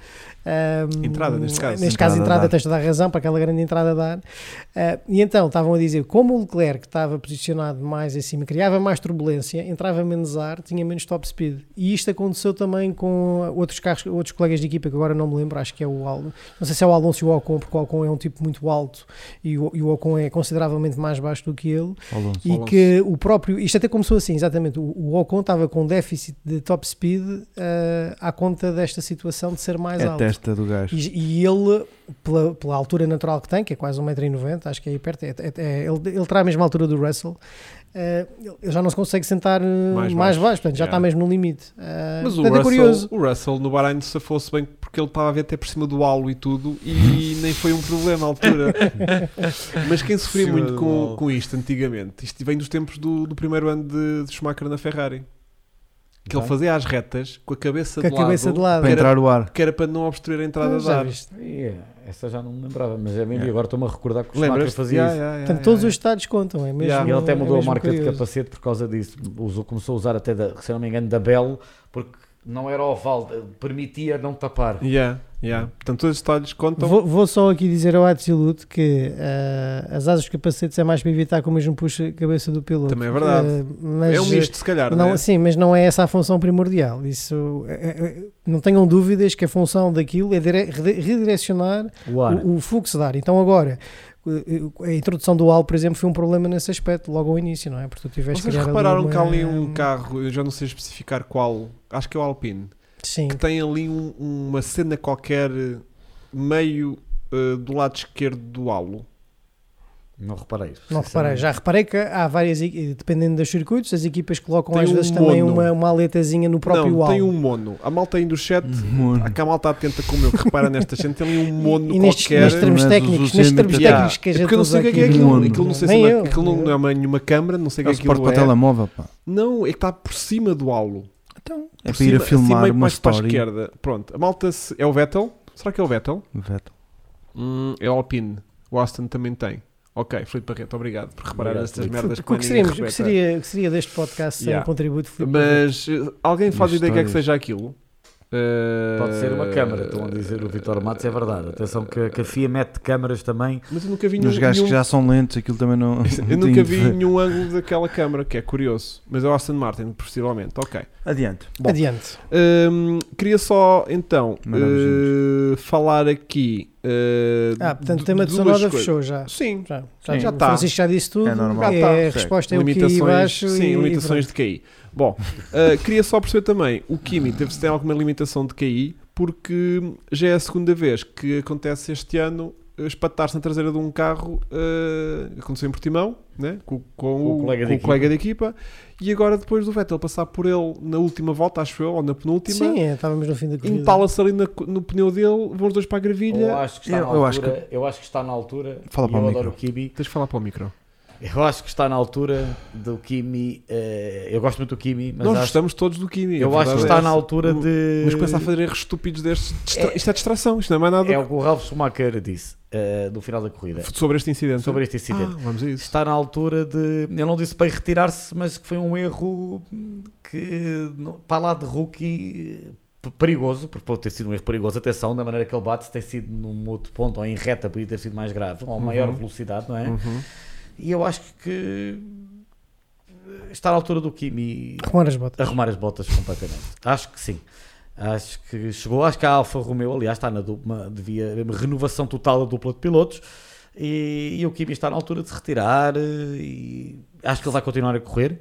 ahm, Entrada, neste caso. Neste Entrada caso, a entrada, dar. tens toda a razão, para aquela grande entrada a dar. Ah, e então, estavam a dizer, como o Leclerc estava posicionado mais acima, criava mais turbulência, entrava menos ar, tinha menos top speed. E isto aconteceu também com outros carros, outros colegas de equipa, que agora não me lembro, acho que é o Alonso. Não sei se é o Alonso e o Ocon, porque o Ocon é um tipo muito alto e o, e o Ocon é consideravelmente mais baixo do que ele. Alonso. E Alonso. que o próprio, isto até começou assim, exatamente. O, o Ocon estava com um déficit de top speed ah, à conta desta situação de ser mais É a alto. testa do gajo. E, e ele, pela, pela altura natural que tem, que é quase 1,90m, acho que é aí perto, é, é- é- ele, ele terá a mesma altura do Russell, eh, ele ele já não se consegue sentar eh, mais, Mais baixo, baixo. portanto já Yeah. está mesmo no limite. Eh, Mas o portanto, Russell, é curioso. o Russell no Bahrein se fosse bem porque ele estava a ver até por cima do halo e tudo e nem foi um problema à altura. Mas quem sofria Cima muito do com, halo. com isto antigamente, isto vem dos tempos do, do primeiro ano de, de Schumacher na Ferrari, que ele Então. fazia as retas com a cabeça, Com a tá de, cabeça lado, de lado. Para Era- entrar o ar. que era para não obstruir a entrada Ah, de já ar. viste. Yeah, eh, essa já não me lembrava, mas é mesmo. Yeah. E agora estou-me a recordar que o Schumacher Lembras? fazia isso. Portanto, todos os estados contam, é mesmo. É, Yeah. E ele até é mudou a mesmo marca de curioso. capacete por causa disso. Usou, começou a usar até, da, se não me engano, da Bell, porque não era oval, permitia não tapar. Yeah, yeah. Portanto, todos os detalhes contam. Vou, vou só aqui dizer ao Absolute que eh, as asas dos capacetes é mais para evitar que o mesmo puxa a cabeça do piloto. Também é verdade. Eh, mas, é um eh, misto, se calhar. Não, né? Sim, mas não é essa a função primordial. Isso, é, é, é, não tenham dúvidas que a função daquilo é dire- rede- redirecionar O ar. o, o fluxo de ar. Então agora, eh, a introdução do AL, por exemplo, foi um problema nesse aspecto, logo ao início, não é? Porque tu tiveste que Vocês criar ali repararam que há ali uma- um carro, eu já não sei especificar qual, acho que é o Alpine. Sim, que tem ali um- uma cena qualquer eh, meio eh, do lado esquerdo do halo. Não reparei. não reparei. Já reparei que há várias, equi- dependendo dos circuitos, as equipas colocam Tem às um vezes também mono. uma, uma aletazinha no próprio não, AL. tem um mono. A malta aí do chat, Um Mono. há cá a malta atenta como eu que repara nesta gente, tem ali um mono e, e nestes, qualquer. nestes Mas termos os técnicos, nestes termos oceanos- Yeah. técnicos que a É gente porque eu não sei o que é, que é usa aqui. aquilo. Um Aquilo não, sei se mono. é Nem uma- aquilo eu. não é uma, nenhuma câmara, não sei o Dá que é que suporte aquilo para o é. telemóvel, pá. Não, é que está por cima do halo. Então, Por é para ir a cima, assim, filmar meio uma mais para a história. esquerda. Pronto, a malta se- é o Vettel. Será que é o Vettel? Vettel. Hum, é o Alpine. O Aston também tem. Ok, Filipe Barreto, obrigado por reparar Obrigado, nestas Filipe. merdas O que, ninguém seríamos, o que repete. seria, o que seria deste podcast sem Yeah. o contributo de Filipe Barreto? Mas eh, alguém faz Umas ideia que é que histórias. seja aquilo? Eh, Pode ser uma câmara, estão a dizer o Vitor Matos, é verdade. Atenção que, que a FIA mete câmaras também. Mas eu nunca vi Nos nenhum, gajos que nenhum- já são lentos, aquilo também não. eu não nunca tem- vi nenhum ângulo daquela câmara, que é curioso. Mas é o Aston Martin, possivelmente. Ok. Adiante. Bom. Adiante. Hum, queria só então Mandamos eh, falar aqui. eh, Ah, portanto, de- o tema de de duas Sonoda coisas. fechou já. Sim. Já, já, Sim. já Já tá. Francisco já disse tudo. É normal. Já É, tá, a segue. resposta é o que aí limitações, baixo. sim, e, limitações de KI. Bom, eh, queria só perceber também, o Kimi teve se tem alguma limitação de KI, porque já é a segunda vez que acontece este ano eh, espatar-se na traseira de um carro, eh, aconteceu em Portimão, né? com, com Com o o, colega de com o equipa. colega de equipa, e agora depois do Vettel passar por ele na última volta, acho eu, ou na e, penúltima, sim, é, estávamos no fim da corrida. empala-se ali na co- no pneu dele, vão os dois para a Eu gravilha... acho que está na Eu- eu acho altura. Eu acho que está na altura. Fala e para o eu micro. adoro o Kibi. Tens de falar para o micro. Eu acho que está na altura do Kimi. eh, eu gosto muito do Kimi, mas Nós acho- gostamos todos do Kimi. a eu acho que verdade é está essa. na altura Mas- de. Mas começa a fazer erros estúpidos destes. distra- Isto é distração, isto não é mais nada É o que o Ralf Schumacher disse eh, no final da corrida sobre este incidente. sobre este incidente. Ah, vamos a isso. Está na altura de. Eu não disse para ir retirar-se, mas que foi um erro que, não- para lá de rookie, eh, perigoso, porque pode ter sido um erro perigoso. Atenção, da maneira que ele bate, se tem sido num outro ponto ou em reta, podia ter sido mais grave, ou a maior Uhum. velocidade, não é? Uhum. E eu acho que eh, está na altura do Kimi Arrumar as botas. arrumar as botas completamente. Acho que sim. Acho que chegou, acho que a Alfa Romeo, aliás, está na dupla, devia haver uma renovação total da dupla de pilotos e, e o Kimi está na altura de se retirar eh, e acho que ele vai continuar a correr.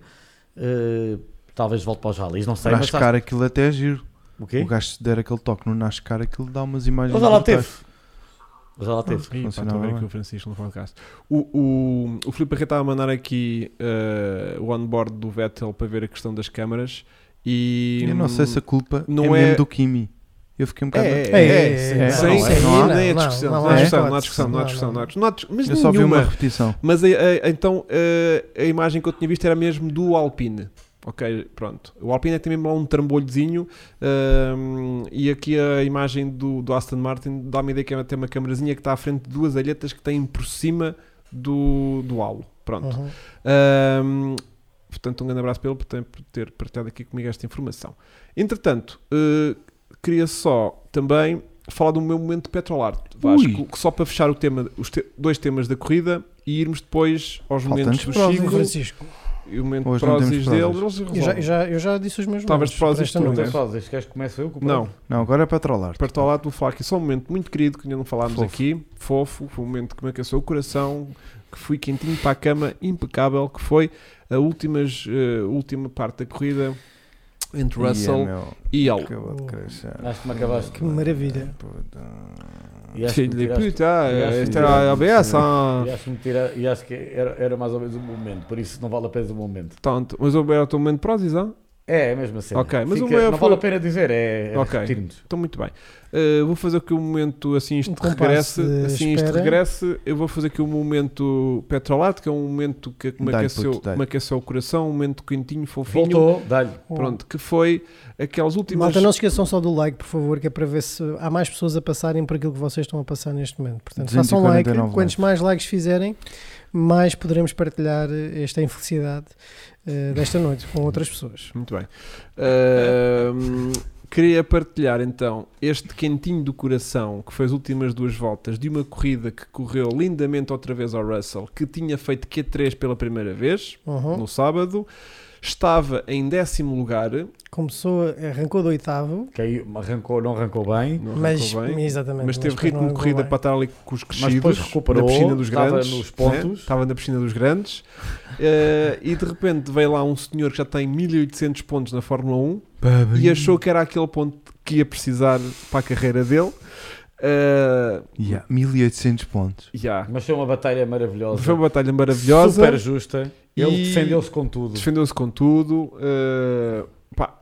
Eh, talvez volte para os rallies, não sei. Mas NASCAR aquilo até é giro. acho- o quê? O gajo se der aquele toque no NASCAR, aquilo dá umas imagens. Mas já lá teve. brutais. Mas já lá teve. Ih, pá, Funcionava estou a ver bem. aqui o Francisco no podcast. O, o, o Filipe Arreta estava a mandar aqui eh, o onboard do Vettel para ver a questão das câmaras e. Eu não sei se a culpa Não é, é- mesmo do Kimi. Eu fiquei um É, bocado. é, É, é, é, sim, é, sim, não, sim, isso não, aí nem é não, discussão, não, não é não, discussão, não, não há discussão, não há discussão, não, não há discussão, não há discussão. Mas Eu só vi uma nenhuma. repetição. Mas a- a- então eh, a imagem que eu tinha visto era mesmo do Alpine. Ok, pronto. O Alpine é que tem mesmo lá um trambolhozinho ehm, e aqui a imagem do, do Aston Martin dá-me a ideia que é- tem uma camerazinha que está à frente de duas alhetas que têm por cima do, do halo. Pronto. Uhum. Ahm, portanto, um grande abraço pelo por ter- por ter partilhado aqui comigo esta informação. Entretanto, eh, queria só também falar do meu momento de Petrolarte, Vasco, Ui. que só para fechar o tema, os te- dois temas da corrida e irmos depois aos momentos do Falta-nos Prós e Chico Francisco. e o momento Hoje de não temos prósis prósis. deles. Eles Eu já, resolvem. eu já, eu já disse os meus Estavas nomes prós para e esta tu, noite. né? Então, só, desde que queres que comece eu? com o Não, Não, agora é para trollar. Petrolarte vou falar aqui só um momento muito querido que ainda não falámos Fofo. aqui, fofo, foi um momento que me aqueceu o coração, que fui quentinho para a cama, impecável, que foi a últimas, eh, última parte da corrida entre é, Russell né? Oh. e ele. Acabou de crescer. Acho que me acabaste. Que maravilha. E acho que me Filho de tiraste- puta, tiraste- esta era a ABS. ah. e acho que me tira- E acho que era, era mais ou menos o momento, por isso não vale a pena o momento. Tanto, mas eu era o teu momento de prósis, ah? É, é mesmo assim. Ok, mas o Fica, meu não foi- vale a pena dizer, é, é Ok. repetirmos. Então, muito bem. Eh, vou fazer aqui um momento assim isto Um compasso regresse. de Assim isto espera. regresse. Eu vou fazer aqui um momento petrolato, que é um momento que me Dá-lhe, aqueceu, puto, dá-lhe. me aqueceu o coração, um momento quentinho, fofinho. Voltou, dá-lhe. Pronto, Tipo, que foi aquelas últimas. Malta, não se esqueçam só do like, por favor, que é para ver se há mais pessoas a passarem por aquilo que vocês estão a passar neste momento. Portanto, façam like. 249 Quantos mais likes fizerem, mais poderemos partilhar eh, esta infelicidade eh, desta noite com outras pessoas. Muito bem. Ahm, queria partilhar então este quentinho do coração que foi as últimas duas voltas de uma corrida que correu lindamente outra vez ao Russell, que tinha feito Q3 pela primeira vez Uhum. no sábado, estava em décimo lugar, Começou, arrancou do oitavo, Caiu, arrancou, não arrancou bem, não mas, arrancou bem, exatamente, mas teve depois ritmo não de arrancou corrida bem. para estar ali com os mas crescidos. depois recuperou, na piscina dos estava grandes, nos né? pontos. Estava na piscina dos grandes. Eh, e de repente veio lá um senhor que já tem 1800 pontos na Fórmula 1 e achou que era aquele ponto que ia precisar para a carreira dele. Eh, Yeah, 1800 pontos. yeah. Mas foi uma batalha maravilhosa. Foi uma batalha maravilhosa. Super justa. Ele E- defendeu-se com tudo. Defendeu-se com tudo. eh, pá,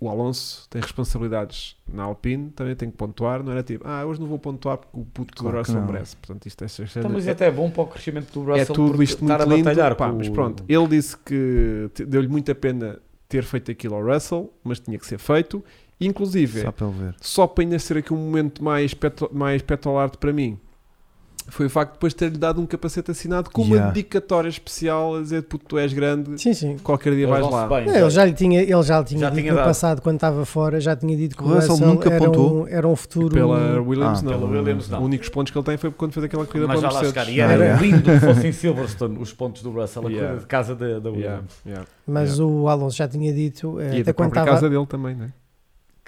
o Alonso tem responsabilidades na Alpine, também tem que pontuar. Não era tipo, ah, hoje não vou pontuar porque o puto Claro do que Russell não. merece. Portanto, isto é, isto é- Então, mas até é bom para o crescimento do Russell é tudo porque isto estar muito a lindo. batalhar pá, com mas o- pronto, ele disse que te- deu-lhe muita pena ter feito aquilo ao Russell, mas tinha que ser feito. Inclusive, Só para ele ver. só para ainda ser aqui um momento mais, petro, mais petrolarte para mim, foi o facto de depois ter-lhe dado um capacete assinado com uma Yeah. dedicatória especial a Então. dizer puto, tu és grande, Sim, sim. qualquer dia Ele vais dá-se lá. bem, É, ele já lhe tinha, ele já lhe tinha Já dito tinha no dado. passado, quando estava fora, já tinha dito que o O Russell Russell, nunca era, um, pontuou. era um futuro. Pela Williams, Ah, não. Pelo Williams, Os não. únicos pontos que ele tem foi quando fez aquela corrida Mas já para a lá Mercedes. chegar. E era Ah, é. lindo que fosse em Silverstone os pontos do Russell, a Yeah. corrida de casa da, da Williams. Yeah, yeah. Mas o Alonso já tinha dito, eh, E até da quando própria estava. casa dele também, né?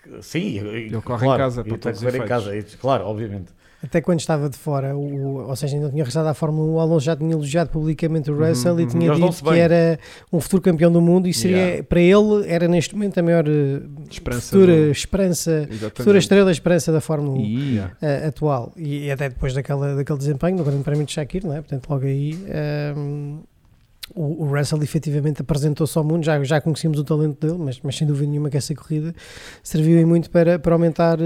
Que- Sim, e- e- Ele corre em casa, e para tem todos os que correr em efeitos. casa, e- claro, obviamente. Até quando estava de fora, o, ou seja, ainda não tinha regressado à Fórmula 1, o Alonso já tinha elogiado publicamente o Uhum, Russell e uhum. tinha Eles dão-se dito que bem. era um futuro campeão do mundo e seria, Yeah. para ele, era neste momento a maior eh, Esperança futura do- esperança, Exatamente. futura estrela e esperança da Fórmula 1. Yeah. eh, atual e, e até depois daquela, daquele desempenho do Grande Prémio de Shakir, não é? portanto, logo aí ehm, o, o Russell efetivamente apresentou-se ao mundo. Já, já conhecíamos o talento dele, mas, mas sem dúvida nenhuma que essa corrida serviu e muito para, para aumentar eh,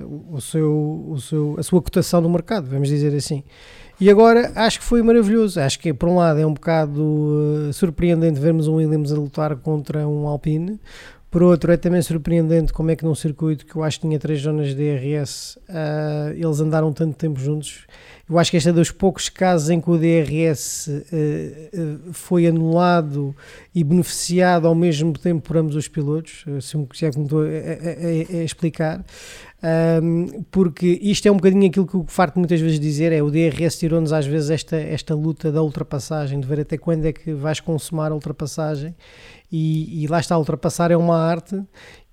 eh, o o seu, o seu, a sua cotação no mercado, vamos dizer assim. E agora acho que foi maravilhoso. Acho que, por um lado, é um bocado eh, surpreendente vermos um Williams a lutar contra um Alpine. Por outro, é também surpreendente como é que num circuito que eu acho que tinha três zonas de DRS, ah, eles andaram tanto tempo juntos. Eu acho que este é dos poucos casos em que o DRS ah, ah, foi anulado e beneficiado ao mesmo tempo por ambos os pilotos, ah, se me- se é que me estou a, a- a- a explicar. Ahm, porque isto é um bocadinho aquilo que o Farto muitas vezes dizer é o DRS tirou-nos às vezes esta, esta luta da ultrapassagem, de ver até quando é que vais consumar a ultrapassagem e, e lá está, ultrapassar é uma arte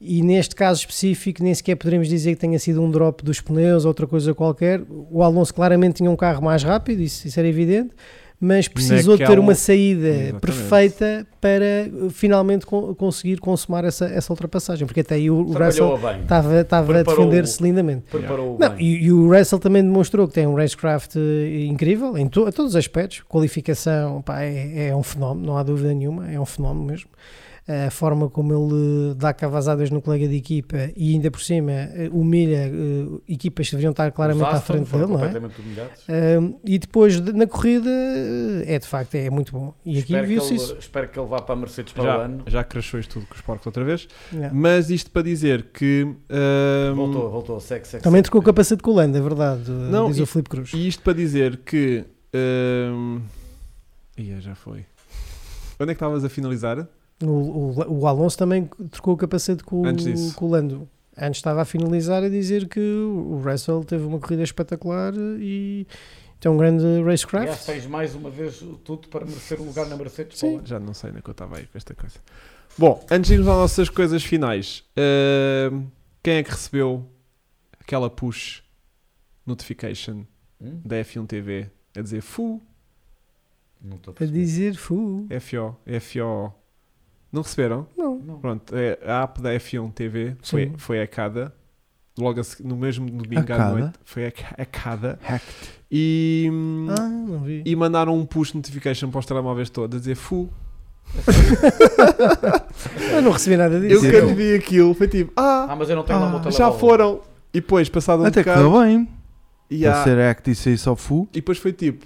e neste caso específico nem sequer poderíamos dizer que tenha sido um drop dos pneus outra coisa qualquer, o Alonso claramente tinha um carro mais rápido, isso, isso era evidente mas precisou de ter Naquela- uma saída Exatamente. perfeita para uh, finalmente con- conseguir consumar essa, essa ultrapassagem, porque até aí o, o Russell Trabalhou tá- bem. estava, estava a Preparou- defender-se lindamente. Preparou Não, bem. e, e o Russell também demonstrou que tem um racecraft eh, incrível em to- a todos os aspectos. Qualificação pá, é, é um fenómeno, não há dúvida nenhuma, é um fenómeno mesmo. A forma como ele eh, dá cavazadas no colega de equipa e ainda por cima eh, humilha eh, equipas que deveriam estar claramente Os à Aston frente foram dele, não é? um completamente humilhados. Ahm, e depois de- na corrida eh, é de facto é muito bom. E aqui espero, que viu-se ele, isso. espero que ele vá para a Mercedes para o Já, ano. já crashou isto tudo com os porcos outra vez. Yeah. Mas isto para dizer que. hum, Voltou, voltou, segue, segue. Também segue. trocou o capacete com o Lando, é verdade, eh, Não, diz e- o Filipe Cruz. E isto para dizer que. hum, Ia, já foi. Onde é que estavas a finalizar? O, o- o Alonso também trocou o capacete com, o- Antes disso. com o Lando. Antes estava a finalizar a dizer que o Russell teve uma corrida espetacular e tem um grande Aliás, racecraft. fez mais uma vez tudo para merecer um lugar na Mercedes para o Sim. ano. Já não sei onde é que eu estava aí com esta coisa. Bom, antes de irmos às nossas coisas finais, hum, quem é que recebeu aquela push notification Hum? da F1 TV a dizer FU, Não estou a A perceber. dizer, fu. FO, FO? Não receberam? Não. Não. Pronto, é, a app da F1 TV foi, Sim. foi hacada. Logo a se- no mesmo domingo à Hacada? noite. Foi hack- hacada. Hacked. E, hum, Ah, não vi. e mandaram um push notification para os telemóveis todos a dizer fu. Eu não recebi nada Eu disso. Sim. quando vi aquilo foi tipo, ah, Ah, mas eu não tenho lá o meu Ah, já telemóvel. foram. E depois, passado um Até bocado, correu bem. e, Para há- ser hacked e sair só full. e depois foi tipo,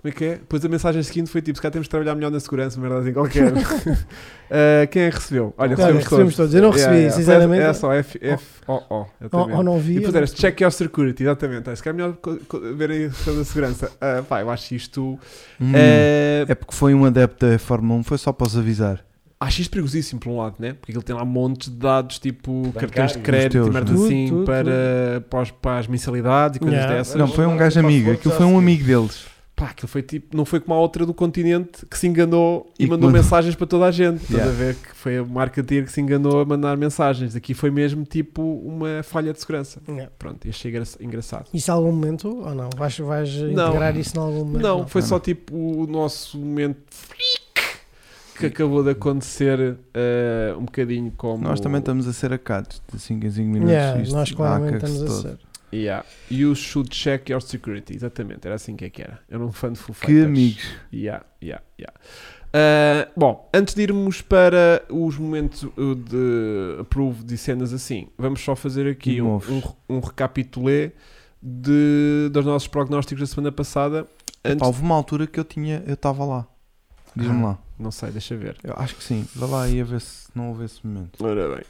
como é que é? Depois a mensagem seguinte foi tipo, se calhar temos de trabalhar melhor na segurança, uma merda assim qualquer. Ah, quem é que recebeu? Olha, Olha, recebemos, recebemos todos. todos. Eu não recebi, Yeah, yeah. sinceramente. É só F, F, O, O. ou, exatamente. ou não E vi. depois era check your security, exatamente. Ah, Se calhar é melhor co- co- verem a questão da segurança. Ah, pá, eu acho isto. Hum. eh, É porque foi um adepto da Fórmula 1, foi só para os avisar. Acho isto perigosíssimo, por um lado, né? Porque ele tem lá montes de dados, tipo cartões de Bancários. crédito Os teus, e merda né? assim, Tudo, tudo, para, Para, os- para as mensalidades e coisas Yeah. dessas. Não, foi um lá, gajo eu faço amigo. outros Aquilo a foi um seguir. amigo deles. Pá, aquilo foi tipo. Não foi como a outra do continente que se enganou e, E que mandou mandou- mensagens para toda a gente. Estás Yeah. a ver que foi a marketeer que se enganou a mandar mensagens. Aqui foi mesmo tipo uma falha de segurança. Yeah. Pronto, e achei engra- engraçado. Isso a algum momento ou não? Vais, vais Não. integrar isso em algum momento? Não, foi não. só tipo o nosso momento freak que acabou de acontecer eh, um bocadinho como. Nós também estamos a ser acados de 5 em 5 minutos. Yeah, isto nós claramente haca-se estamos a todo. ser. Yeah. You should check your security. Exatamente, era assim que é que era. Era um fã de Full Que Fighters. amigos. Yeah, yeah, yeah. Ah, bom, antes de irmos para os momentos uh, de approve de cenas assim, vamos só fazer aqui um, Novos. um, re- um recapitulé de, dos nossos prognósticos da semana passada. Antes, Pá, Houve uma altura que eu tinha, eu estava lá. Diz-me lá. não sei, deixa ver. Eu acho que sim. Vá lá e a ver se não houve esse momento. Ora bem,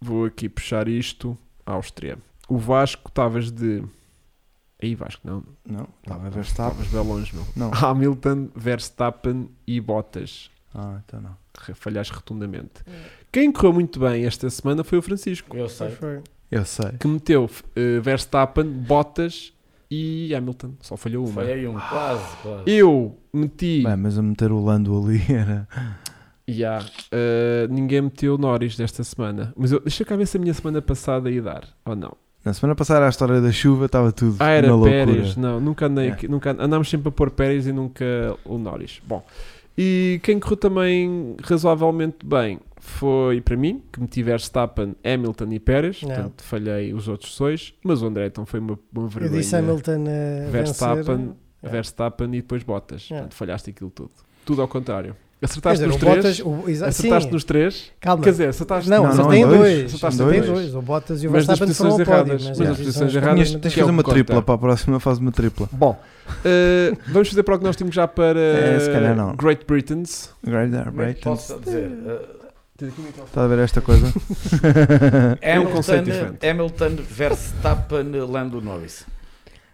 vou aqui puxar isto. Áustria. O Vasco, estavas de. Aí, Vasco, não. Não, estava a ver se estava. Estavas bem longe, meu. Não. Hamilton, Verstappen e Bottas. Ah, então não. Re- Falhaste rotundamente. Quem correu muito bem esta semana foi o Francisco, Eu sei. Foi. Eu sei. que meteu eh, Verstappen, Bottas e Hamilton. Só falhou uma. Falhei um, quase, quase. Eu meti. Bem, mas a meter o Lando ali era. Ya, eh, ninguém meteu Norris desta semana. Mas eu, deixa cá ver se a minha semana passada ia dar ou não. Na semana passada, a história da chuva estava tudo Ah, era na loucura. Pérez, não, nunca andei É. aqui, nunca andámos sempre a pôr Pérez e nunca o Norris. Bom, e quem correu também razoavelmente bem foi para mim, que me tiveste Verstappen, Hamilton e Pérez, Não. portanto falhei os outros dois, mas o André então foi uma, uma É. Eu vergonha. disse Hamilton a Verstappen, É. Verstappen e depois Bottas, É. portanto falhaste aquilo tudo. Tudo ao contrário. Quer Acertaste dizer, nos o três, Bottas, o, exa- acertaste sim, nos três, calma. quer dizer, acertaste Não, Não, só não, tem em dois. dois. Só Em tem dois. dois. O Bottas e o Mas nas Verstappen foram ao posições pódio. erradas, mas é, nas isso posições não- erradas Tinhas, Realmente tens que é o fazer uma que conta. tripla para a próxima, faz uma tripla. Bom, eh, vamos fazer prognóstico já para É, se calhar não. Great Britain's. Great there, Como é que Brighton. posso dizer? Uh, Está Tá a ver esta coisa? É um conceito Hamilton, diferente. Hamilton, Verstappen, Lando Norris.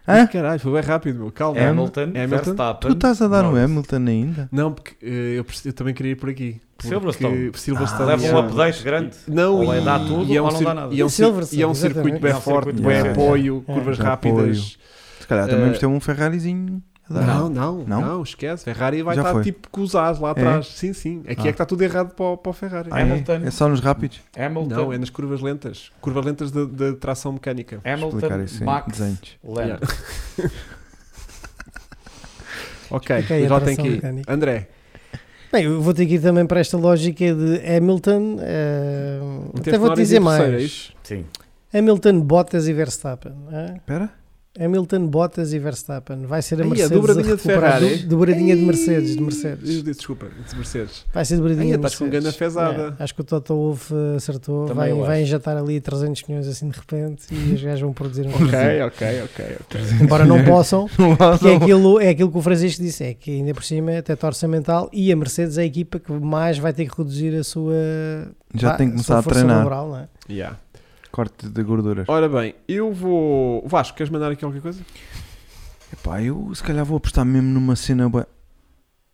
Hã? Caralho, foi bem rápido, meu. Calma. É Ham- É Hamilton, Hamilton? Tu Verstappen. estás a dar um Norris. Hamilton ainda? Não, porque eh, eu, preci- eu também queria ir por aqui. Porque Silverstone. Silverstone Leva e um é- update grande. Não, Ou e, é dá tudo e é um ou não dá cir- nada. E é um, cir- Silverstone, e é um circuito exatamente. bem É um forte, circuito bem bem apoio, forte. curvas É. rápidas. Se calhar Eh, também vamos ter um Ferrarizinho a dar. Não, não, não, Não? esquece. Ferrari vai Já estar foi. tipo com os as lá É? atrás. Sim, sim. Aqui é Ah. que está tudo errado para, o- para o Ferrari. Ah, é? Hamilton. É só nos rápidos? Hamilton, Não, é nas curvas lentas. Curvas lentas de, de tração mecânica. Explicar Hamilton isso em Max, desenhos. Lando. Ok, Expliquei a já tem tração que ir. mecânica. André, Bem, eu vou ter que ir também para esta lógica de Hamilton. eh, até meteste vou Norris em dizer terceiro, é mais. isso? Sim. Hamilton, Bottas e Verstappen. eh? Espera. Hamilton, Bottas e Verstappen. Vai ser a Ai, a Mercedes. dobradinha de recuperar. Ferrari. Do- Dobradinha de Ei, Mercedes. De Mercedes. eu disse, Desculpa, de Mercedes. Vai ser dobradinha Ai, de estás com Mercedes. grande fezada. É, acho que o Toto Wolff eh, acertou. Também Vai, eu vai acho. injetar ali 300 milhões assim de repente e os gajos vão produzir um Ok, filme. ok, ok, ok. Embora não possam. Não vá- Porque é aquilo, é aquilo que o Francisco disse, é que ainda por cima é teto orçamental e a Mercedes é a equipa que mais vai ter que reduzir a sua Já pá, tem que a sua começar a força treinar. laboral, não é? Yeah. Corte de gorduras. Ora bem, eu vou. Vasco, queres mandar aqui qualquer coisa? Epá, eu se calhar vou apostar mesmo numa cena. bué-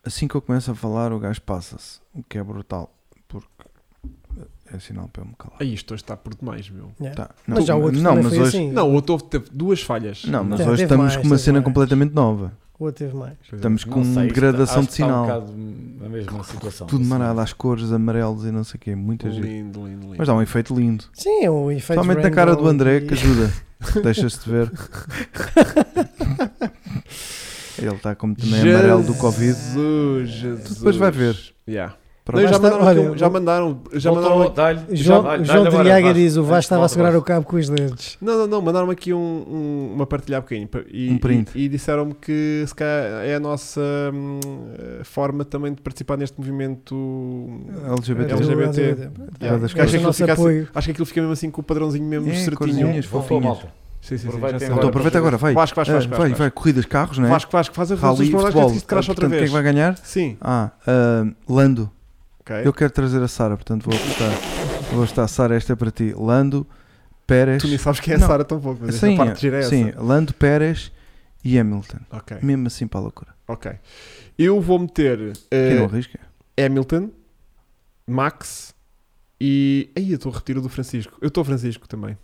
Assim que eu começo a falar, o gajo passa-se. O que é brutal. Porque é sinal para eu me calar. Aí, isto hoje está por demais, meu. Tá. Não, É. Mas já o outro não, também mas foi hoje, assim. Não, o outro houve- teve duas falhas. não, mas Não, hoje teve estamos mais, com uma teve cena mais. completamente nova. O outro teve mais. Estamos Não com sei, isto- degradação acho de que está sinal. um bocado a mesma situação. Tudo Assim. marado às cores amarelas e não sei o quê. Muita gente. Lindo, lindo, lindo. Mas dá um efeito lindo. Sim, é um efeito Principalmente na cara do Brando André e- que ajuda. Deixa-se de ver. Ele está como também é amarelo do Covid. Jesus, Jesus. Depois vai ver. Yeah. Pronto. Não, já, Basta- mandaram olha, aqui um- já vou- mandaram. Já Voltou, mandaram aqui- dá-lhe- já João, dá-lhe- João dá-lhe agora, Driaga Vasco. diz: o Vasco estava a Volta, segurar Vasco. o cabo com os dedos. Não, não, não. Mandaram aqui um- um- uma partilha há bocadinho. pa- E, Um print. E, e disseram-me que se calhar é a nossa hum, eh, forma também de participar neste movimento. LGBT. LGBT. Yeah. das Acho, É. que coisas. aquilo Nosso fica assim- apoio. acho que aquilo fica mesmo assim com o padrãozinho mesmo É, certinho. corzinhas, Voltou, fofinhas. malta. Sim, sim, sim. já Aproveitem sei. Então agora. aproveita agora, vai. Vasco, Vasco, Ah, Vasco, vai, Vasco. vai. Corridas, carros, né? Vasco, Vasco, faz a Rally, resolução para futebol. que isto crash outra Portanto, quem é vez. que vai ganhar? Sim, Ah, ah, Lando. ok. Eu quero trazer a Sara, portanto vou apostar. Vou estar, Sara, esta é para ti. Lando, Pérez. Tu nem sabes quem é a Não. Sara tão pouco, mas Sim, essa parte gira é essa. sim, Lando, Pérez e Hamilton. Ok, Mesmo assim para a loucura. ok. Eu vou meter Quem não eh, arrisca? Hamilton, Max e. Aí eu estou a retirar do Francisco. Eu estou Francisco também.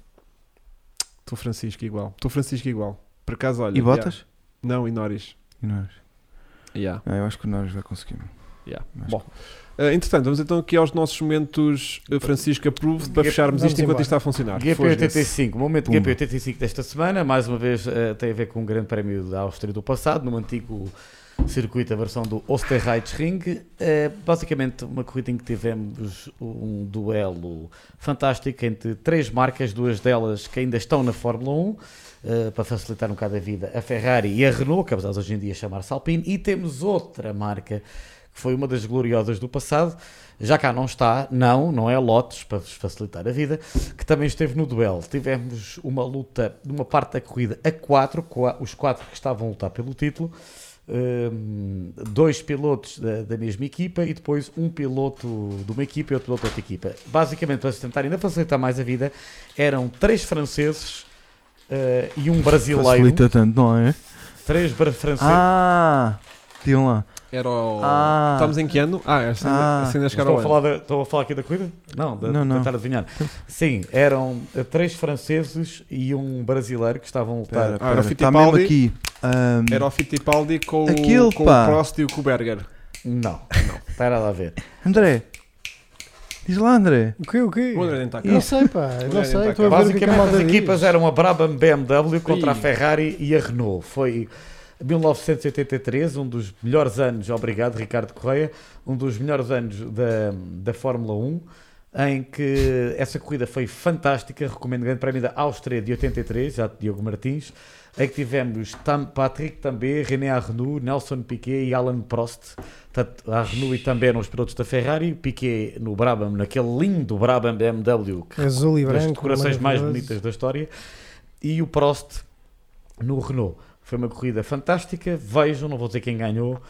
Estou Francisco igual. Estou Francisco igual. Por acaso, olha. E Bottas? yeah. Não, e Norris. E Norris. Yeah. Ah, eu acho que o Norris vai conseguir. meu. Yeah. Eu acho Bom. Eh, entretanto, vamos então aqui aos nossos momentos eh, Francisco Approved para Vamos fecharmos isto enquanto embora. isto está a funcionar. Foge-se. GP85, o um momento Pumba. GP85 desta semana, mais uma vez eh, tem a ver com o Grande Prémio da Áustria do passado, num antigo circuito, a versão do Osterreichsring. Eh, basicamente, uma corrida em que tivemos um duelo fantástico entre três marcas, duas delas que ainda estão na Fórmula 1. eh, para facilitar um bocado a vida, a Ferrari e a Renault, que apesar de hoje em dia chamar-se Alpine, e temos outra marca que foi uma das gloriosas do passado, já cá não está, não, não é Lotus, para vos facilitar a vida, que também esteve no duelo. Tivemos uma luta, numa parte da corrida, a quatro, com a- os quatro que estavam a lutar pelo título, hum, dois pilotos da, da mesma equipa e depois um piloto de uma equipa e outro piloto de outra equipa. Basicamente, para se tentar ainda facilitar mais a vida, eram três franceses eh, e um brasileiro. Facilita tanto, não é? Três bra- franceses. Ah! Tinham lá. Era o... Ah. Estamos em que ano? Ah, é assim, Ah. assim ainda chegar Estou ao a, ano. falar da- estou a falar aqui da corrida? Não, da, Não, não. tentar adivinhar. Sim, eram eh, três franceses e um brasileiro que estavam a lutar. Pera, Ah, era o pera. Está mesmo Fittipaldi. aqui. Ah, Ahm, Era o Fittipaldi com, o- Aquilo, com o pá. Prost e o Kuberger. Não, não, está nada a ver. André. Diz lá, André. O quê? O quê? O André nem está cá. Não sei, pá. Não Olha, sei. tá Estou a ver o que é que a Basicamente, malta as diz. equipas eram a Brabham BMW contra a Ih. Ferrari e a Renault. Foi 1983, um dos melhores anos, obrigado Ricardo Correia, um dos melhores anos da, da Fórmula 1, em que essa corrida foi fantástica. Recomendo o Grande Prémio da Áustria de 83, já de Diogo Martins, em que tivemos Tam, Patrick Também, René Arnoux, Nelson Piquet e Alan Prost. Portanto, Arnoux e também eram os pilotos da Ferrari, Piquet no Brabham, naquele lindo Brabham BMW que Azul e branco. das decorações mais maravilhoso. bonitas da história. E o Prost no Renault. Foi uma corrida fantástica. Vejam, não vou dizer quem ganhou,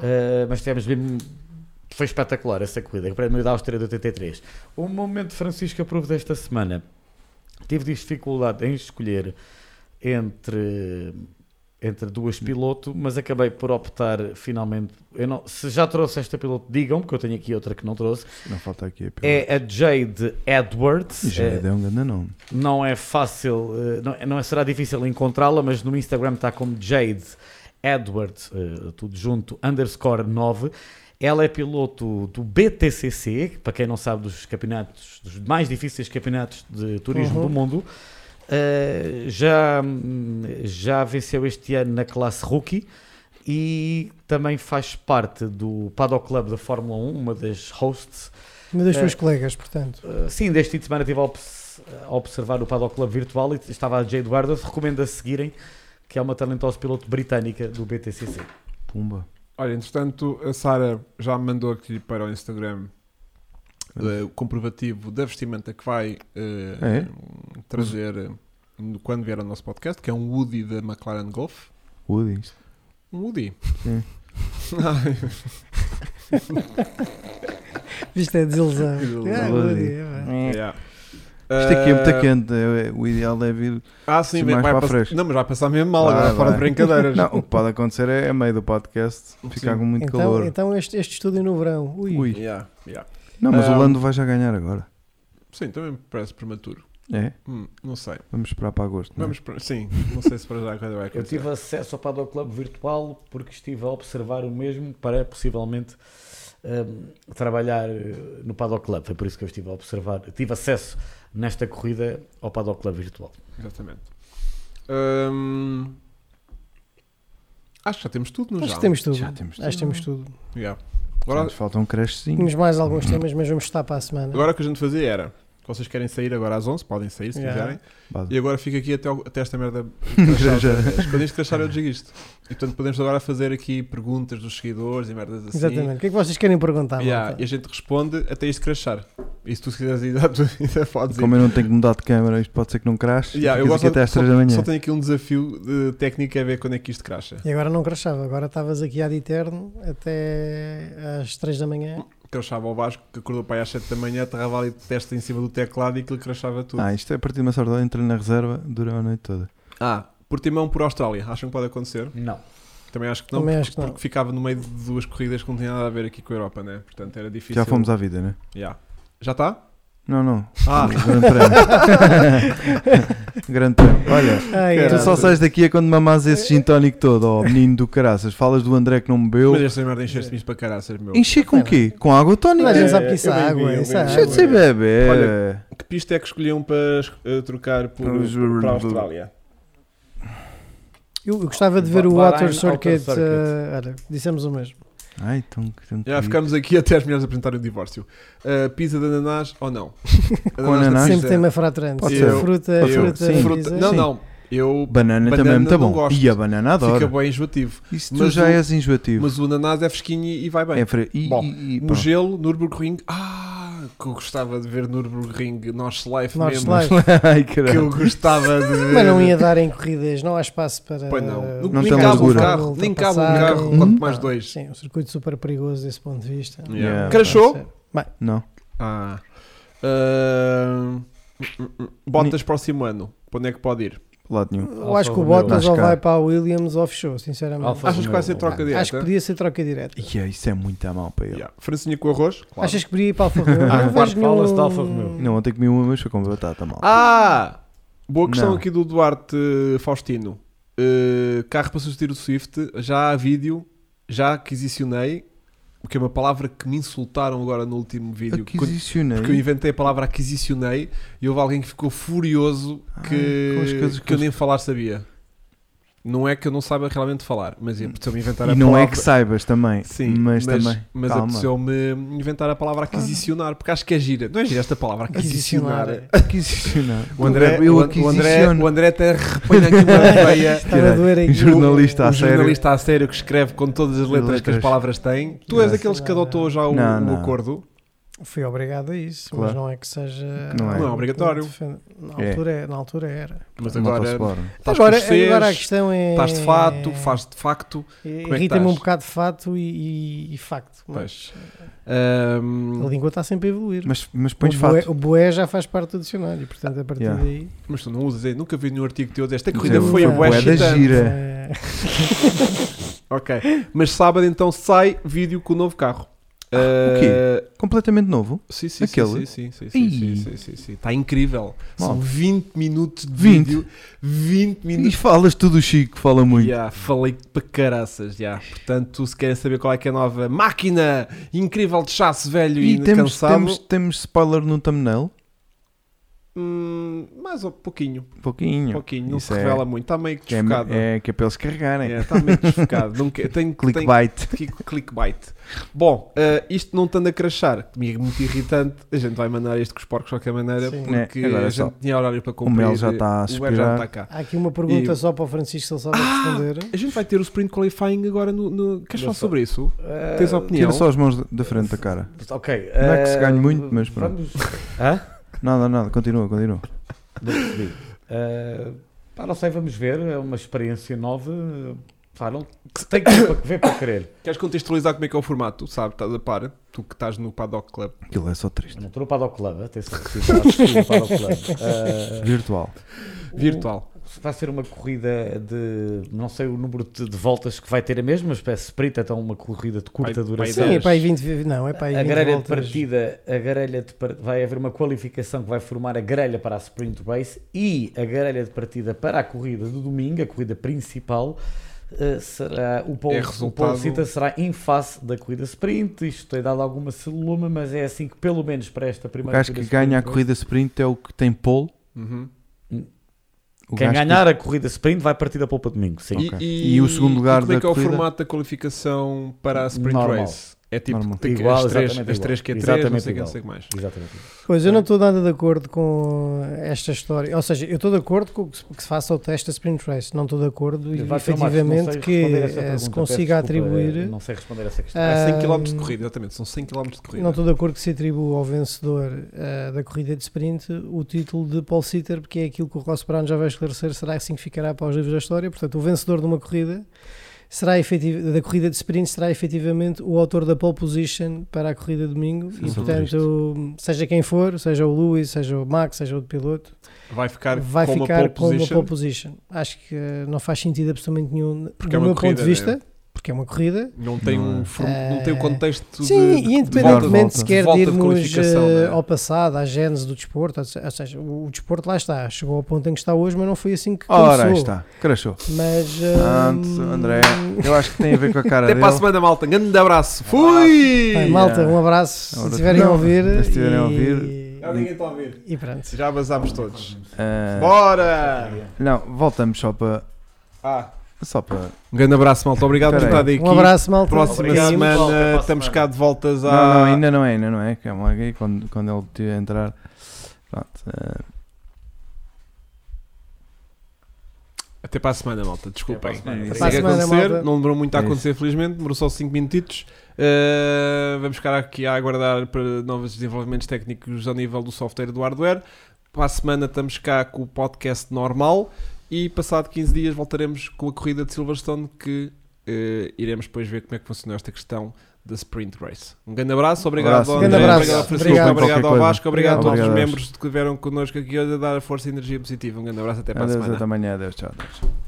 eh, mas tivemos mesmo. Foi espetacular essa corrida. O prémio da Áustria de 83. O momento de Francisco Aprovo desta semana. Tive dificuldade em escolher entre entre duas piloto, mas acabei por optar finalmente. Eu não- se já trouxe esta piloto, digam, porque eu tenho aqui outra que não trouxe. Não falta aqui a pior. É a Jade Edwards. Já Eh, é um grande nome. não é fácil, eh, não, não será difícil encontrá-la, mas no Instagram está como Jade Edwards, eh, tudo junto, underscore 9. Ela é piloto do BTCC, que para quem não sabe, dos campeonatos, dos mais difíceis campeonatos de turismo Uhum. do mundo. Eh, já, hum, já venceu este ano na classe rookie e também faz parte do Paddock Club da Fórmula 1, uma das hosts. Uma das É. suas colegas, portanto. Uh, sim, deste fim de semana estive a, obs- a observar o Paddock Club virtual e estava a Jade Warders, recomendo a seguirem, que é uma talentosa piloto britânica do BTCC. Pumba. Olha, entretanto, a Sara já me mandou aqui para o Instagram eh, o comprovativo da vestimenta que vai eh, É? trazer eh, no- quando vier ao nosso podcast, que é um Woody da McLaren Golf. Woody. isto. Um Woody. Sim. Viste a é desilusão. Desilusão. Ah, bom dia, vai. Yeah. é. Isto aqui é muito Eh, quente. é- é- o ideal é vir. Ah, sim, Sim, vai, mais vai para a passar- frente. Não, mas vai passar mesmo mal Vai, agora, fora vai. de brincadeiras. Não, o que pode acontecer é a meio do podcast ficar Sim. com muito Então, calor. então este, este estúdio no verão. Ui. Ui. Yeah, yeah. Não, mas Ah. o Lando vai já ganhar agora. Sim, também me parece prematuro. É? Hum, não sei. Vamos esperar para agosto. não é? Vamos para- Sim, não sei se para já a coisa vai Eu acontecer. tive acesso ao Paddock Club virtual porque estive a observar o mesmo para possivelmente hum, trabalhar eh, no Paddock Club. Foi por isso que eu estive a observar. Tive acesso nesta corrida ao Paddock Club virtual. Exatamente. Hum, Acho que já temos tudo, não Acho já? que temos tudo. Já temos Acho que temos tudo. Yeah. Agora... Agora, Nos falta um crechezinho. Tínhamos mais alguns temas, mas vamos estar para a semana. agora o que a gente fazia era: vocês querem sair agora às 11, podem sair se Yeah. quiserem, e agora fica aqui até, ao- até esta merda. Já, já. Quando isto crachar, eu digo isto. E portanto, podemos agora fazer aqui perguntas dos seguidores e merdas assim. Exatamente. O que é que vocês querem perguntar? Yeah, malta? E a gente responde até isto crachar. E se tu quiseres ir, tu ainda podes ir. Como eu não tenho que mudar de câmera, isto pode ser que não crache. Yeah, eu Ficas gosto aqui até às só, 3 da manhã. só tenho aqui um desafio de técnico é ver quando é que isto cracha. E agora não crachava, agora estavas aqui ad eterno até às 3 da manhã. Crachava ao Vasco, que acordou para aí às 7 da manhã, aterrava ali de testa em cima do teclado e aquilo crachava tudo. Ah, isto é a partir de uma sorte. Entrei na reserva, durou a noite toda. Ah, Portimão por Austrália, acham que pode acontecer? Não. Também acho que não, Também porque, acho que não. porque ficava no meio de duas corridas que não tinha nada a ver aqui com a Europa, né? Portanto era difícil. Já fomos à vida, né? Yeah. Já tá? está? Não, não. Ah, Grande prémio. Grande prémio. Olha, Ai, Caralho. tu só sais daqui é quando mamás esse gin tónico todo, ó menino do caraças. Falas do André que não bebeu. mas é esta merda encheste-me isto para caraças, meu. Encher com o quê? Com água Toda tónica? a gente É, sabe que isso eu é bem vi, água, eu isso bem é vi. Deixa de água. ser bebê. Olha, Que pista é que escolhiam para eh, trocar por, Os- para a Austrália? Eu, eu gostava de ver o Bahrein, Outer Outer Circuit. Circuit. eh, olha, dissemos o mesmo. Ai, tão, tão Já ficamos aqui até as mulheres apresentarem o divórcio. Uh, pizza de ananás ou não? ananás? de Acho Sempre pizza. tema fratrante. Pode Sempre é. ser. fruta, Eu- fruta, Sim. Fruta- dizer. Não, Sim. não. Eu Banana, Banana também é muito não bom. gosto. E a banana adoro. fica bem enjoativo. Isso tu Mas já o- és enjoativo. Mas o ananás é fresquinho e e vai bem. é fre... e, Bom, um e, e, pá. Mugelo, Nürburgring. Ah, que eu gostava de ver Nürburgring, Nordschleife mesmo. Nordschleife. Ai, Que caralho. eu gostava de ver. Mas não ia dar em corridas, não há espaço para. Pois não. Não nem tem cabe um largura. carro, nem cabe um ultrapassar. carro, Uhum. quanto mais dois. Sim, um circuito super perigoso desse ponto de vista. Yeah. Yeah. Crashou? Não. Ah. Ah, Botas próximo ano. Para onde é que pode ir? Lado nenhum. Eu Alfa acho que o Romeo. Bottas Acho ou que vai há. para a Williams ou fechou, sinceramente. Alfa Achas que vai ser Romeo. troca direta? Acho que podia ser troca direta. Ia, isso é muito a mal para ele. Yeah. Francinha com arroz? Claro. Achas que podia ir para a Alfa Romeo? um Ah, Não claro, vejo fala-se nenhum- da Alfa Romeo. Não, ontem comi uma, mas foi com batata mal. Ah! Boa questão Não. aqui do Duarte Faustino. Uh, carro para substituir o Swift, já há vídeo, já aquisicionei, o que é uma palavra que me insultaram agora no último vídeo. Quando- Aquisicionei. Porque eu inventei a palavra aquisicionei e houve alguém que ficou furioso Ai, que, com as coisas que, que eu eu- nem falar sabia. Não é que eu não saiba realmente falar, mas apeteceu-me inventar a Hum. E não palavra. é que saibas também. Sim, mas, mas, também. mas Calma. apeteceu-me inventar a palavra aquisicionar, porque acho que é gira. Não é gira esta palavra, aquisicionar. Aquisicionar. Aquisicionar. O André, eu o, An- o André, aquisiciono. o André até arrepanha aqui uma veia. Estava a doer aqui. Um jornalista um a sério. jornalista a sério que escreve com todas as letras, que as Letras. palavras têm. Tu és Graças daqueles que a Deus. adotou já o, Não, o não. acordo. Fui obrigado a isso, mas Claro. não é que seja. Não é. algo Não é obrigatório. que defenda- Na É. altura, é- na altura era. Mas Não agora posso falar. estás agora, com os Cs, agora a questão é. estás de fato, fazes de facto. é que Irrita-me um estás? bocado de fato e, e- e facto. Pois. Mas Ahm, a língua está sempre a evoluir. Mas, mas pões o, boé, fato. o boé já faz parte do dicionário, portanto, a partir Yeah. daí. mas tu não usas aí, nunca vi nenhum artigo teu. Esta Mas corrida é o- foi a o bué bué da excitante. gira. É, Ok. Mas sábado então sai vídeo com o novo carro. o Ah, Completamente novo. Sim, sim, sim, Aquele? sim, sim, sim, sim, Ih. sim, sim, sim. Está incrível. São Mal. 20 minutos de 20. vídeo. 20 E minutos. falas tudo o Chico, fala é muito. Já, falei para caraças, já. Portanto, se querem saber qual é que é a nova máquina incrível de chasse velho e, E temos, cansado, temos, temos spoiler no thumbnail. Hum, mais ou pouquinho, Pouquinho. pouquinho, não Isso se é- revela muito, está meio que Que desfocado. É, é que é para eles carregarem. É, está meio desfocado. Não que- tem, tem, Clickbait. Click- clickbait. Bom, eh, isto não estando a crachar, comigo é muito irritante. A gente vai mandar isto com os porcos de qualquer maneira, Sim. porque É, agora a só. gente tinha horário para O cumprir. eh, Mel já está a o Uber já suspirar. está cá. Ah, Há aqui uma pergunta E- Ah! só para o Francisco, se ele sabe responder. A gente vai ter o Sprint Qualifying agora no. no... Queres Não falar sei. sobre isso? Tens Ah, opinião? Tira só as mãos da- da frente da cara. Ok. Não é que se ah, ganhe muito, mas pronto. Vamos. Hã? Nada, nada, continua, continua. Não percebi. Ah, pá, não sei, vamos ver. É uma experiência nova. Pá, não, tem que ver para, ver para querer. Queres contextualizar como é que é o formato? Tu sabes, estás a par. Tu que estás no Paddock Club. Aquilo é só triste. Eu não estou no Paddock Club, atenção. sim, estou no Paddock Club. Ah, Virtual. Virtual. Vai ser uma corrida de não sei o número de, de voltas que vai ter a mesma, mas parece sprint, então uma corrida de curta Vai- vai duração. Sim, dez. é para aí 20. vi- Não, é para aí a 20 grelha de voltas. partida, a grelha de par- vai haver uma qualificação que vai formar a grelha para a sprint race e a grelha de partida para a corrida do domingo, a corrida principal. eh, será o É Paulo, o Paulo resultado- Cita será em face da corrida sprint. Isto tem dado alguma celuloma, mas é assim que, pelo menos para esta O primeira gajo que corrida ganha a sprint race- corrida sprint é o que tem pole. Uhum. O Quem gajo que- ganhar a corrida sprint vai partir da pole para domingo. Sim, Ok. E o segundo e lugar como é da que é o corrida? formato da qualificação para a Sprint Normal. Race? É tipo, Normal. tem que- as Igual, três, exatamente as três que é igual. três, não Exatamente sei o que, não igual. sei o que mais. exatamente. Pois, eu não estou nada de acordo com esta história. Ou seja, eu estou de acordo com que se- que se faça o teste da Sprint Race. Não estou de acordo e Vai, Tomás, não efetivamente sei que responder essa eh, se pergunta, consiga peço desculpa, é atribuir. Não sei responder essa questão. Ah, É 100 km de Ahm, corrida, exatamente, são 100 km de corrida. Não estou de acordo que se atribua ao vencedor eh, da corrida de sprint o título de Paul Sitter, porque é aquilo que o Ross Brown já vai esclarecer, será assim que ficará para os livros da história. Portanto, o vencedor de uma corrida será efetiv- da corrida de sprint será efetivamente o autor da pole position para a corrida de domingo. Sim, e, sou portanto, seja quem for, seja o Lewis, seja o Max, seja o piloto, Vai ficar vai com ficar uma pole com uma position. pole position. Acho que eh, não faz sentido absolutamente nenhum, Porque do é uma meu ponto corrida, de vista, porque é uma corrida. Não tem um Não. form- não tem o É. contexto Sim, de, e volta- volta- independentemente sequer volta de de irmos qualificação, eh, né? ao passado, à gênese do desporto, ou se- ou seja, o, o desporto lá está, chegou ao ponto em que está hoje, mas não foi assim que começou. Ora, aí está. Crashou. Mas, Pronto, hum, André. Eu acho que tem a ver com a cara Até dele. para a semana, malta. Um Grande abraço. Fui! bem, malta, um abraço se Ora, estiverem a É não, ouvir. se estiverem a e- ouvir. Já ninguém está a ouvir. É. E pronto. Já abraçámos todos. Ah, Bora! não, voltamos só para. Ah. Só para. Um grande abraço, malta. Obrigado por Espera estar aí. aqui. Um abraço, malta. Próxima Obrigado, semana pessoal. Até para a estamos semana. cá de voltas à. Não, não, ainda não é, ainda não é. Calma aí, quando, quando ele te entrar. Pronto. ah, Até para a semana, malta. Desculpem. Até para a semana. Não É sei Até para a o que semana, acontecer. malta. Não demorou muito a É isso. acontecer, felizmente. Demorou só 5 minutitos. Uh, vamos ficar aqui a aguardar para novos desenvolvimentos técnicos ao nível do software e do hardware. Para a semana estamos cá com o podcast normal e passado 15 dias voltaremos com a corrida de Silverstone que uh, iremos depois ver como é que funcionou esta questão da Sprint Race. Um grande abraço, obrigado Abraço. ao Grande André, abraço. obrigado ao Francisco, Obrigado. obrigado, Qualquer ao coisa. Vasco, obrigado, a todos Obrigado. os membros que estiveram connosco aqui hoje a dar a força e energia positiva. Um grande abraço, até para a adeus, semana. até amanhã. Adeus, tchau. adeus.